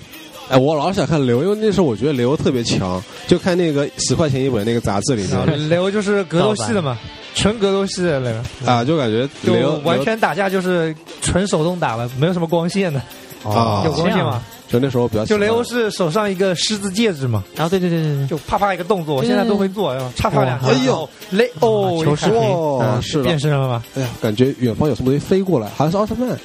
Speaker 4: 哎，我老是想看雷欧，因为那时候我觉得雷欧特别强，就看那个十块钱一本那个杂志里
Speaker 3: 然后
Speaker 4: 面
Speaker 3: 雷欧就是格斗系的 嘛，纯格斗系的那个，
Speaker 4: 啊，就感觉雷
Speaker 3: 就
Speaker 4: 欧
Speaker 3: 完全打架就是纯手动打了，没有什么光线的，
Speaker 4: 啊
Speaker 3: 哦有光
Speaker 5: 这
Speaker 3: 线
Speaker 5: 样
Speaker 3: 吗
Speaker 5: 啊？？
Speaker 4: 就那时候比较喜
Speaker 3: 就
Speaker 4: 欢
Speaker 3: 雷欧是手上一个十字戒指嘛，
Speaker 5: 然后哦对对对对对，
Speaker 3: 就啪啪一个动作，我
Speaker 5: 对
Speaker 3: 现在都会做，然后啪啪两下，
Speaker 5: 哇
Speaker 4: 哎呦
Speaker 3: 然后雷欧
Speaker 5: 啊求
Speaker 3: 一看啊
Speaker 5: 生
Speaker 4: 哇，
Speaker 5: 嗯
Speaker 4: 是的
Speaker 3: 变，身了嘛？
Speaker 4: 哎呀，感觉远方有什么东西飞过来，好像是奥特曼，
Speaker 3: 哎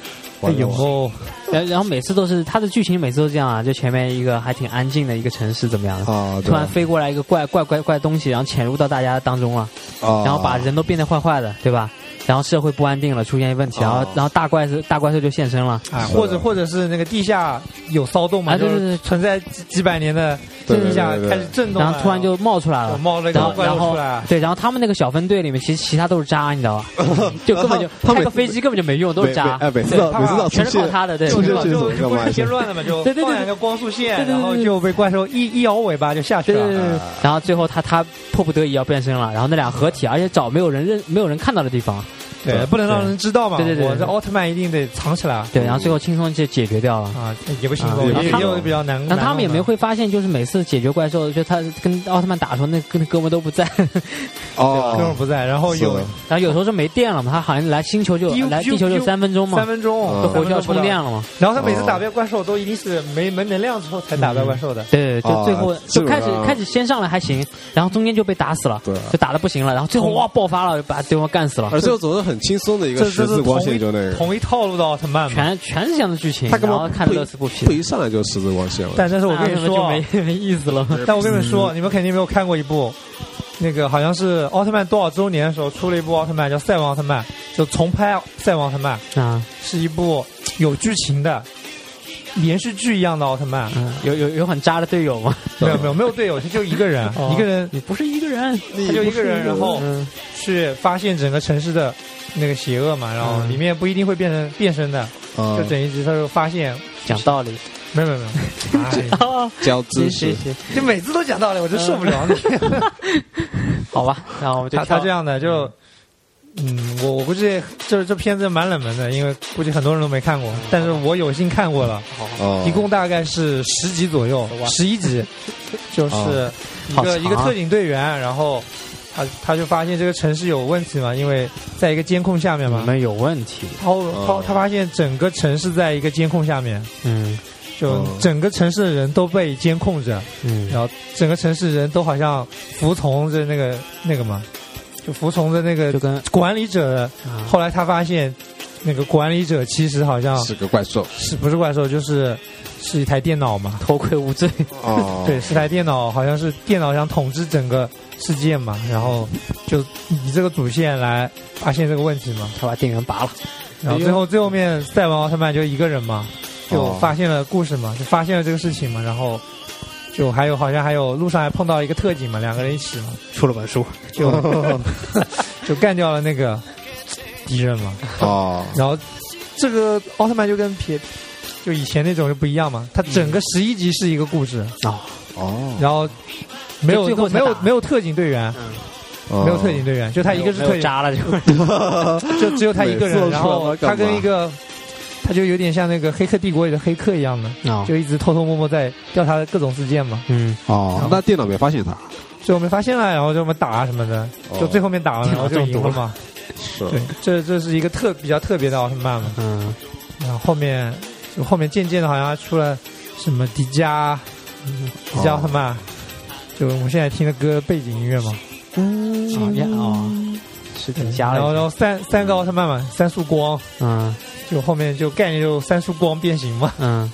Speaker 4: 完了
Speaker 3: 呦，
Speaker 4: 我
Speaker 5: 然然后每次都是它的剧情，每次都这样啊，就前面一个还挺安静的一个城市怎么样的，
Speaker 4: 啊，
Speaker 5: 突然
Speaker 4: 对
Speaker 5: 飞过来一个怪怪怪怪东西，然后潜入到大家当中了，
Speaker 4: 啊，
Speaker 5: 然后把人都变得坏坏的，对吧？然后社会不安定了，出现问题，然后
Speaker 4: 哦
Speaker 5: 然后大怪兽大怪兽就现身了，
Speaker 3: 啊，或者或者是那个地下有骚动嘛，
Speaker 5: 啊对
Speaker 3: 就
Speaker 5: 对
Speaker 3: 是
Speaker 5: 对
Speaker 3: 存在几几百年的
Speaker 4: 对对
Speaker 3: 地下
Speaker 4: 啊对对
Speaker 3: 开始震动了，
Speaker 5: 然后突然就冒出来
Speaker 3: 我
Speaker 5: 了。
Speaker 3: 冒了一
Speaker 5: 然
Speaker 3: 个
Speaker 5: 后，
Speaker 3: 怪
Speaker 5: 然
Speaker 3: 兽出
Speaker 5: 后
Speaker 3: 来，
Speaker 5: 对，然后他们那个小分队里面，其实其他都是渣，你知道 吧？就根本就
Speaker 4: 他他每
Speaker 5: 开个飞机根本就没用，都是
Speaker 4: 每
Speaker 5: 渣
Speaker 4: 每，哎，每次
Speaker 3: 对
Speaker 4: 到每次到
Speaker 5: 全
Speaker 4: 出
Speaker 5: 是靠
Speaker 4: 现，
Speaker 5: 他的。对，
Speaker 4: 出现
Speaker 3: 就就
Speaker 4: 这种
Speaker 3: 就
Speaker 4: 干
Speaker 3: 故
Speaker 4: 嘛
Speaker 3: 事添乱了嘛，就
Speaker 5: 对对对
Speaker 3: 放两个光束线，
Speaker 5: 对对对
Speaker 3: 然后就被怪兽一一摇尾巴就下去
Speaker 5: 对对对
Speaker 3: 了。
Speaker 5: 对，然后最后他他迫不得已要变身了，然后那俩合体，而且找没有人认没有人看到的地方，
Speaker 3: 对，不能让人知道嘛。
Speaker 5: 对对对
Speaker 3: 我这奥特曼一定得藏起来
Speaker 5: 对，然后最后轻松就解决掉了。
Speaker 3: 啊，也不行
Speaker 5: 啊，
Speaker 3: 也
Speaker 5: 他
Speaker 3: 也
Speaker 5: 们
Speaker 3: 有比较难。
Speaker 5: 但他们也没
Speaker 3: 难
Speaker 5: 会发现，就是每次解决怪兽，就他跟奥特曼打的时候，那跟哥们都不在，
Speaker 3: 弄的哥们儿
Speaker 4: 哦，
Speaker 3: 不在，然后
Speaker 4: 是
Speaker 3: 有
Speaker 4: 的
Speaker 5: 然后有时候是没电了嘛，他好像来星球就
Speaker 3: 丢
Speaker 5: 来
Speaker 3: 丢
Speaker 5: 地球就
Speaker 3: 丢
Speaker 5: 三分钟嘛
Speaker 3: 三，分钟
Speaker 4: 嗯
Speaker 5: 都回去
Speaker 3: 三分钟
Speaker 5: 要
Speaker 3: 不
Speaker 5: 充
Speaker 3: 到
Speaker 5: 电了嘛。
Speaker 3: 然后他每次
Speaker 4: 哦
Speaker 3: 打败怪兽都一定是没没能量之后才打败怪兽的。
Speaker 5: 对，就
Speaker 4: 哦
Speaker 5: 最后
Speaker 4: 这
Speaker 5: 就开始
Speaker 4: 种啊
Speaker 5: 开始先上来还行，然后中间就被打死了，
Speaker 4: 对
Speaker 5: 就打的不行了，然后最后哇
Speaker 3: 嗯
Speaker 5: 爆发了，把对方干死了，
Speaker 4: 而最后走的很轻松的一
Speaker 3: 这
Speaker 4: 个
Speaker 3: 这
Speaker 4: 十
Speaker 3: 是
Speaker 4: 字光
Speaker 3: 同
Speaker 4: 线，
Speaker 3: 一
Speaker 4: 就那个，
Speaker 3: 同一套路的奥特曼嘛。
Speaker 5: 全全是这样的剧情，
Speaker 4: 他根
Speaker 5: 然后
Speaker 4: 本
Speaker 5: 看
Speaker 4: 不
Speaker 5: 得
Speaker 4: 一
Speaker 5: 乐此不疲
Speaker 4: 不。一上来就十字光线了。
Speaker 3: 但但是我跟你说
Speaker 5: 就
Speaker 3: 啊，
Speaker 5: 没 没意思了。
Speaker 3: 但我跟你们说，你们肯定没有看过一部，那个好像是奥特曼多少周年的时候出了一部奥特曼叫《赛文奥特曼》，就重拍《赛文奥特曼》，
Speaker 5: 啊，
Speaker 3: 是一部有剧情的连续剧一样的奥特曼。
Speaker 5: 嗯，有有有很渣的队友吗？
Speaker 3: 没有没有没有队友，他就一个人，一个人
Speaker 5: 哦你不是一个人，
Speaker 3: 他就一个人，然后
Speaker 5: 嗯，
Speaker 3: 去发现整个城市的那个邪恶嘛，然后
Speaker 5: 嗯
Speaker 3: 里面不一定会变成变身的，
Speaker 4: 啊
Speaker 3: 就，整一集他就发现，
Speaker 5: 讲道 理。
Speaker 3: 没有没有没 有，哎
Speaker 5: 啊，
Speaker 4: 教知
Speaker 5: 行行
Speaker 4: 识，
Speaker 5: 行，
Speaker 3: 就每次都讲道理，我就受不了 你。
Speaker 5: 好吧，那我们就
Speaker 3: 他他
Speaker 5: 跳
Speaker 3: 这样的就，嗯，我我估计这这片子蛮冷门的，因为估计很多人都没看过，但是我有幸看过了，
Speaker 4: 哦，
Speaker 3: 一共大概是十集左右，十一集，就是
Speaker 4: 哦
Speaker 3: 一
Speaker 5: 好
Speaker 3: 个
Speaker 5: 长
Speaker 3: 一个
Speaker 5: 啊
Speaker 3: 特警队员，然后他他就发现这个城市有问题嘛，因为在一个监控下面
Speaker 5: 你
Speaker 3: 嘛，
Speaker 5: 们有问题。
Speaker 3: 他他他发现整个城市在一个监控下面，
Speaker 5: 嗯
Speaker 3: 就
Speaker 4: 哦
Speaker 3: 整个城市的人都被监控着。
Speaker 5: 嗯，
Speaker 3: 然后整个城市人都好像服从着那个那个嘛，就服从着那
Speaker 5: 就
Speaker 3: 个
Speaker 5: 跟
Speaker 3: 管理者的。
Speaker 5: 啊
Speaker 3: 后来他发现，那个管理者其实好像
Speaker 4: 是个怪兽
Speaker 3: 是不是怪兽，就是是一台电脑嘛。
Speaker 5: 偷窥无罪。
Speaker 4: 哦，
Speaker 3: 对，是台电脑，好像是电脑想统治整个世界嘛，然后就以这个主线来发现这个问题嘛。
Speaker 5: 他把电源拔了，
Speaker 3: 然后最后最后面赛文奥特曼就一个人嘛，就
Speaker 4: 哦
Speaker 3: 发现了故事嘛，就发现了这个事情嘛，然后就还有好像还有路上还碰到一个特警嘛，两个人一起嘛，
Speaker 5: 出了本书。
Speaker 3: 就就干掉了那个敌人嘛。
Speaker 4: 哦，
Speaker 3: 然后这个奥特曼就跟撇就以前那种就不一样嘛，它整个十一集是一个故事，
Speaker 5: 嗯哦，
Speaker 4: 哦，
Speaker 3: 然后没有
Speaker 5: 就最后才
Speaker 3: 没有
Speaker 5: 打哦
Speaker 3: 没有特警队员，没有特警队员，就他一个是
Speaker 5: 没有
Speaker 3: 特警，
Speaker 5: 渣了就。
Speaker 3: 就只有他一个
Speaker 4: 每次都
Speaker 3: 人，然
Speaker 4: 出来
Speaker 3: 后
Speaker 4: 玩干
Speaker 3: 他跟
Speaker 4: 嘛
Speaker 3: 一个。他就有点像那个《黑客帝国》里的黑客一样的，
Speaker 5: 哦
Speaker 3: 就一直偷偷摸摸在调查各种事件嘛，
Speaker 5: 嗯，
Speaker 4: 哦，那电脑没发现他，
Speaker 3: 最后没发现啊，然后就我们打啊什么的，就
Speaker 4: 哦
Speaker 3: 最后面打完了，
Speaker 5: 电
Speaker 3: 然
Speaker 5: 脑
Speaker 3: 后就
Speaker 5: 中毒
Speaker 3: 赢了嘛。
Speaker 4: 是
Speaker 3: 对，这这是一个特比较特别的奥特曼嘛。
Speaker 5: 嗯，
Speaker 3: 然后后面就后面渐渐的好像还出了什么迪迦、嗯迪迦奥特曼，就我们现在听的歌背景音乐嘛。
Speaker 5: 好呀哦，是挺瞎
Speaker 3: 然后然
Speaker 5: 的。
Speaker 3: 后三三个奥特曼嘛，三束光，
Speaker 5: 嗯
Speaker 3: 就后面就概念就三束光变形嘛，
Speaker 5: 嗯，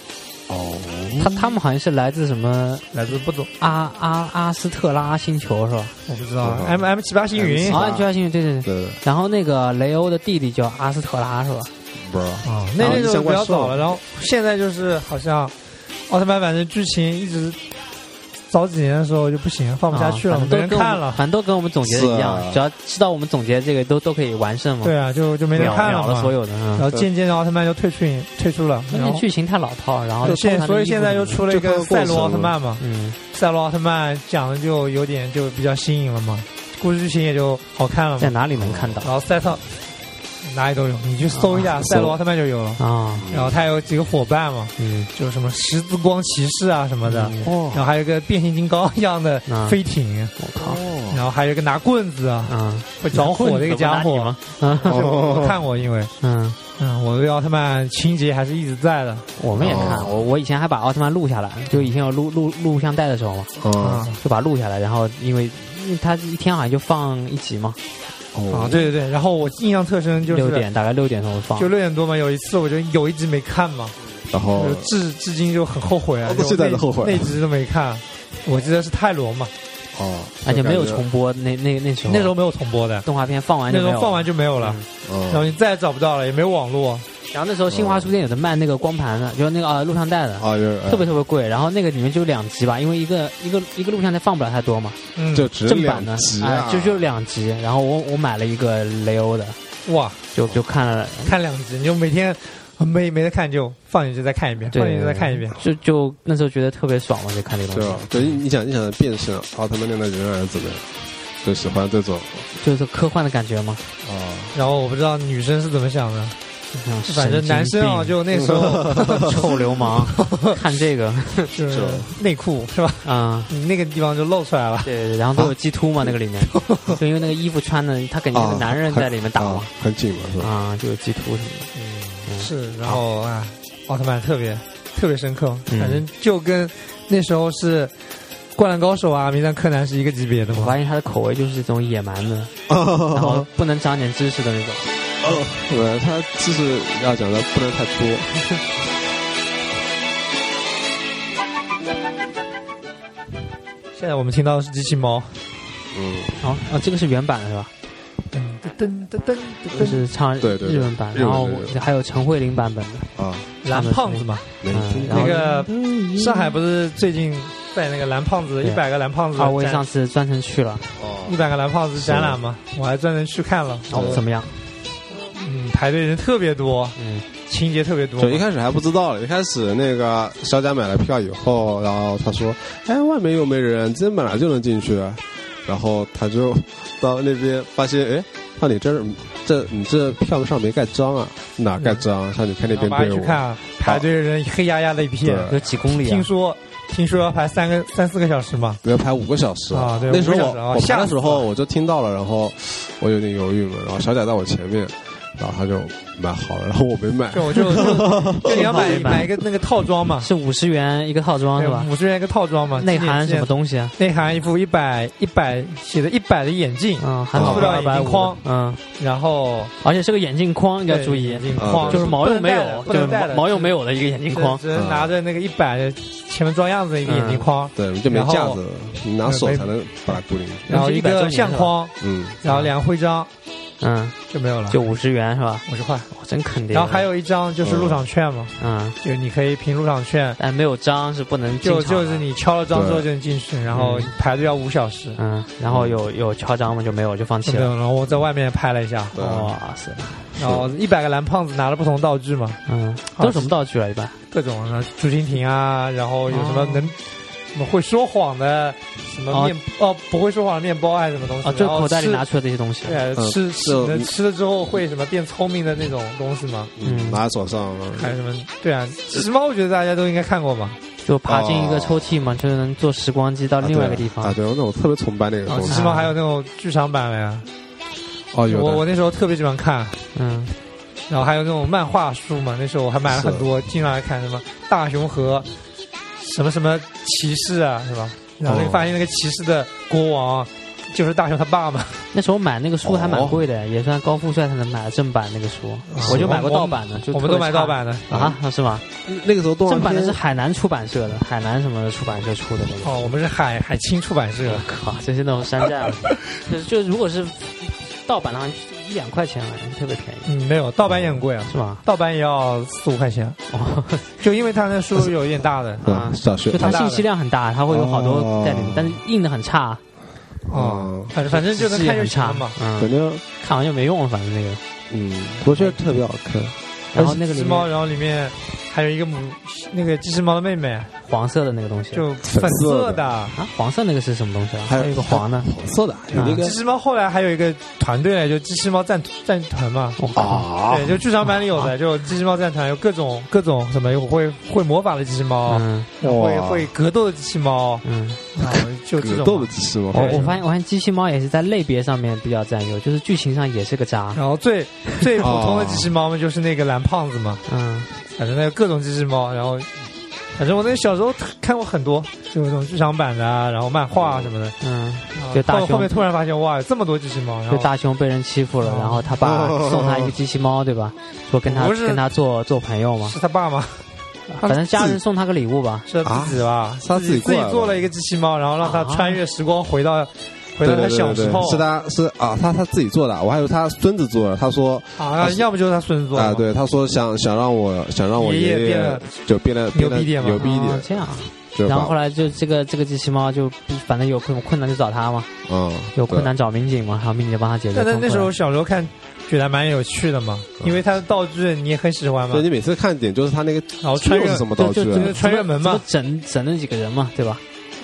Speaker 4: 哦，
Speaker 5: 他他们好像是来自什么
Speaker 3: 来自不懂，
Speaker 5: 阿阿阿斯特拉星球是吧？哦
Speaker 3: 我不知道
Speaker 4: 不懂
Speaker 3: M M 七八星云
Speaker 5: 好
Speaker 4: 啊
Speaker 3: 啊，
Speaker 5: 像就叫星球，对哎对对。
Speaker 4: 对，
Speaker 5: 然后那个雷欧的弟弟叫阿斯特拉是吧？
Speaker 4: 不是，
Speaker 5: 啊
Speaker 3: 那
Speaker 4: 然后
Speaker 3: 那
Speaker 4: 就
Speaker 3: 种
Speaker 4: 像
Speaker 3: 比较
Speaker 4: 怪兽
Speaker 3: 早了，然后现在就是好像奥特曼反正剧情一直。早几年的时候就不行，放不下去了，
Speaker 5: 啊反
Speaker 3: 没人
Speaker 5: 正都跟我们
Speaker 3: 看了。
Speaker 5: 反正都跟我们总结的一
Speaker 4: 是
Speaker 5: 样，
Speaker 4: 啊
Speaker 5: 只要知道我们总结这个都都可以完胜嘛。
Speaker 3: 对啊，就就没人
Speaker 5: 秒
Speaker 3: 看了
Speaker 5: 秒
Speaker 3: 嘛。呃
Speaker 5: 了所有的，嗯
Speaker 3: 然后渐渐的奥特曼就退出影退出了，
Speaker 5: 关
Speaker 3: 然
Speaker 5: 键
Speaker 3: 后
Speaker 5: 剧情太老套，然后
Speaker 3: 就
Speaker 5: 通
Speaker 3: 现
Speaker 5: 常
Speaker 3: 所以
Speaker 5: 的衣服
Speaker 3: 现在
Speaker 5: 什
Speaker 3: 就
Speaker 5: 么的
Speaker 3: 出了一
Speaker 4: 就
Speaker 3: 个
Speaker 4: 看过
Speaker 3: 赛罗
Speaker 4: 程
Speaker 3: 奥特曼嘛，
Speaker 5: 嗯
Speaker 3: 赛罗奥特曼讲的就有点就比较新颖了嘛，故事剧情也就好看了
Speaker 5: 在啊
Speaker 3: 嘛。
Speaker 5: 哪里能看到
Speaker 3: 然后赛特哪里都有，你去搜一下赛罗奥特曼就有了。
Speaker 5: 啊？
Speaker 3: 然后他有几个伙伴嘛，
Speaker 5: 嗯，
Speaker 3: 就是什么十字光骑士啊什么的，
Speaker 5: 嗯
Speaker 4: 哦
Speaker 3: 然后还有一个变形金刚一样的
Speaker 5: 啊
Speaker 3: 飞艇，
Speaker 5: 我靠，
Speaker 4: 哦，
Speaker 3: 然后还有一个拿棍子啊
Speaker 5: 嗯，
Speaker 3: 会着火的一个家
Speaker 5: 拿棍子
Speaker 3: 伙
Speaker 5: 吗。嗯
Speaker 3: 就
Speaker 4: 哦
Speaker 3: 我看过，因为
Speaker 5: 嗯，
Speaker 3: 嗯，我对奥特曼情节还是一直在的。
Speaker 5: 我们也看，
Speaker 4: 哦
Speaker 5: 我我以前还把奥特曼录下来，就以前有录录录像带的时候嘛，
Speaker 4: 哦
Speaker 3: 啊，
Speaker 5: 就把它录下来，然后因为因为它一天好像就放一集嘛，
Speaker 3: 啊，
Speaker 4: 哦，
Speaker 3: 对对对，然后我印象特深就是
Speaker 5: 六点大概六点钟放
Speaker 3: 就，六点多嘛，有一次我就有一集没看嘛，
Speaker 4: 然后
Speaker 3: 就至至今就很后悔啊，
Speaker 4: 哦到
Speaker 3: 就
Speaker 4: 现在
Speaker 3: 那
Speaker 4: 都后悔
Speaker 3: 那集都没看。我记得是泰罗嘛，
Speaker 4: 哦，
Speaker 5: 而啊且没有
Speaker 4: 就感觉
Speaker 5: 重播，那那那时候
Speaker 3: 那时候没有重播的，
Speaker 5: 动画片放完
Speaker 3: 那
Speaker 5: 就
Speaker 3: 时
Speaker 5: 没有
Speaker 3: 候放完就没有了，然后
Speaker 4: 嗯
Speaker 3: 你再也找不到了，也没有网络。
Speaker 5: 然后那时候新华书店有的卖那个光盘的，就是那个啊录像带的，
Speaker 4: 啊，就是
Speaker 5: 特别特别贵。然后那个里面就两集吧，因为一个一个一个录像带放不了太多嘛，
Speaker 3: 嗯，
Speaker 4: 哎就只有
Speaker 5: 正版
Speaker 4: 两
Speaker 5: 的
Speaker 4: 集
Speaker 5: 啊
Speaker 4: 啊，
Speaker 5: 就就两集。然后我我买了一个雷欧的，
Speaker 3: 哇，
Speaker 5: 就就看了，
Speaker 3: 看两集，你就每天呃没没得看就放进去再看一遍，
Speaker 5: 对
Speaker 3: 放进去再看一遍。
Speaker 5: 就就那时候觉得特别爽嘛，就看这个东
Speaker 4: 对
Speaker 5: 西
Speaker 4: 啊吧。？对，你你想你想变身奥特曼那个人儿怎么样？就喜欢这种
Speaker 5: 就是科幻的感觉嘛。
Speaker 4: 哦，
Speaker 3: 然后我不知道女生是怎么想的，
Speaker 5: 嗯
Speaker 3: 反正男生啊，
Speaker 5: 神经
Speaker 3: 就那时 候
Speaker 5: 病臭 流氓，看这个
Speaker 3: 就是内裤是吧？
Speaker 5: 啊。
Speaker 3: 你那个地方就露出来了。
Speaker 5: 对对对，然后都有鸡突嘛，那个 里面，就因为那个衣服穿的，他肯定是
Speaker 4: 啊
Speaker 5: 男人在里面打
Speaker 4: 啊
Speaker 5: 嘛，
Speaker 4: 很紧嘛，是吧？
Speaker 5: 啊，就有鸡突什么的。
Speaker 3: 嗯，是，然后啊，奥特曼特别特别深刻，
Speaker 5: 嗯
Speaker 3: 反正就跟那时候是《灌篮高手》啊、《名侦探柯南》是一个级别的
Speaker 5: 我
Speaker 3: 嘛。
Speaker 5: 发现他的口味就是这种野蛮 的，
Speaker 4: 哦
Speaker 5: 然后不能长点知识的那种。
Speaker 4: 呃，他就是要讲的不能太多。
Speaker 3: 现在我们听到的是机器猫，
Speaker 4: 嗯，
Speaker 5: 哦哦，这个是原版的是吧？
Speaker 3: 噔
Speaker 5: 嗯
Speaker 3: 噔噔噔
Speaker 5: 就
Speaker 3: 噔噔，
Speaker 5: 是唱
Speaker 4: 对对对
Speaker 5: 日文版，
Speaker 4: 日文
Speaker 5: 然后
Speaker 4: 对对对
Speaker 5: 还有陈慧琳版本的。
Speaker 4: 啊，
Speaker 3: 蓝胖子嘛，
Speaker 4: 没
Speaker 5: 嗯
Speaker 4: 听过
Speaker 5: 然
Speaker 3: 那
Speaker 5: 后
Speaker 3: 个上海不是最近在那个蓝胖子
Speaker 5: 嗯对
Speaker 3: 一百个蓝胖子
Speaker 5: 啊，我也上
Speaker 3: 展
Speaker 5: 次专程去了，
Speaker 3: 一
Speaker 4: 哦，
Speaker 3: 百个蓝胖子展览嘛，我还专门去看了，
Speaker 5: 然后怎么样？
Speaker 3: 嗯，排队人特别多，
Speaker 5: 嗯，
Speaker 3: 情节特别多
Speaker 4: 就，一开始还不知道了，一开始那个小贾买了票以后，然后他说：“哎，外面又没人，今天本来就能进去。”啊然后他就到那边发现，哎，那你这儿这你这票上没盖章啊？哪儿盖章？上去看那
Speaker 3: 然后
Speaker 4: 边
Speaker 3: 马上
Speaker 4: 队
Speaker 3: 去
Speaker 4: 伍。
Speaker 3: 看啊排队的人黑压压的一片，
Speaker 4: 对
Speaker 5: 有几公里啊
Speaker 3: 听？说听说要排三个三四个小时嘛，
Speaker 4: 我要排五个小时
Speaker 3: 啊对
Speaker 4: 那时候
Speaker 3: 五个小时啊
Speaker 4: 我我
Speaker 3: 吓
Speaker 4: 排的
Speaker 3: 死
Speaker 4: 时
Speaker 3: 了
Speaker 4: 候我就听到了，然后我有点犹豫嘛，然后小贾在我前面，然后他就买好了，然后我没买
Speaker 3: 对，，我就 就就你要买
Speaker 5: 一般
Speaker 3: 买一个那个套装嘛，
Speaker 5: 是五十元一个套装是吧？
Speaker 3: 五十元一个套装嘛，
Speaker 5: 内涵
Speaker 3: 纪
Speaker 5: 什
Speaker 3: 念
Speaker 5: 么东西啊？
Speaker 3: 内涵一副一百一百写的一百的眼镜，
Speaker 5: 嗯，还好
Speaker 3: 塑
Speaker 5: 吧，
Speaker 3: 料
Speaker 5: 二百
Speaker 3: 眼镜框
Speaker 5: 五。嗯，
Speaker 3: 然后
Speaker 5: 而且是个眼镜框，要
Speaker 3: 对
Speaker 5: 注意
Speaker 3: 眼，镜
Speaker 4: 啊
Speaker 3: 框
Speaker 4: 对
Speaker 5: 就是毛
Speaker 3: 用
Speaker 5: 茸没有，
Speaker 3: 不
Speaker 5: 就是
Speaker 3: 能戴
Speaker 5: 毛
Speaker 3: 的
Speaker 5: 毛茸没有的一个眼
Speaker 3: 只
Speaker 5: 镜框。嗯
Speaker 3: 只能拿着那个一百的前面装样子的一个眼镜框，
Speaker 4: 对，就没架子了，你拿手才能把它固定。
Speaker 3: 然后一
Speaker 5: 100周
Speaker 3: 个
Speaker 5: 年
Speaker 3: 相框，
Speaker 4: 嗯，
Speaker 3: 然后两个徽章
Speaker 5: 嗯，
Speaker 3: 就没有了，
Speaker 5: 就五十元是吧？
Speaker 3: 五十块。
Speaker 5: 我真肯定。
Speaker 3: 然后还，有一张就是入场券嘛，
Speaker 5: 嗯，
Speaker 3: 就你可以凭入场券，
Speaker 5: 但没有章是不能进
Speaker 3: 就
Speaker 5: 场的
Speaker 3: 就是，你敲了章之后就能进去，然后排队要五小时。
Speaker 5: 嗯，啊然后有有敲章嘛就没有，就放弃
Speaker 3: 没有，啊
Speaker 5: 了。哦
Speaker 3: 然后我在外面拍了一下，
Speaker 4: 对，
Speaker 5: 哇塞，
Speaker 3: 然后一百个蓝胖子拿了不同道具嘛，
Speaker 5: 嗯，都什么道具啊？一般
Speaker 3: 各种什么竹蜻蜓啊，然后有什
Speaker 5: 哦
Speaker 3: 么能、什么会说谎的，什么面哦不会说谎的面包还是什么东西？
Speaker 5: 啊，就
Speaker 3: 然后
Speaker 5: 口袋里
Speaker 3: 吃
Speaker 5: 拿出来的一些东西。
Speaker 3: 对，
Speaker 4: 嗯
Speaker 3: 吃
Speaker 4: 就
Speaker 3: 吃吃了之后会什么变聪明的那种东西吗？
Speaker 5: 嗯
Speaker 4: 嗯，拿在手上，
Speaker 3: 还有什么？对啊，其实猫我觉得大家都应该看过嘛。
Speaker 5: 就爬进一个抽屉嘛，就能坐时光机到另外一个地
Speaker 4: 啊，
Speaker 5: 方。
Speaker 4: 对，那我特别崇拜那个
Speaker 3: 然后
Speaker 4: 东
Speaker 3: 啊其
Speaker 4: 西
Speaker 3: 实。猫还有那种剧场版的呀，
Speaker 4: 哦，有
Speaker 3: 我
Speaker 4: 的
Speaker 3: 我那时候特别喜欢看，
Speaker 5: 嗯，
Speaker 3: 然后还有那种漫画书嘛，那时候我还买了很多，经常来看什么大雄和什么什么骑士啊，是吧？然后那个
Speaker 4: 哦
Speaker 3: 发现那个骑士的国王就是大雄他爸嘛，
Speaker 5: 那时候买那个书还蛮
Speaker 4: 哦
Speaker 5: 贵的，也算高富帅才能买的正版那个书，我就买过盗版的，就
Speaker 3: 啊我们都
Speaker 5: 特别
Speaker 3: 买
Speaker 5: 差
Speaker 3: 盗版的。
Speaker 5: 啊？是吗？
Speaker 4: 那个时候动画
Speaker 5: 正版的是
Speaker 4: 片，
Speaker 5: 海南出版社的，海南什么的出版社出的那个。
Speaker 3: 哦，啊我们是海海清出版社
Speaker 5: 我，靠，真是那种山 寨了。就是就如果是盗版的话，一两块钱而已，特别便宜，
Speaker 3: 嗯，没有盗版也很贵啊，
Speaker 5: 是吧？
Speaker 3: 盗版也要四五块钱，
Speaker 5: 哦，
Speaker 3: 就因为他那书有点大的，
Speaker 5: 啊
Speaker 4: 嗯，小学
Speaker 5: 就它
Speaker 3: 很大的
Speaker 5: 信息量很大，它会有好多在里面
Speaker 4: 哦，
Speaker 5: 但是印的很差，
Speaker 3: 哦
Speaker 4: 嗯，
Speaker 3: 反正反正就能
Speaker 5: 字也
Speaker 3: 看就
Speaker 5: 很
Speaker 3: 行
Speaker 5: 差
Speaker 3: 了嘛。。
Speaker 5: 嗯
Speaker 4: 反，正
Speaker 5: 看完就没用了，反正那个。
Speaker 4: 嗯，我觉得特别好看。
Speaker 5: 然后那个
Speaker 3: 机器
Speaker 5: 里
Speaker 3: 猫，
Speaker 5: 面
Speaker 3: 然后里面还有一个母那个机器猫的妹妹，
Speaker 5: 黄色的那个东西，
Speaker 3: 就粉色
Speaker 4: 色的
Speaker 3: 的。
Speaker 5: 啊，黄色那个是什么东西啊？
Speaker 4: 还有
Speaker 5: 有一个黄的，
Speaker 4: 红色的，有那
Speaker 3: 机
Speaker 4: 个
Speaker 3: 器猫后来还有一个团队，就机器猫战战团嘛，
Speaker 5: 我
Speaker 3: 哦
Speaker 5: 靠，
Speaker 4: 啊
Speaker 3: 对，就剧场版里有的，就机器猫战团有各种各种什么，有会会魔法的机器猫，
Speaker 5: 嗯
Speaker 3: 会会格斗的机器猫，
Speaker 5: 嗯，
Speaker 3: 然后就这
Speaker 4: 格
Speaker 3: 种
Speaker 4: 斗的
Speaker 3: 嘛。
Speaker 4: 机器猫
Speaker 5: 我，
Speaker 3: 对
Speaker 5: 哦我发现我发现机器猫也是在类别上面比较占优，就是剧情上也是个渣，
Speaker 3: 然后最最普通的机器猫嘛，就是那个蓝胖子嘛，
Speaker 5: 嗯，
Speaker 3: 反正那个各种机器猫，然后反正我那个小时候看过很多，就有那种剧场版的啊，然后漫画啊什么的。
Speaker 5: 嗯，
Speaker 3: 然后
Speaker 5: 就大
Speaker 3: 到
Speaker 5: 雄
Speaker 3: 后面突然发现，哇，有这么多机器猫，然
Speaker 5: 就
Speaker 3: 后哦
Speaker 5: 大雄被人欺负了，然后他爸
Speaker 4: 哦
Speaker 5: 送他一个机器猫，对吧？说跟他
Speaker 3: 不是
Speaker 5: 跟他做做朋友嘛，
Speaker 3: 是他爸吗？
Speaker 5: 反正家人送他个礼物吧。
Speaker 3: 是他自己吧？
Speaker 4: 他自己
Speaker 3: 自己
Speaker 4: 过来
Speaker 3: 做
Speaker 4: 了
Speaker 3: 了一个机器猫，然后让他
Speaker 5: 啊
Speaker 3: 穿越时光回到回
Speaker 4: 对
Speaker 3: 到
Speaker 4: 对
Speaker 3: 他
Speaker 4: 对
Speaker 3: 小时候
Speaker 4: 对，是他是啊，他他自己做的，我还以为他孙子做的。他说
Speaker 3: 啊，要不就是他孙子做的
Speaker 4: 啊，
Speaker 3: 嘛
Speaker 4: 对，他说想想让我想让我
Speaker 3: 爷爷
Speaker 4: 爷
Speaker 3: 变得
Speaker 4: 就变得
Speaker 3: 牛
Speaker 4: 变得
Speaker 3: 逼点嘛
Speaker 4: 牛逼一
Speaker 5: 啊
Speaker 4: 点，
Speaker 5: 这样，
Speaker 4: 就是
Speaker 5: 然后后
Speaker 4: 把
Speaker 5: 来就这个这个机器猫就反正有困困难就找他嘛，
Speaker 4: 嗯
Speaker 5: 有困难找民警嘛，然后民警帮他解决。
Speaker 3: 但但那时候
Speaker 5: 送
Speaker 3: 小时候看，觉得还蛮有趣的嘛，因为它的道具你也很喜欢
Speaker 4: 对
Speaker 3: 嘛
Speaker 4: 所以，你每次看点就是他那个
Speaker 3: 然后穿
Speaker 4: 又
Speaker 3: 越
Speaker 4: 是什么
Speaker 5: 过
Speaker 4: 道
Speaker 5: 来
Speaker 4: 具
Speaker 5: 就
Speaker 4: 啊
Speaker 5: 就
Speaker 3: 穿越门嘛
Speaker 5: 怎么整整那几个人嘛，对吧？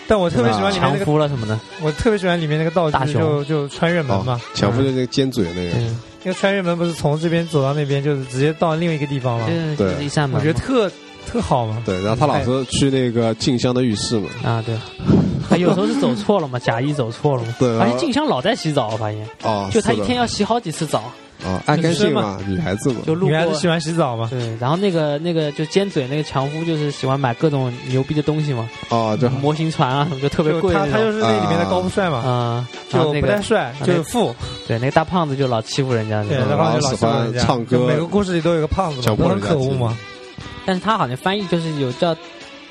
Speaker 3: 但我特别喜欢里面
Speaker 5: 强
Speaker 3: 那个，
Speaker 5: 夫了什么的，
Speaker 3: 我特别喜欢里面那个道
Speaker 5: 啊大
Speaker 3: 具，
Speaker 5: 熊
Speaker 3: 就就穿越门嘛
Speaker 4: 哦。，强夫就是那个尖嘴那个，
Speaker 5: 嗯，
Speaker 3: 那个穿越门不是从这边走到那边，就是直接到另外一个地方嘛。
Speaker 5: 就是
Speaker 4: 对
Speaker 5: 就是一扇
Speaker 3: 我
Speaker 5: 门嘛，
Speaker 3: 觉得特特好嘛。
Speaker 4: 对，然后他老
Speaker 3: 哎
Speaker 4: 是去那个静香的浴室嘛，
Speaker 5: 啊，对， 啊有时候是走错了嘛，假意走错了嘛，
Speaker 4: 对
Speaker 5: 而
Speaker 4: 然
Speaker 5: 且
Speaker 4: 后
Speaker 5: 静香老在洗澡，我发现，
Speaker 4: 哦，
Speaker 5: 就她一
Speaker 4: 是的
Speaker 5: 天要洗好几次澡，
Speaker 4: 哦，爱干净嘛，女孩子嘛，
Speaker 5: 就路
Speaker 3: 女孩子
Speaker 5: 过
Speaker 3: 喜欢洗澡嘛，
Speaker 5: 对，然后那个那个就尖嘴那个强夫就是喜欢买各种牛逼的东西嘛，
Speaker 4: 哦，就
Speaker 3: 嗯
Speaker 5: 模型船啊什么就特别
Speaker 3: 就
Speaker 5: 贵
Speaker 3: 他
Speaker 5: 那
Speaker 3: 他
Speaker 5: 种
Speaker 3: 就。是那里面的高富帅嘛，
Speaker 5: 啊，然
Speaker 3: 就
Speaker 5: 后那
Speaker 3: 不太
Speaker 5: 个
Speaker 3: 帅，就是富。
Speaker 5: 对那个大胖子就老欺负人家，
Speaker 3: 对，
Speaker 5: 是吧
Speaker 3: 然后就老
Speaker 4: 嗯喜欢
Speaker 3: 人家
Speaker 4: 唱歌
Speaker 3: 就每个故事里都有个胖子嘛，
Speaker 4: 强
Speaker 3: 都
Speaker 4: 迫
Speaker 3: 很
Speaker 4: 人家
Speaker 3: 可恶嘛。
Speaker 4: 嗯
Speaker 5: 但是他好像翻译就是有叫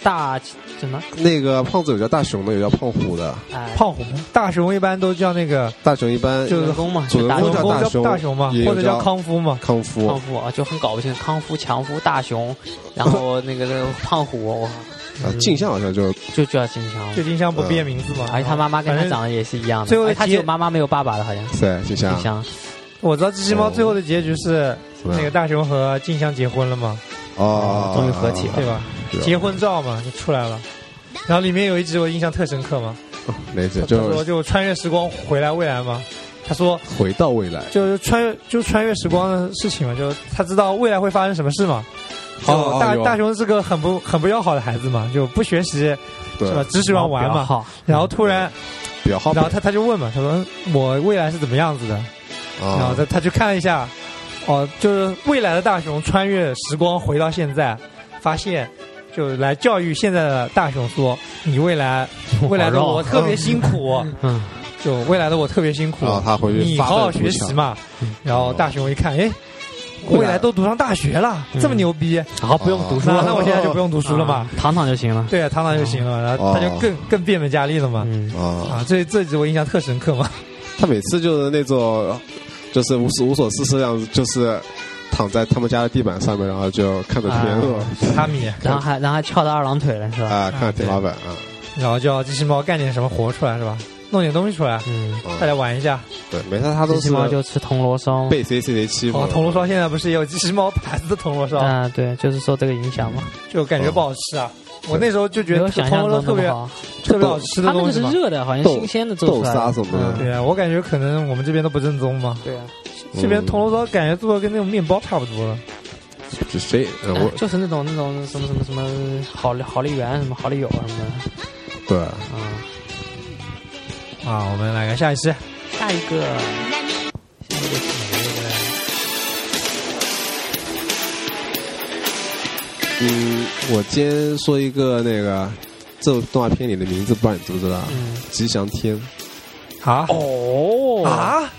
Speaker 5: 大什么
Speaker 4: 那个胖子有叫大熊的，有叫胖虎的，
Speaker 5: 哎
Speaker 3: 胖虎、大熊一般都叫那个
Speaker 4: 大熊一般
Speaker 3: 就
Speaker 5: 主
Speaker 3: 是
Speaker 5: 人公嘛，
Speaker 4: 主人
Speaker 5: 就
Speaker 4: 公
Speaker 5: 大雄
Speaker 4: 叫
Speaker 3: 公
Speaker 4: 大
Speaker 3: 叫
Speaker 4: 熊
Speaker 3: 大熊嘛
Speaker 4: 也，有
Speaker 3: 或者叫
Speaker 4: 叫
Speaker 3: 康夫嘛。
Speaker 4: 康夫
Speaker 5: 胖夫啊，就很搞不清康夫、强夫、大雄，然 后那个那个胖虎，我
Speaker 4: 啊，静香好像就
Speaker 5: 就叫金强
Speaker 3: 就。金香
Speaker 4: 嗯
Speaker 3: 不变名字嘛，
Speaker 5: 哎而且他妈妈跟
Speaker 3: 反
Speaker 5: 他
Speaker 3: 正
Speaker 5: 长得也是一样的，
Speaker 3: 最后的
Speaker 5: 哎他
Speaker 3: 结
Speaker 5: 只有妈妈没有爸爸的，好像。
Speaker 4: 对静香
Speaker 5: 静，香
Speaker 3: 我知道机器
Speaker 4: 哦
Speaker 3: 猫最后的结局是
Speaker 4: 是吧
Speaker 3: 那个大熊和静香结婚了嘛，
Speaker 4: 哦，
Speaker 5: 终于合体了
Speaker 3: 对吧？
Speaker 4: 对啊
Speaker 3: 结婚照嘛就出来了。然后里面有一集我印象特深刻嘛，
Speaker 4: 没事，
Speaker 3: 他说
Speaker 4: 就
Speaker 3: 就穿越时光回来未来嘛，他说
Speaker 4: 回到未来，
Speaker 3: 就是穿越就穿越时光的事情嘛，就他知道未来会发生什么事嘛。
Speaker 4: 哦
Speaker 3: 就大
Speaker 4: 哦有
Speaker 3: 大雄是个很不很不要好的孩子嘛，就不学习
Speaker 4: 对
Speaker 3: 是，吧？只喜欢玩
Speaker 5: 比较
Speaker 3: 嘛。
Speaker 5: 好
Speaker 3: 然后突然，
Speaker 4: 比较好，
Speaker 3: 然后他他就问嘛，他说嗯我未来是怎么样子的？然后
Speaker 4: 啊
Speaker 3: 他他去看了一下，哦，就是未来的大雄穿越时光回到现在，发现就来教育现在的大雄说，你 未来未来的我特别辛苦，
Speaker 5: 嗯，
Speaker 3: 就未来的我特别辛苦
Speaker 4: 然，哦啊后他回去
Speaker 3: 你
Speaker 4: 发
Speaker 3: 好好
Speaker 4: 愤
Speaker 3: 学
Speaker 4: 图
Speaker 3: 习
Speaker 4: 强，嗯
Speaker 3: 嘛。然后大雄一看，哎，未来都读上大学了，这
Speaker 4: 嗯
Speaker 3: 么牛逼，
Speaker 5: 然后不
Speaker 4: 啊
Speaker 5: 用读书
Speaker 3: 那
Speaker 5: 了，
Speaker 3: 那我现在就不用读书了嘛
Speaker 5: 啊，，躺躺就行了。
Speaker 3: 对啊，躺躺就行
Speaker 4: 哦
Speaker 3: 了。然后他就更更变本加厉了嘛。
Speaker 5: 嗯，
Speaker 4: 啊，
Speaker 3: 啊，这这集我印象特深 刻嘛，
Speaker 4: 他每次就是那种，就是无所无所事事的样子，就是躺在他们家的地板上面，然后就看着天
Speaker 5: 啊
Speaker 4: 鹅
Speaker 3: 他米，
Speaker 5: 然后还然后还翘着二郎腿了，是吧？
Speaker 4: 啊，看着天花板啊，
Speaker 3: 然后叫机器猫干点什么活出来是吧？弄点东西出来，
Speaker 5: 嗯，
Speaker 4: 啊
Speaker 3: 大家玩一下。
Speaker 4: 对，没事，他
Speaker 5: 机
Speaker 4: 都
Speaker 5: 器
Speaker 4: 是
Speaker 5: 猫就吃铜锣烧。
Speaker 4: 被谁谁谁欺负
Speaker 3: 哦
Speaker 4: 了，，
Speaker 3: 铜锣烧现在不是也有机器猫牌子的铜锣烧，
Speaker 4: 嗯
Speaker 5: 啊，对，就是受这个影响嘛。
Speaker 3: 就感觉不好吃啊。
Speaker 4: 哦
Speaker 3: 我那时候就觉
Speaker 5: 没有
Speaker 3: 得
Speaker 5: 想
Speaker 3: 铜
Speaker 5: 象
Speaker 3: 锣烧
Speaker 5: 中
Speaker 3: 特
Speaker 5: 那
Speaker 3: 别
Speaker 5: 么好。
Speaker 3: 特别好吃的
Speaker 5: 它那
Speaker 3: 东
Speaker 5: 个
Speaker 3: 西
Speaker 5: 是
Speaker 3: 嘛。
Speaker 5: 热的，好像
Speaker 4: 豆
Speaker 5: 新鲜的做出来的。
Speaker 4: 豆沙什么的
Speaker 5: 嗯
Speaker 3: 对啊，我感觉可能我们这边都不正宗嘛。
Speaker 5: 对啊，
Speaker 4: 嗯
Speaker 3: 这边铜锣烧感觉做的跟那种面包差不多了。
Speaker 4: 就谁呃
Speaker 5: 哎
Speaker 4: 我
Speaker 5: 就是那种那种什么什么什么好利好利园什么好利友什么的
Speaker 4: 对，
Speaker 5: 啊。
Speaker 3: 啊，我们来看下一期。
Speaker 5: 下一个，下一个是哪个？
Speaker 4: 嗯，我今天说一个那个这部动画片里的名字，不知道你知不知道啊？
Speaker 5: 嗯，
Speaker 4: 吉祥天
Speaker 3: 啊
Speaker 5: 哦，
Speaker 3: 啊，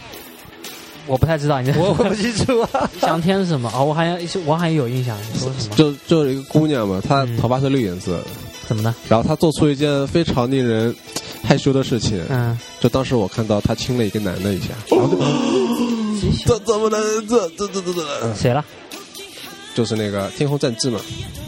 Speaker 5: 我不太知道你
Speaker 3: 我
Speaker 5: 这
Speaker 3: 我不清楚啊。
Speaker 5: 翔天是什么？哦，我好像我好像有印象，你说什么？
Speaker 4: 就就是一个姑娘嘛，她
Speaker 5: 嗯
Speaker 4: 头发是绿颜色的，
Speaker 5: 怎么呢？
Speaker 4: 然后她做出一件非常令人害羞的事情，
Speaker 5: 嗯，
Speaker 4: 就当时我看到她亲了一个男的一下，然后就
Speaker 5: 吉祥
Speaker 4: 这怎么能这这这这这，
Speaker 5: 谁了？
Speaker 4: 就是那个天空战志嘛，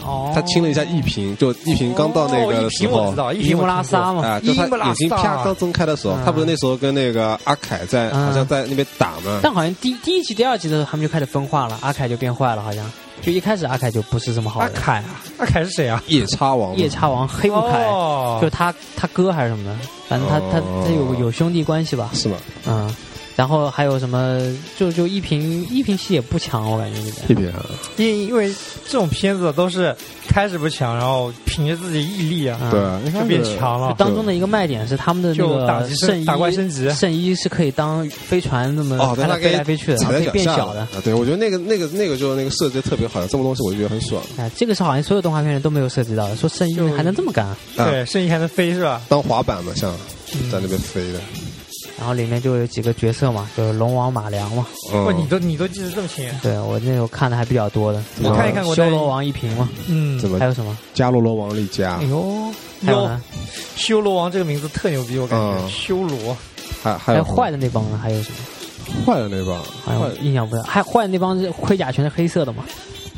Speaker 5: 哦，
Speaker 4: 他亲了一下一平，就一平刚到那
Speaker 3: 哦
Speaker 4: 个
Speaker 3: 一
Speaker 4: 的时
Speaker 3: 平我
Speaker 4: 候
Speaker 3: 知。道，一
Speaker 5: 伊
Speaker 3: 平
Speaker 5: 姆拉
Speaker 3: 我
Speaker 5: 沙嘛，
Speaker 4: 啊，就他
Speaker 3: 伊布拉
Speaker 4: 眼睛
Speaker 3: 萨
Speaker 4: 啪刚睁开的时候
Speaker 5: 嗯，
Speaker 4: 他不是那时候跟那个阿凯在，
Speaker 5: 嗯
Speaker 4: 好像在那边打嘛，
Speaker 5: 但好像第第一集、第二集的时候，他们就开始分化了，阿凯就变坏了，好像就一开始阿凯就不是什么好
Speaker 3: 听过。阿
Speaker 5: 人。
Speaker 3: 凯啊，阿凯是谁啊？
Speaker 4: 夜叉王嘛，
Speaker 5: 夜叉王黑木凯，
Speaker 3: 哦
Speaker 5: 就他他哥还是什么的，反正他他
Speaker 4: 哦
Speaker 5: 他有有兄弟关系吧，
Speaker 4: 是吗？
Speaker 5: 嗯，然后还有什么就就一平一平戏也不强，我感觉那边
Speaker 4: 一平啊，
Speaker 3: 因因为这种片子都是开始不强，然后凭着自己毅力啊，
Speaker 5: 嗯
Speaker 4: 对，一开
Speaker 3: 就
Speaker 4: 始
Speaker 3: 变强
Speaker 5: 就
Speaker 3: 了。
Speaker 5: 当中的一个卖点是他们的那
Speaker 3: 就打
Speaker 5: 个
Speaker 3: 击
Speaker 5: 圣
Speaker 3: 升
Speaker 5: 衣
Speaker 3: 打怪升级，
Speaker 5: 圣衣是可以当飞船那么
Speaker 4: 哦，对，
Speaker 5: 开
Speaker 4: 他
Speaker 5: 来
Speaker 4: 可以
Speaker 5: 飞来飞去的，然
Speaker 4: 踩
Speaker 5: 后可以
Speaker 4: 在
Speaker 5: 变
Speaker 4: 脚
Speaker 5: 小
Speaker 4: 下
Speaker 5: 的
Speaker 4: 啊。，对我觉得那个那个那个就是那个设计特别好，这种东西我就觉得很爽
Speaker 5: 哎，这个是好像所有动画片里都没有涉及到的，说圣衣
Speaker 3: 就
Speaker 5: 还能这么干啊，
Speaker 4: 啊。
Speaker 3: 对，圣衣还能飞是吧？
Speaker 4: 当滑板嘛，像在那边飞的，
Speaker 5: 然后里面就有几个角色嘛，就是龙王马良嘛，
Speaker 3: 哇，你
Speaker 4: 嗯，
Speaker 3: 都你都记得这么清？啊
Speaker 5: 对我那时候看的还比较多的，
Speaker 4: 我看也
Speaker 3: 看过
Speaker 5: 修
Speaker 3: 但
Speaker 5: 罗王一平嘛，
Speaker 3: 嗯，
Speaker 4: 怎么
Speaker 5: 还有什嗯么？
Speaker 4: 伽罗罗王力加
Speaker 3: 哎，呦，
Speaker 5: 啊还有
Speaker 3: 哟
Speaker 5: 呢，？
Speaker 3: 修罗王这个名字特牛逼，我感觉
Speaker 4: 嗯
Speaker 3: 修罗
Speaker 4: 还还
Speaker 5: 还有
Speaker 4: 有
Speaker 5: 坏的那帮呢？还有什么？
Speaker 4: 坏的那帮，
Speaker 5: 哎，我
Speaker 4: 坏
Speaker 5: 印象不大。还坏的那帮是盔甲全是黑色的嘛？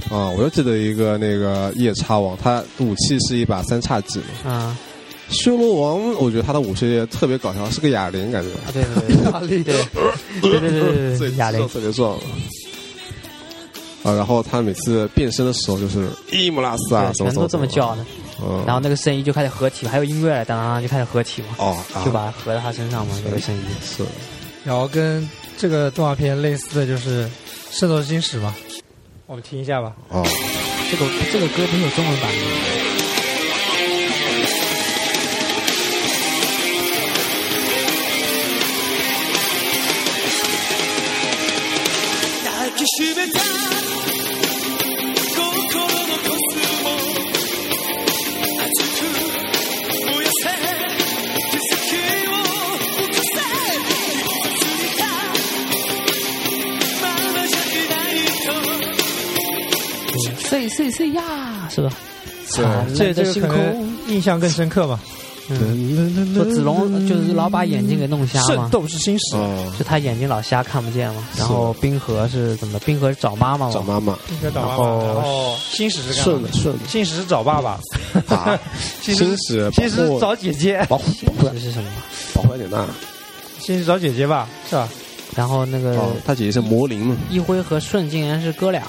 Speaker 4: 啊，我就记得一个那个夜叉王，他武器是一把三叉戟。
Speaker 5: 啊，
Speaker 4: 修罗王，我觉得他的武器也特别搞笑，是个哑铃感觉，
Speaker 5: 啊 对对对
Speaker 3: 大力的
Speaker 5: 对对对对对
Speaker 4: 所
Speaker 5: 对，
Speaker 4: 以
Speaker 5: 哑铃
Speaker 4: 特别壮。啊，然后他每次变身的时候就是伊姆拉斯啊，
Speaker 5: 对，
Speaker 4: 什么
Speaker 5: 全
Speaker 4: 什么
Speaker 5: 都这
Speaker 4: 什么
Speaker 5: 么叫的。
Speaker 4: 嗯
Speaker 5: 然后那个圣衣就开始合体，还有音乐，当当当就开始合体嘛，
Speaker 4: 哦，啊
Speaker 5: 就把它合到他身上嘛，那个圣衣。
Speaker 4: 是
Speaker 3: 然后跟这个动画片类似的就是《圣斗士星矢》嘛，我们听一下吧。
Speaker 4: 哦，
Speaker 5: 这个这个歌不是有中文版的
Speaker 2: 抱きしめた心のコスモ熱く燃やせ奇跡を起こせ傷ついたままじゃいないと
Speaker 5: 嗯？碎碎碎呀，是吧？
Speaker 4: 是
Speaker 5: 啊
Speaker 3: 这
Speaker 5: 蓝
Speaker 3: 这
Speaker 5: 的
Speaker 3: 个
Speaker 5: 星
Speaker 3: 可
Speaker 5: 空，
Speaker 3: 能印象更深刻嘛。
Speaker 5: 嗯，说子龙就是老把眼睛给弄瞎嘛
Speaker 3: 圣。斗士星矢，
Speaker 4: 哦，
Speaker 5: 就他眼睛老瞎看不见嘛，然后冰河是怎么？冰河找妈妈嘛，
Speaker 4: 找妈妈
Speaker 3: 冰河找妈妈，
Speaker 5: 然后
Speaker 3: 然后星矢是干
Speaker 4: 顺
Speaker 3: 嘛
Speaker 4: 了？顺
Speaker 3: 星矢是找爸爸，
Speaker 4: 了啊，
Speaker 3: 星
Speaker 4: 真是
Speaker 3: 矢星矢找姐姐，
Speaker 4: 保护保护
Speaker 5: 是什么？
Speaker 4: 保护点娜，
Speaker 3: 星矢找姐姐吧，是吧？
Speaker 5: 然后那个
Speaker 4: 哦，他姐姐是魔灵嘛，
Speaker 5: 一辉和顺竟然是哥俩，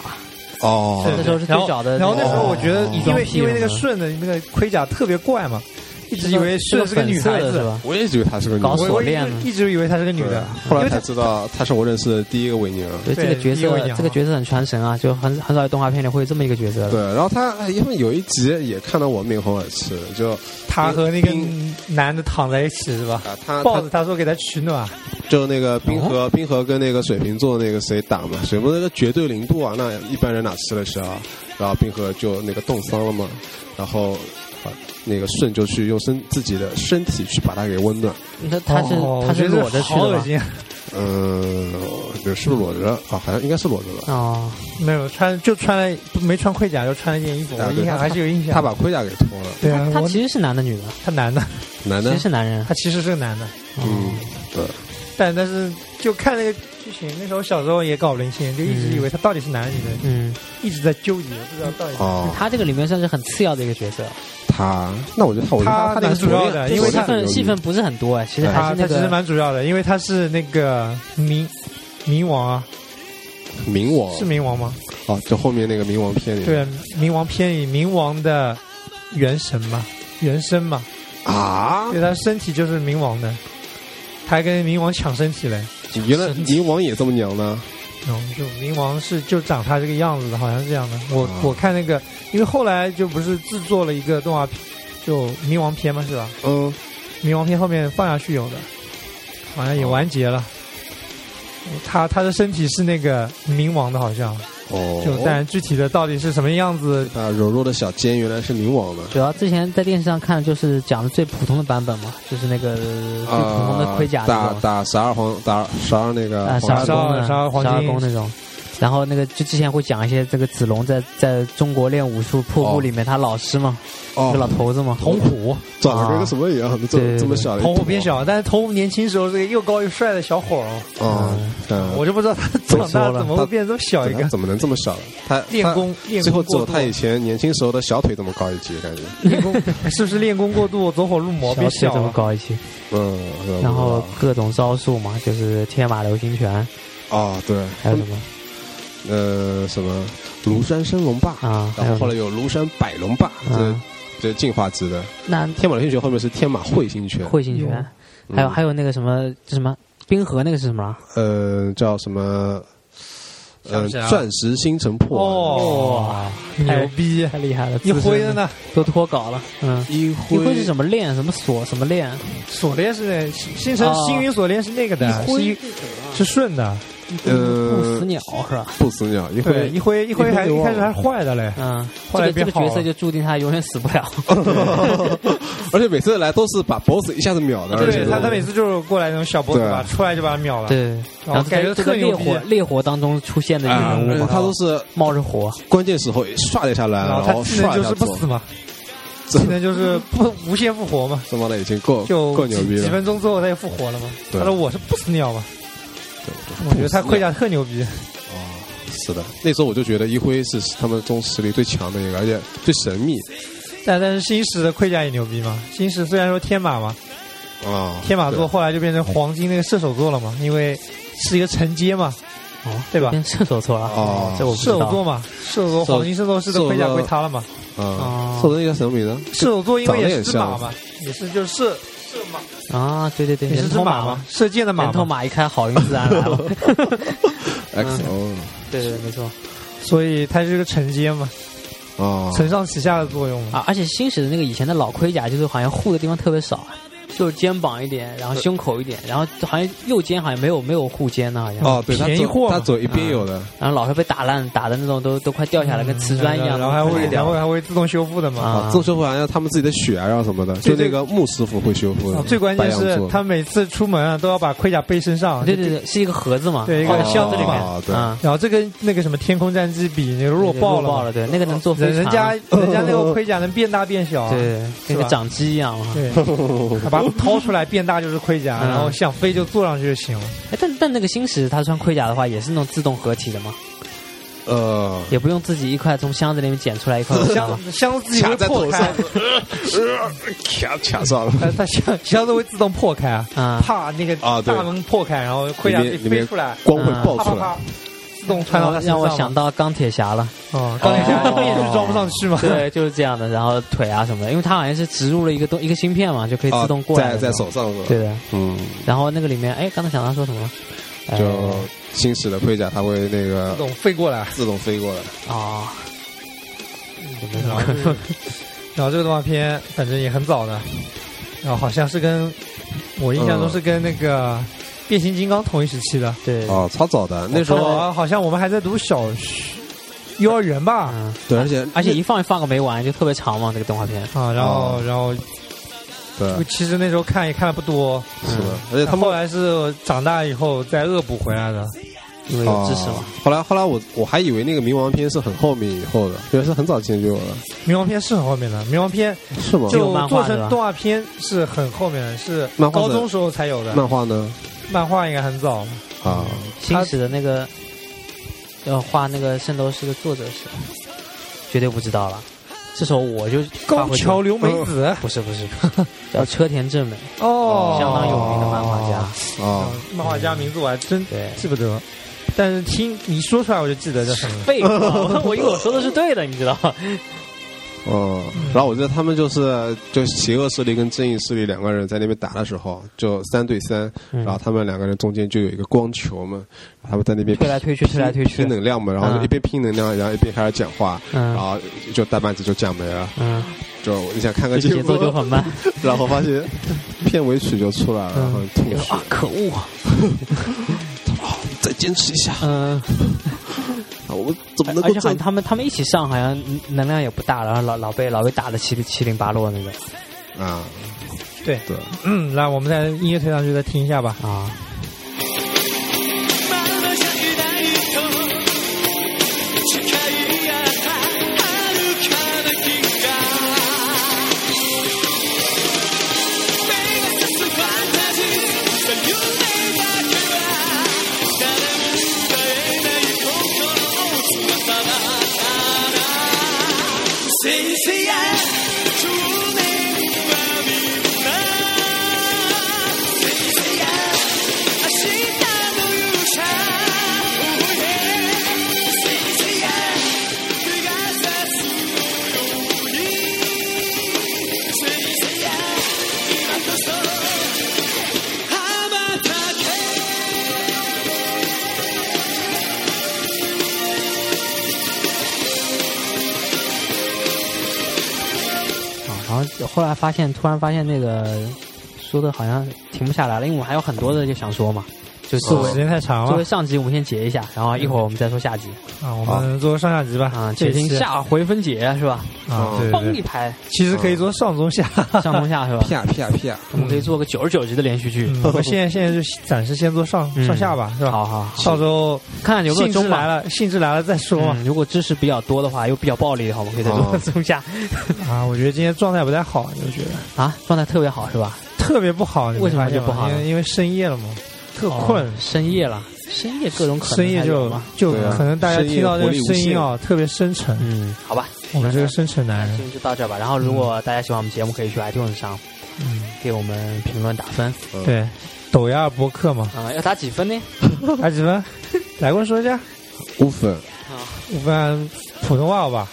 Speaker 4: 哦
Speaker 3: 对
Speaker 5: 那时候是最
Speaker 3: 然后
Speaker 5: 小的
Speaker 3: 然后那时候
Speaker 4: 哦
Speaker 3: 我觉得，
Speaker 5: 哦
Speaker 3: 因为因为那个
Speaker 5: 哦
Speaker 3: 顺的那个盔甲特别怪嘛，一直以为顺是个女孩
Speaker 5: 是
Speaker 3: 子
Speaker 5: 粉色的是，吧？
Speaker 4: 我也觉得她是个女
Speaker 5: 搞
Speaker 4: 的，
Speaker 5: 死
Speaker 3: 我
Speaker 5: 锁
Speaker 3: 我一
Speaker 5: 链
Speaker 3: 直一直以为她是个女的，
Speaker 4: 后
Speaker 3: 因
Speaker 4: 来
Speaker 3: 为
Speaker 4: 才
Speaker 3: 她
Speaker 4: 知道她是我认识的第一个维尼尔。
Speaker 5: 对这个角
Speaker 3: 对因为
Speaker 5: 色
Speaker 3: 你，好
Speaker 5: 这个角色很传神啊，就很很少有动画片里会有这么一个角色
Speaker 4: 对
Speaker 3: 哦
Speaker 5: 的。，
Speaker 4: 然后他哎因为有一集也看到我面红耳赤，就啊
Speaker 3: 她和那个
Speaker 4: 冰
Speaker 3: 男的躺在一起是吧？
Speaker 4: 他
Speaker 3: 抱
Speaker 4: 他
Speaker 3: 着她说给她取暖，
Speaker 4: 就那个冰
Speaker 5: 哦
Speaker 4: 河冰河跟那个水瓶座那个谁打嘛，水瓶座那个绝对零度啊，那一般人哪吃得消？啊然后冰河就那个冻伤了嘛，然后啊那个舜就去用身自己的身体去把它给温暖，
Speaker 5: 他他是
Speaker 3: 哦
Speaker 5: 他
Speaker 3: 我觉
Speaker 5: 是
Speaker 3: 得
Speaker 5: 裸着去
Speaker 3: 好
Speaker 5: 的
Speaker 3: 恶
Speaker 5: 吧？
Speaker 3: 心，
Speaker 4: 嗯，是不是裸着啊？好像应该是裸着吧。
Speaker 5: 哦，
Speaker 3: 没有穿就穿了没穿盔甲，就穿了一件衣服，
Speaker 4: 啊
Speaker 3: 我
Speaker 4: 对
Speaker 3: 印象
Speaker 4: 她
Speaker 3: 还是有
Speaker 5: 哎
Speaker 3: 印象。
Speaker 4: 他把盔甲给脱了，
Speaker 3: 对啊，
Speaker 5: 他
Speaker 3: 我
Speaker 5: 其实是男的女的，
Speaker 3: 他男的，
Speaker 4: 男
Speaker 5: 其
Speaker 4: 的
Speaker 5: 实，是男人
Speaker 3: 他。其实是个男的，
Speaker 4: 嗯
Speaker 5: 哦，，
Speaker 4: 对，
Speaker 3: 但但是就看那个剧情，那时候小时候也搞不明清，就一直以为他到底是男的女的，
Speaker 5: 嗯，
Speaker 3: 一直在纠结，不知道到底。
Speaker 4: 哦，
Speaker 5: 他这个里面算是很次要的一个角色，
Speaker 4: 他，那我觉得他，我觉得
Speaker 3: 他
Speaker 4: 他那个
Speaker 3: 蛮主要的
Speaker 4: 锁链
Speaker 3: 因为
Speaker 5: 戏
Speaker 3: 他
Speaker 4: 锁链
Speaker 5: 份
Speaker 4: 很
Speaker 5: 戏
Speaker 4: 有
Speaker 5: 份不是很多哎，其实还
Speaker 3: 啊他
Speaker 5: 是那
Speaker 3: 他其实
Speaker 5: 个
Speaker 3: 蛮主要的，因为他是那个冥冥王啊，
Speaker 4: 力冥王
Speaker 3: 是冥王吗？
Speaker 4: 哦，就后面那个冥王片里面，
Speaker 3: 对，冥王偏里冥王的元神嘛，元身嘛，
Speaker 5: 哦
Speaker 4: 啊，
Speaker 3: 对，他身体就是冥王的，他还跟冥王抢身体嘞。
Speaker 4: 原来冥王也这么娘呢？
Speaker 3: 然后就冥王是就长他这个样子的，好像是这样的。我、
Speaker 5: 哦
Speaker 4: 啊
Speaker 3: 我看那个，因为后来就不是制作了一个动画片，就冥王篇嘛，是吧？
Speaker 4: 嗯，
Speaker 3: 冥王篇后面放下去有的，好像也完结了。他他的身体是那个冥王的，好像
Speaker 4: 哦，
Speaker 3: 就但具体的到底是什么样子，
Speaker 4: 啊，柔弱的小尖原来是冥王的，
Speaker 5: 主要之前在电视上看，就是讲的最普通的版本嘛，就是那个最普通的盔甲那
Speaker 4: 啊打
Speaker 5: 种，
Speaker 4: 打十二黄打十二那个
Speaker 5: 啊，十
Speaker 4: 呃黄
Speaker 5: 二
Speaker 4: 金
Speaker 5: 宫
Speaker 3: 十二
Speaker 5: 的
Speaker 3: 黄
Speaker 5: 十二
Speaker 3: 金
Speaker 5: 宫那种。然后那个就之前会讲一些这个子龙在在中国练武术瀑布里面他老师嘛，那个老
Speaker 4: 哦，
Speaker 5: 头子嘛，
Speaker 3: 童虎，
Speaker 4: 长得跟个什么一样，这
Speaker 5: 对
Speaker 4: 么
Speaker 5: 对
Speaker 4: 这么小的一坨，
Speaker 3: 童虎变小，但是童虎年轻时候是个又高又帅的小伙儿哦，
Speaker 4: 啊，
Speaker 3: 我就不知道他长
Speaker 5: 缩
Speaker 3: 大
Speaker 5: 了
Speaker 3: 怎么
Speaker 4: 他
Speaker 3: 会变这么小一
Speaker 4: 他
Speaker 3: 个。
Speaker 4: 怎么能这么小了？他
Speaker 3: 练
Speaker 4: 他
Speaker 3: 功练
Speaker 4: 最后
Speaker 3: 功
Speaker 4: 只有
Speaker 3: 过
Speaker 4: 他以
Speaker 3: 度，
Speaker 4: 前年轻时候的小腿这么高一截，感觉，
Speaker 3: 练功是不是练功过度，走火入魔
Speaker 5: 小
Speaker 3: 变
Speaker 5: 腿
Speaker 3: 小
Speaker 5: 这么
Speaker 3: 了？
Speaker 5: 高一些，
Speaker 4: 嗯，嗯
Speaker 5: 然后各种招数嘛，就是天马流星拳，
Speaker 4: 啊，对，
Speaker 5: 还有什么
Speaker 4: 呃，什么庐山升龙霸，
Speaker 5: 啊，
Speaker 4: 然后
Speaker 5: 还有什
Speaker 4: 后
Speaker 5: 么
Speaker 4: 来有庐山百龙霸，这
Speaker 5: 啊，
Speaker 4: 这进化值的。
Speaker 5: 那
Speaker 4: 天马流星拳后面是天马彗星拳，
Speaker 5: 彗星拳，
Speaker 4: 嗯
Speaker 5: 还有还有那个什么这什么冰河那个是什么啊？
Speaker 4: 呃叫什么？
Speaker 3: 想
Speaker 4: 呃
Speaker 3: 不起来，了
Speaker 4: 钻石星辰破
Speaker 3: 哦
Speaker 5: 哇，
Speaker 3: 牛
Speaker 4: 哎
Speaker 3: 逼！
Speaker 5: 太厉害了！
Speaker 3: 你挥的呢？
Speaker 5: 都脱稿了，嗯。
Speaker 4: 一
Speaker 5: 一
Speaker 4: 辉
Speaker 5: 辉是什么链？什么锁？什么链？
Speaker 3: 锁链是那星辰
Speaker 5: 哦
Speaker 3: 星云锁链是那个的，是一是顺的。
Speaker 4: 呃
Speaker 5: 不死鸟是吧？
Speaker 4: 不死鸟，一辉
Speaker 3: 对，一辉一辉还
Speaker 4: 一辉就
Speaker 3: 一
Speaker 4: 忘
Speaker 3: 开
Speaker 4: 了
Speaker 3: 始还是坏的嘞，
Speaker 5: 嗯，
Speaker 3: 后
Speaker 5: 这
Speaker 3: 来
Speaker 5: 个这
Speaker 3: 变
Speaker 5: 个
Speaker 3: 好了
Speaker 5: 角色就注定他永远死不了。
Speaker 4: 而且每次来都是把脖子一下子秒的，而且
Speaker 3: 对他他每次就是过来那种小脖子吧，
Speaker 4: 对
Speaker 3: 出来就把他秒了。
Speaker 5: 对，
Speaker 3: 哦
Speaker 5: 然后在
Speaker 3: 感觉
Speaker 5: 这个
Speaker 3: 特
Speaker 5: 烈
Speaker 3: 牛逼嗯
Speaker 5: 火烈火当中出现的一个
Speaker 4: 啊，而
Speaker 5: 人物
Speaker 4: 且
Speaker 5: 嘛，
Speaker 4: 他都是
Speaker 5: 冒着火，
Speaker 4: 关键时候唰的一下来，
Speaker 3: 然后
Speaker 4: 然后
Speaker 3: 他技能
Speaker 4: 唰
Speaker 3: 就
Speaker 4: 一下
Speaker 3: 是不死
Speaker 4: 走，
Speaker 3: 嘛，
Speaker 4: 这
Speaker 3: 技能就是不无限复活嘛，
Speaker 4: 他妈的已经够
Speaker 3: 就
Speaker 4: 够牛逼
Speaker 3: 几几
Speaker 4: 了，
Speaker 3: 分钟之后他就复活了嘛。
Speaker 4: 对
Speaker 3: 他说我是不死鸟嘛，我觉得他盔甲特牛逼。
Speaker 4: 哦，是的，那时候我就觉得一辉是他们中实力最强的一个，而且最神秘
Speaker 3: 但但是星矢的盔甲也牛逼嘛，星矢虽然说天马嘛，
Speaker 4: 啊，
Speaker 3: 天马座
Speaker 4: 对
Speaker 3: 后来就变成黄金那个射手座了嘛，因为是一个承接嘛，
Speaker 5: 哦，
Speaker 3: 对吧
Speaker 5: 变射手座了，
Speaker 4: 哦
Speaker 5: 这我不知
Speaker 3: 射手座
Speaker 5: 道。
Speaker 3: 嘛，射手座
Speaker 4: 射
Speaker 3: 黄金圣斗士的盔甲归他了嘛，
Speaker 4: 啊，
Speaker 5: 哦，
Speaker 4: 瘦子那叫什么名字？
Speaker 3: 射手座因为
Speaker 4: 长得
Speaker 3: 也
Speaker 4: 也
Speaker 3: 是只马
Speaker 4: 像
Speaker 3: 嘛，也是就是射射马，
Speaker 5: 啊，对对对，
Speaker 3: 也是
Speaker 5: 人
Speaker 3: 只
Speaker 5: 头
Speaker 3: 马
Speaker 5: 嘛
Speaker 3: 嘛，，射箭的马
Speaker 5: 人头
Speaker 3: 嘛，
Speaker 5: 马一开，好运自然来 了。
Speaker 4: XO
Speaker 5: 对对，对没错
Speaker 3: 所以它是个承接嘛，
Speaker 4: 啊，
Speaker 3: 承上启下的作用嘛。
Speaker 5: 啊，而且新史的那个以前的老盔甲，就是好像护的地方特别少，啊就是肩膀一点，然后胸口一点，然后好像右肩好像没有没有护肩呢，好像。
Speaker 4: 哦，对，他
Speaker 3: 便宜货
Speaker 4: 走
Speaker 3: 嘛
Speaker 4: 他走一边有的，
Speaker 5: 然后老是被打烂，打的那种都都快掉下来，跟瓷砖一
Speaker 3: 嗯
Speaker 5: 样。
Speaker 3: 然后还会
Speaker 5: 然
Speaker 3: 然
Speaker 5: 后
Speaker 3: 后还会自动修复的嘛。
Speaker 5: 啊
Speaker 4: 啊，这修复好像他们自己的血啊，然后什么的，就
Speaker 3: 对对
Speaker 4: 那个穆师傅会修复
Speaker 3: 啊
Speaker 4: 的。
Speaker 3: 最关键
Speaker 4: 白
Speaker 3: 是
Speaker 4: 羊座
Speaker 3: 他每次出门啊都要把盔甲背身上，
Speaker 5: 对对对，是一个盒子
Speaker 3: 啊
Speaker 5: 嘛，
Speaker 3: 对一
Speaker 5: 哦
Speaker 3: 个箱子里面。
Speaker 4: 啊，对，
Speaker 5: 啊，
Speaker 3: 然后这跟那个什么天空战机比，那个弱爆了
Speaker 5: 爆
Speaker 3: 嘛
Speaker 5: 了，。对，那个能做飞
Speaker 3: 人人
Speaker 5: 船
Speaker 3: 家人家那个盔甲能变大变小啊，
Speaker 5: 对，跟
Speaker 3: 是
Speaker 5: 个
Speaker 3: 吧
Speaker 5: 掌机一样啊嘛。
Speaker 3: 对，他把它掏出来变大就是盔甲，
Speaker 5: 嗯
Speaker 3: 然后想飞就坐上去就行了。
Speaker 5: 哎，但但那个星矢他穿盔甲的话，也是那种自动合体的嘛，
Speaker 4: 呃，
Speaker 5: 也不用自己一块从箱子里面捡出来一块盔甲嘛。
Speaker 3: 箱箱子自己
Speaker 4: 卡
Speaker 3: 会
Speaker 4: 在
Speaker 3: 破
Speaker 4: 头
Speaker 3: 开
Speaker 4: 上，，呃卡卡上了。
Speaker 3: 它它箱箱子会自动破开，
Speaker 5: 啊，
Speaker 3: 怕那个
Speaker 4: 啊对
Speaker 3: 大门破开，然后盔
Speaker 4: 里
Speaker 3: 甲自
Speaker 4: 面
Speaker 3: 己
Speaker 4: 里
Speaker 3: 飞
Speaker 4: 面
Speaker 3: 出来，
Speaker 4: 光会爆
Speaker 3: 啪
Speaker 4: 出
Speaker 3: 啪
Speaker 4: 来
Speaker 3: 啪，，自动 穿到他身
Speaker 5: 让
Speaker 3: 上
Speaker 5: 我
Speaker 3: 嘛。
Speaker 5: 想到钢铁侠 了，
Speaker 3: 哦，钢铁侠
Speaker 5: 哦
Speaker 3: 面具装不上去嘛，
Speaker 5: 对，就是这样的。然后腿啊什么的，因为它好像是植入了一个东一个芯片嘛，就可以
Speaker 4: 啊
Speaker 5: 自动过来
Speaker 4: 在
Speaker 5: 的
Speaker 4: 在
Speaker 5: 那种。
Speaker 4: 手上是吧？
Speaker 5: 对的。
Speaker 4: 嗯，
Speaker 5: 然后那个里面，哎，刚才想到说什么了？哎
Speaker 4: 就新式的盔甲，它会那个
Speaker 3: 自动飞过来。
Speaker 4: 自动飞过来。
Speaker 5: 哦，有没
Speaker 3: 然
Speaker 5: 有
Speaker 3: 后就是 然后这个动画片反正也很早的，然后好像是跟我印象中是跟那个变形金刚同一时期的。 哦
Speaker 5: 对，
Speaker 4: 哦，超早的，那时
Speaker 3: 好
Speaker 4: 候
Speaker 3: 像好像我们还在读小学、幼儿园吧。
Speaker 5: 嗯，
Speaker 4: 对，而且
Speaker 5: 而且一放放个没完，就特别长嘛，那个动画片。
Speaker 3: 啊，然后
Speaker 4: 哦
Speaker 3: 然后
Speaker 4: 对嗯
Speaker 3: 其实那时候看也看的不多，
Speaker 4: 是的，而且他
Speaker 3: 他
Speaker 4: 们
Speaker 3: 后来是长大以后再恶补回来的。
Speaker 5: 因为有知识嘛
Speaker 4: 哦。后来后来我我还以为那个冥王篇是很后面以后的，原来是很早前就有了，
Speaker 3: 冥王篇是很后面的，冥王篇
Speaker 4: 是吗？
Speaker 5: 只
Speaker 3: 就
Speaker 5: 有漫
Speaker 3: 做
Speaker 5: 画是吧
Speaker 3: 成动画片是很后面的，是
Speaker 4: 哦漫画
Speaker 3: 高
Speaker 4: 的
Speaker 3: 中时候才有的。
Speaker 4: 漫画呢？
Speaker 3: 漫画应该很早，
Speaker 4: 啊，
Speaker 5: 新史的那个要画那个圣斗士的作者是，绝对不知道了。这时候我就发
Speaker 3: 高
Speaker 5: 挥
Speaker 3: 桥
Speaker 5: 出
Speaker 3: 留美子
Speaker 5: 不是不是， 叫车田正美，
Speaker 3: 哦，
Speaker 5: 相当有名的漫画家。
Speaker 4: 哦
Speaker 3: 嗯，漫画家名字我还真
Speaker 5: 对，
Speaker 3: 记不得，但是听你说出来我就记得叫 什么。
Speaker 5: 废话，我我以为我说的是对的，你知道吗？
Speaker 4: 嗯，然后我记得他们就是就邪恶势力跟正义势力两个人在那边打的时候，就三对三，
Speaker 5: 嗯
Speaker 4: 然后他们两个人中间就有一个光球嘛，他们在那边
Speaker 5: 推来推去，推来推去
Speaker 4: 拼，能量嘛，然后就一边拼能量，然后一边开始讲话，然
Speaker 5: 嗯
Speaker 4: 后就大半集就讲没了，
Speaker 5: 嗯，
Speaker 4: 就你想看个
Speaker 5: 节
Speaker 4: 结
Speaker 5: 奏
Speaker 4: 果，
Speaker 5: 就很慢。
Speaker 4: 然后发现片尾曲就出来了，然后很痛苦
Speaker 5: 啊，，可恶啊！
Speaker 4: 再坚持一下，
Speaker 5: 嗯，
Speaker 4: 啊我怎么能
Speaker 5: 而
Speaker 4: 够
Speaker 5: 且好
Speaker 4: 这
Speaker 5: 像他们他们一起上，好像能量也不大，然后老老被老被打的七七零八落那种
Speaker 4: 啊？
Speaker 3: 对
Speaker 4: 对，
Speaker 3: 嗯，来，我们在音乐推上去再听一下吧。
Speaker 5: 啊。
Speaker 2: まだじゃいないと誓い合った愛のかなきが目が指すファンタジーさ夢だけは誰も奪えない心の翼だから先生や少年はみんな先生や明日の勇者おえせいや手がさすようにせいせいや今こそ羽ばたけ
Speaker 5: 啊，然后后来发现，突然发现那个说的好像停不下来了，因为我们还有很多的就想说嘛，就作
Speaker 3: 啊时
Speaker 5: 为、
Speaker 3: 间太长
Speaker 5: 作为
Speaker 3: 了
Speaker 5: 上集我们先截一下，然后一会儿我们再说下集
Speaker 3: 啊，我们做上下集吧。
Speaker 5: 啊，
Speaker 3: 这
Speaker 5: 且
Speaker 3: 一
Speaker 5: 听
Speaker 3: 期
Speaker 5: 下回分解是吧？
Speaker 3: 啊，对
Speaker 5: 嘣
Speaker 3: 对
Speaker 5: 一
Speaker 3: 对，
Speaker 5: 拍
Speaker 3: 其实可以做上中 下。
Speaker 5: 上中 下是吧？
Speaker 4: 啪啪啪，
Speaker 5: 我们可以做个九十九集的连续剧，
Speaker 3: 嗯我们现在现在就暂时先做上
Speaker 5: 嗯
Speaker 3: 上下吧，是吧？
Speaker 5: 好好好，
Speaker 3: 到时候
Speaker 5: 看看有没
Speaker 3: 兴
Speaker 5: 有
Speaker 3: 致
Speaker 5: 中
Speaker 3: 来
Speaker 5: 吧。
Speaker 3: 了，兴致来了再说嘛。
Speaker 5: 嗯，如果知识比较多的话，又比较暴力的话，我们可以再做
Speaker 4: 哦
Speaker 5: 中下嗯
Speaker 3: 啊，我觉得今天状态不太好，就觉得
Speaker 5: 啊，状态特别好是吧？
Speaker 3: 特别不好。你没
Speaker 5: 为什么
Speaker 3: 发现
Speaker 5: 就不
Speaker 3: 吗
Speaker 5: 好
Speaker 3: 因
Speaker 5: 呢
Speaker 3: 为因为深夜了嘛，特困
Speaker 5: 哦。深夜了，深夜各种可能
Speaker 3: 深夜
Speaker 5: 还有
Speaker 3: 就
Speaker 5: 吗
Speaker 3: 就
Speaker 4: 对啊
Speaker 3: 可能大家
Speaker 4: 深夜
Speaker 3: 听到这
Speaker 4: 活
Speaker 3: 个
Speaker 4: 力无
Speaker 3: 声音啊，特别深沉。
Speaker 5: 嗯，好吧，
Speaker 3: 我们这个深沉男
Speaker 5: 今
Speaker 3: 人，
Speaker 5: 天就到这儿吧。然后如果大家喜欢我们节目，可以去 iTunes 上
Speaker 3: 嗯，
Speaker 5: 给我们评论打分。
Speaker 3: 对，抖呀博客 嘛，哎
Speaker 5: 啊、要打几分呢？
Speaker 3: 还几分？来跟我说一下，
Speaker 4: 五分
Speaker 5: 啊、
Speaker 3: 五分普通话好吧？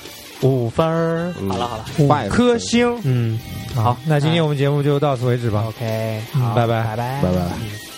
Speaker 5: 五分儿。
Speaker 4: 嗯
Speaker 5: 好了好了，
Speaker 3: 五
Speaker 4: 坏了
Speaker 3: 颗星。
Speaker 5: 嗯，好，
Speaker 3: 那今天我们节目就到此为止吧。
Speaker 5: OK，
Speaker 3: 嗯
Speaker 5: 好，
Speaker 3: 拜拜
Speaker 5: 拜拜，
Speaker 4: 拜拜
Speaker 5: 嗯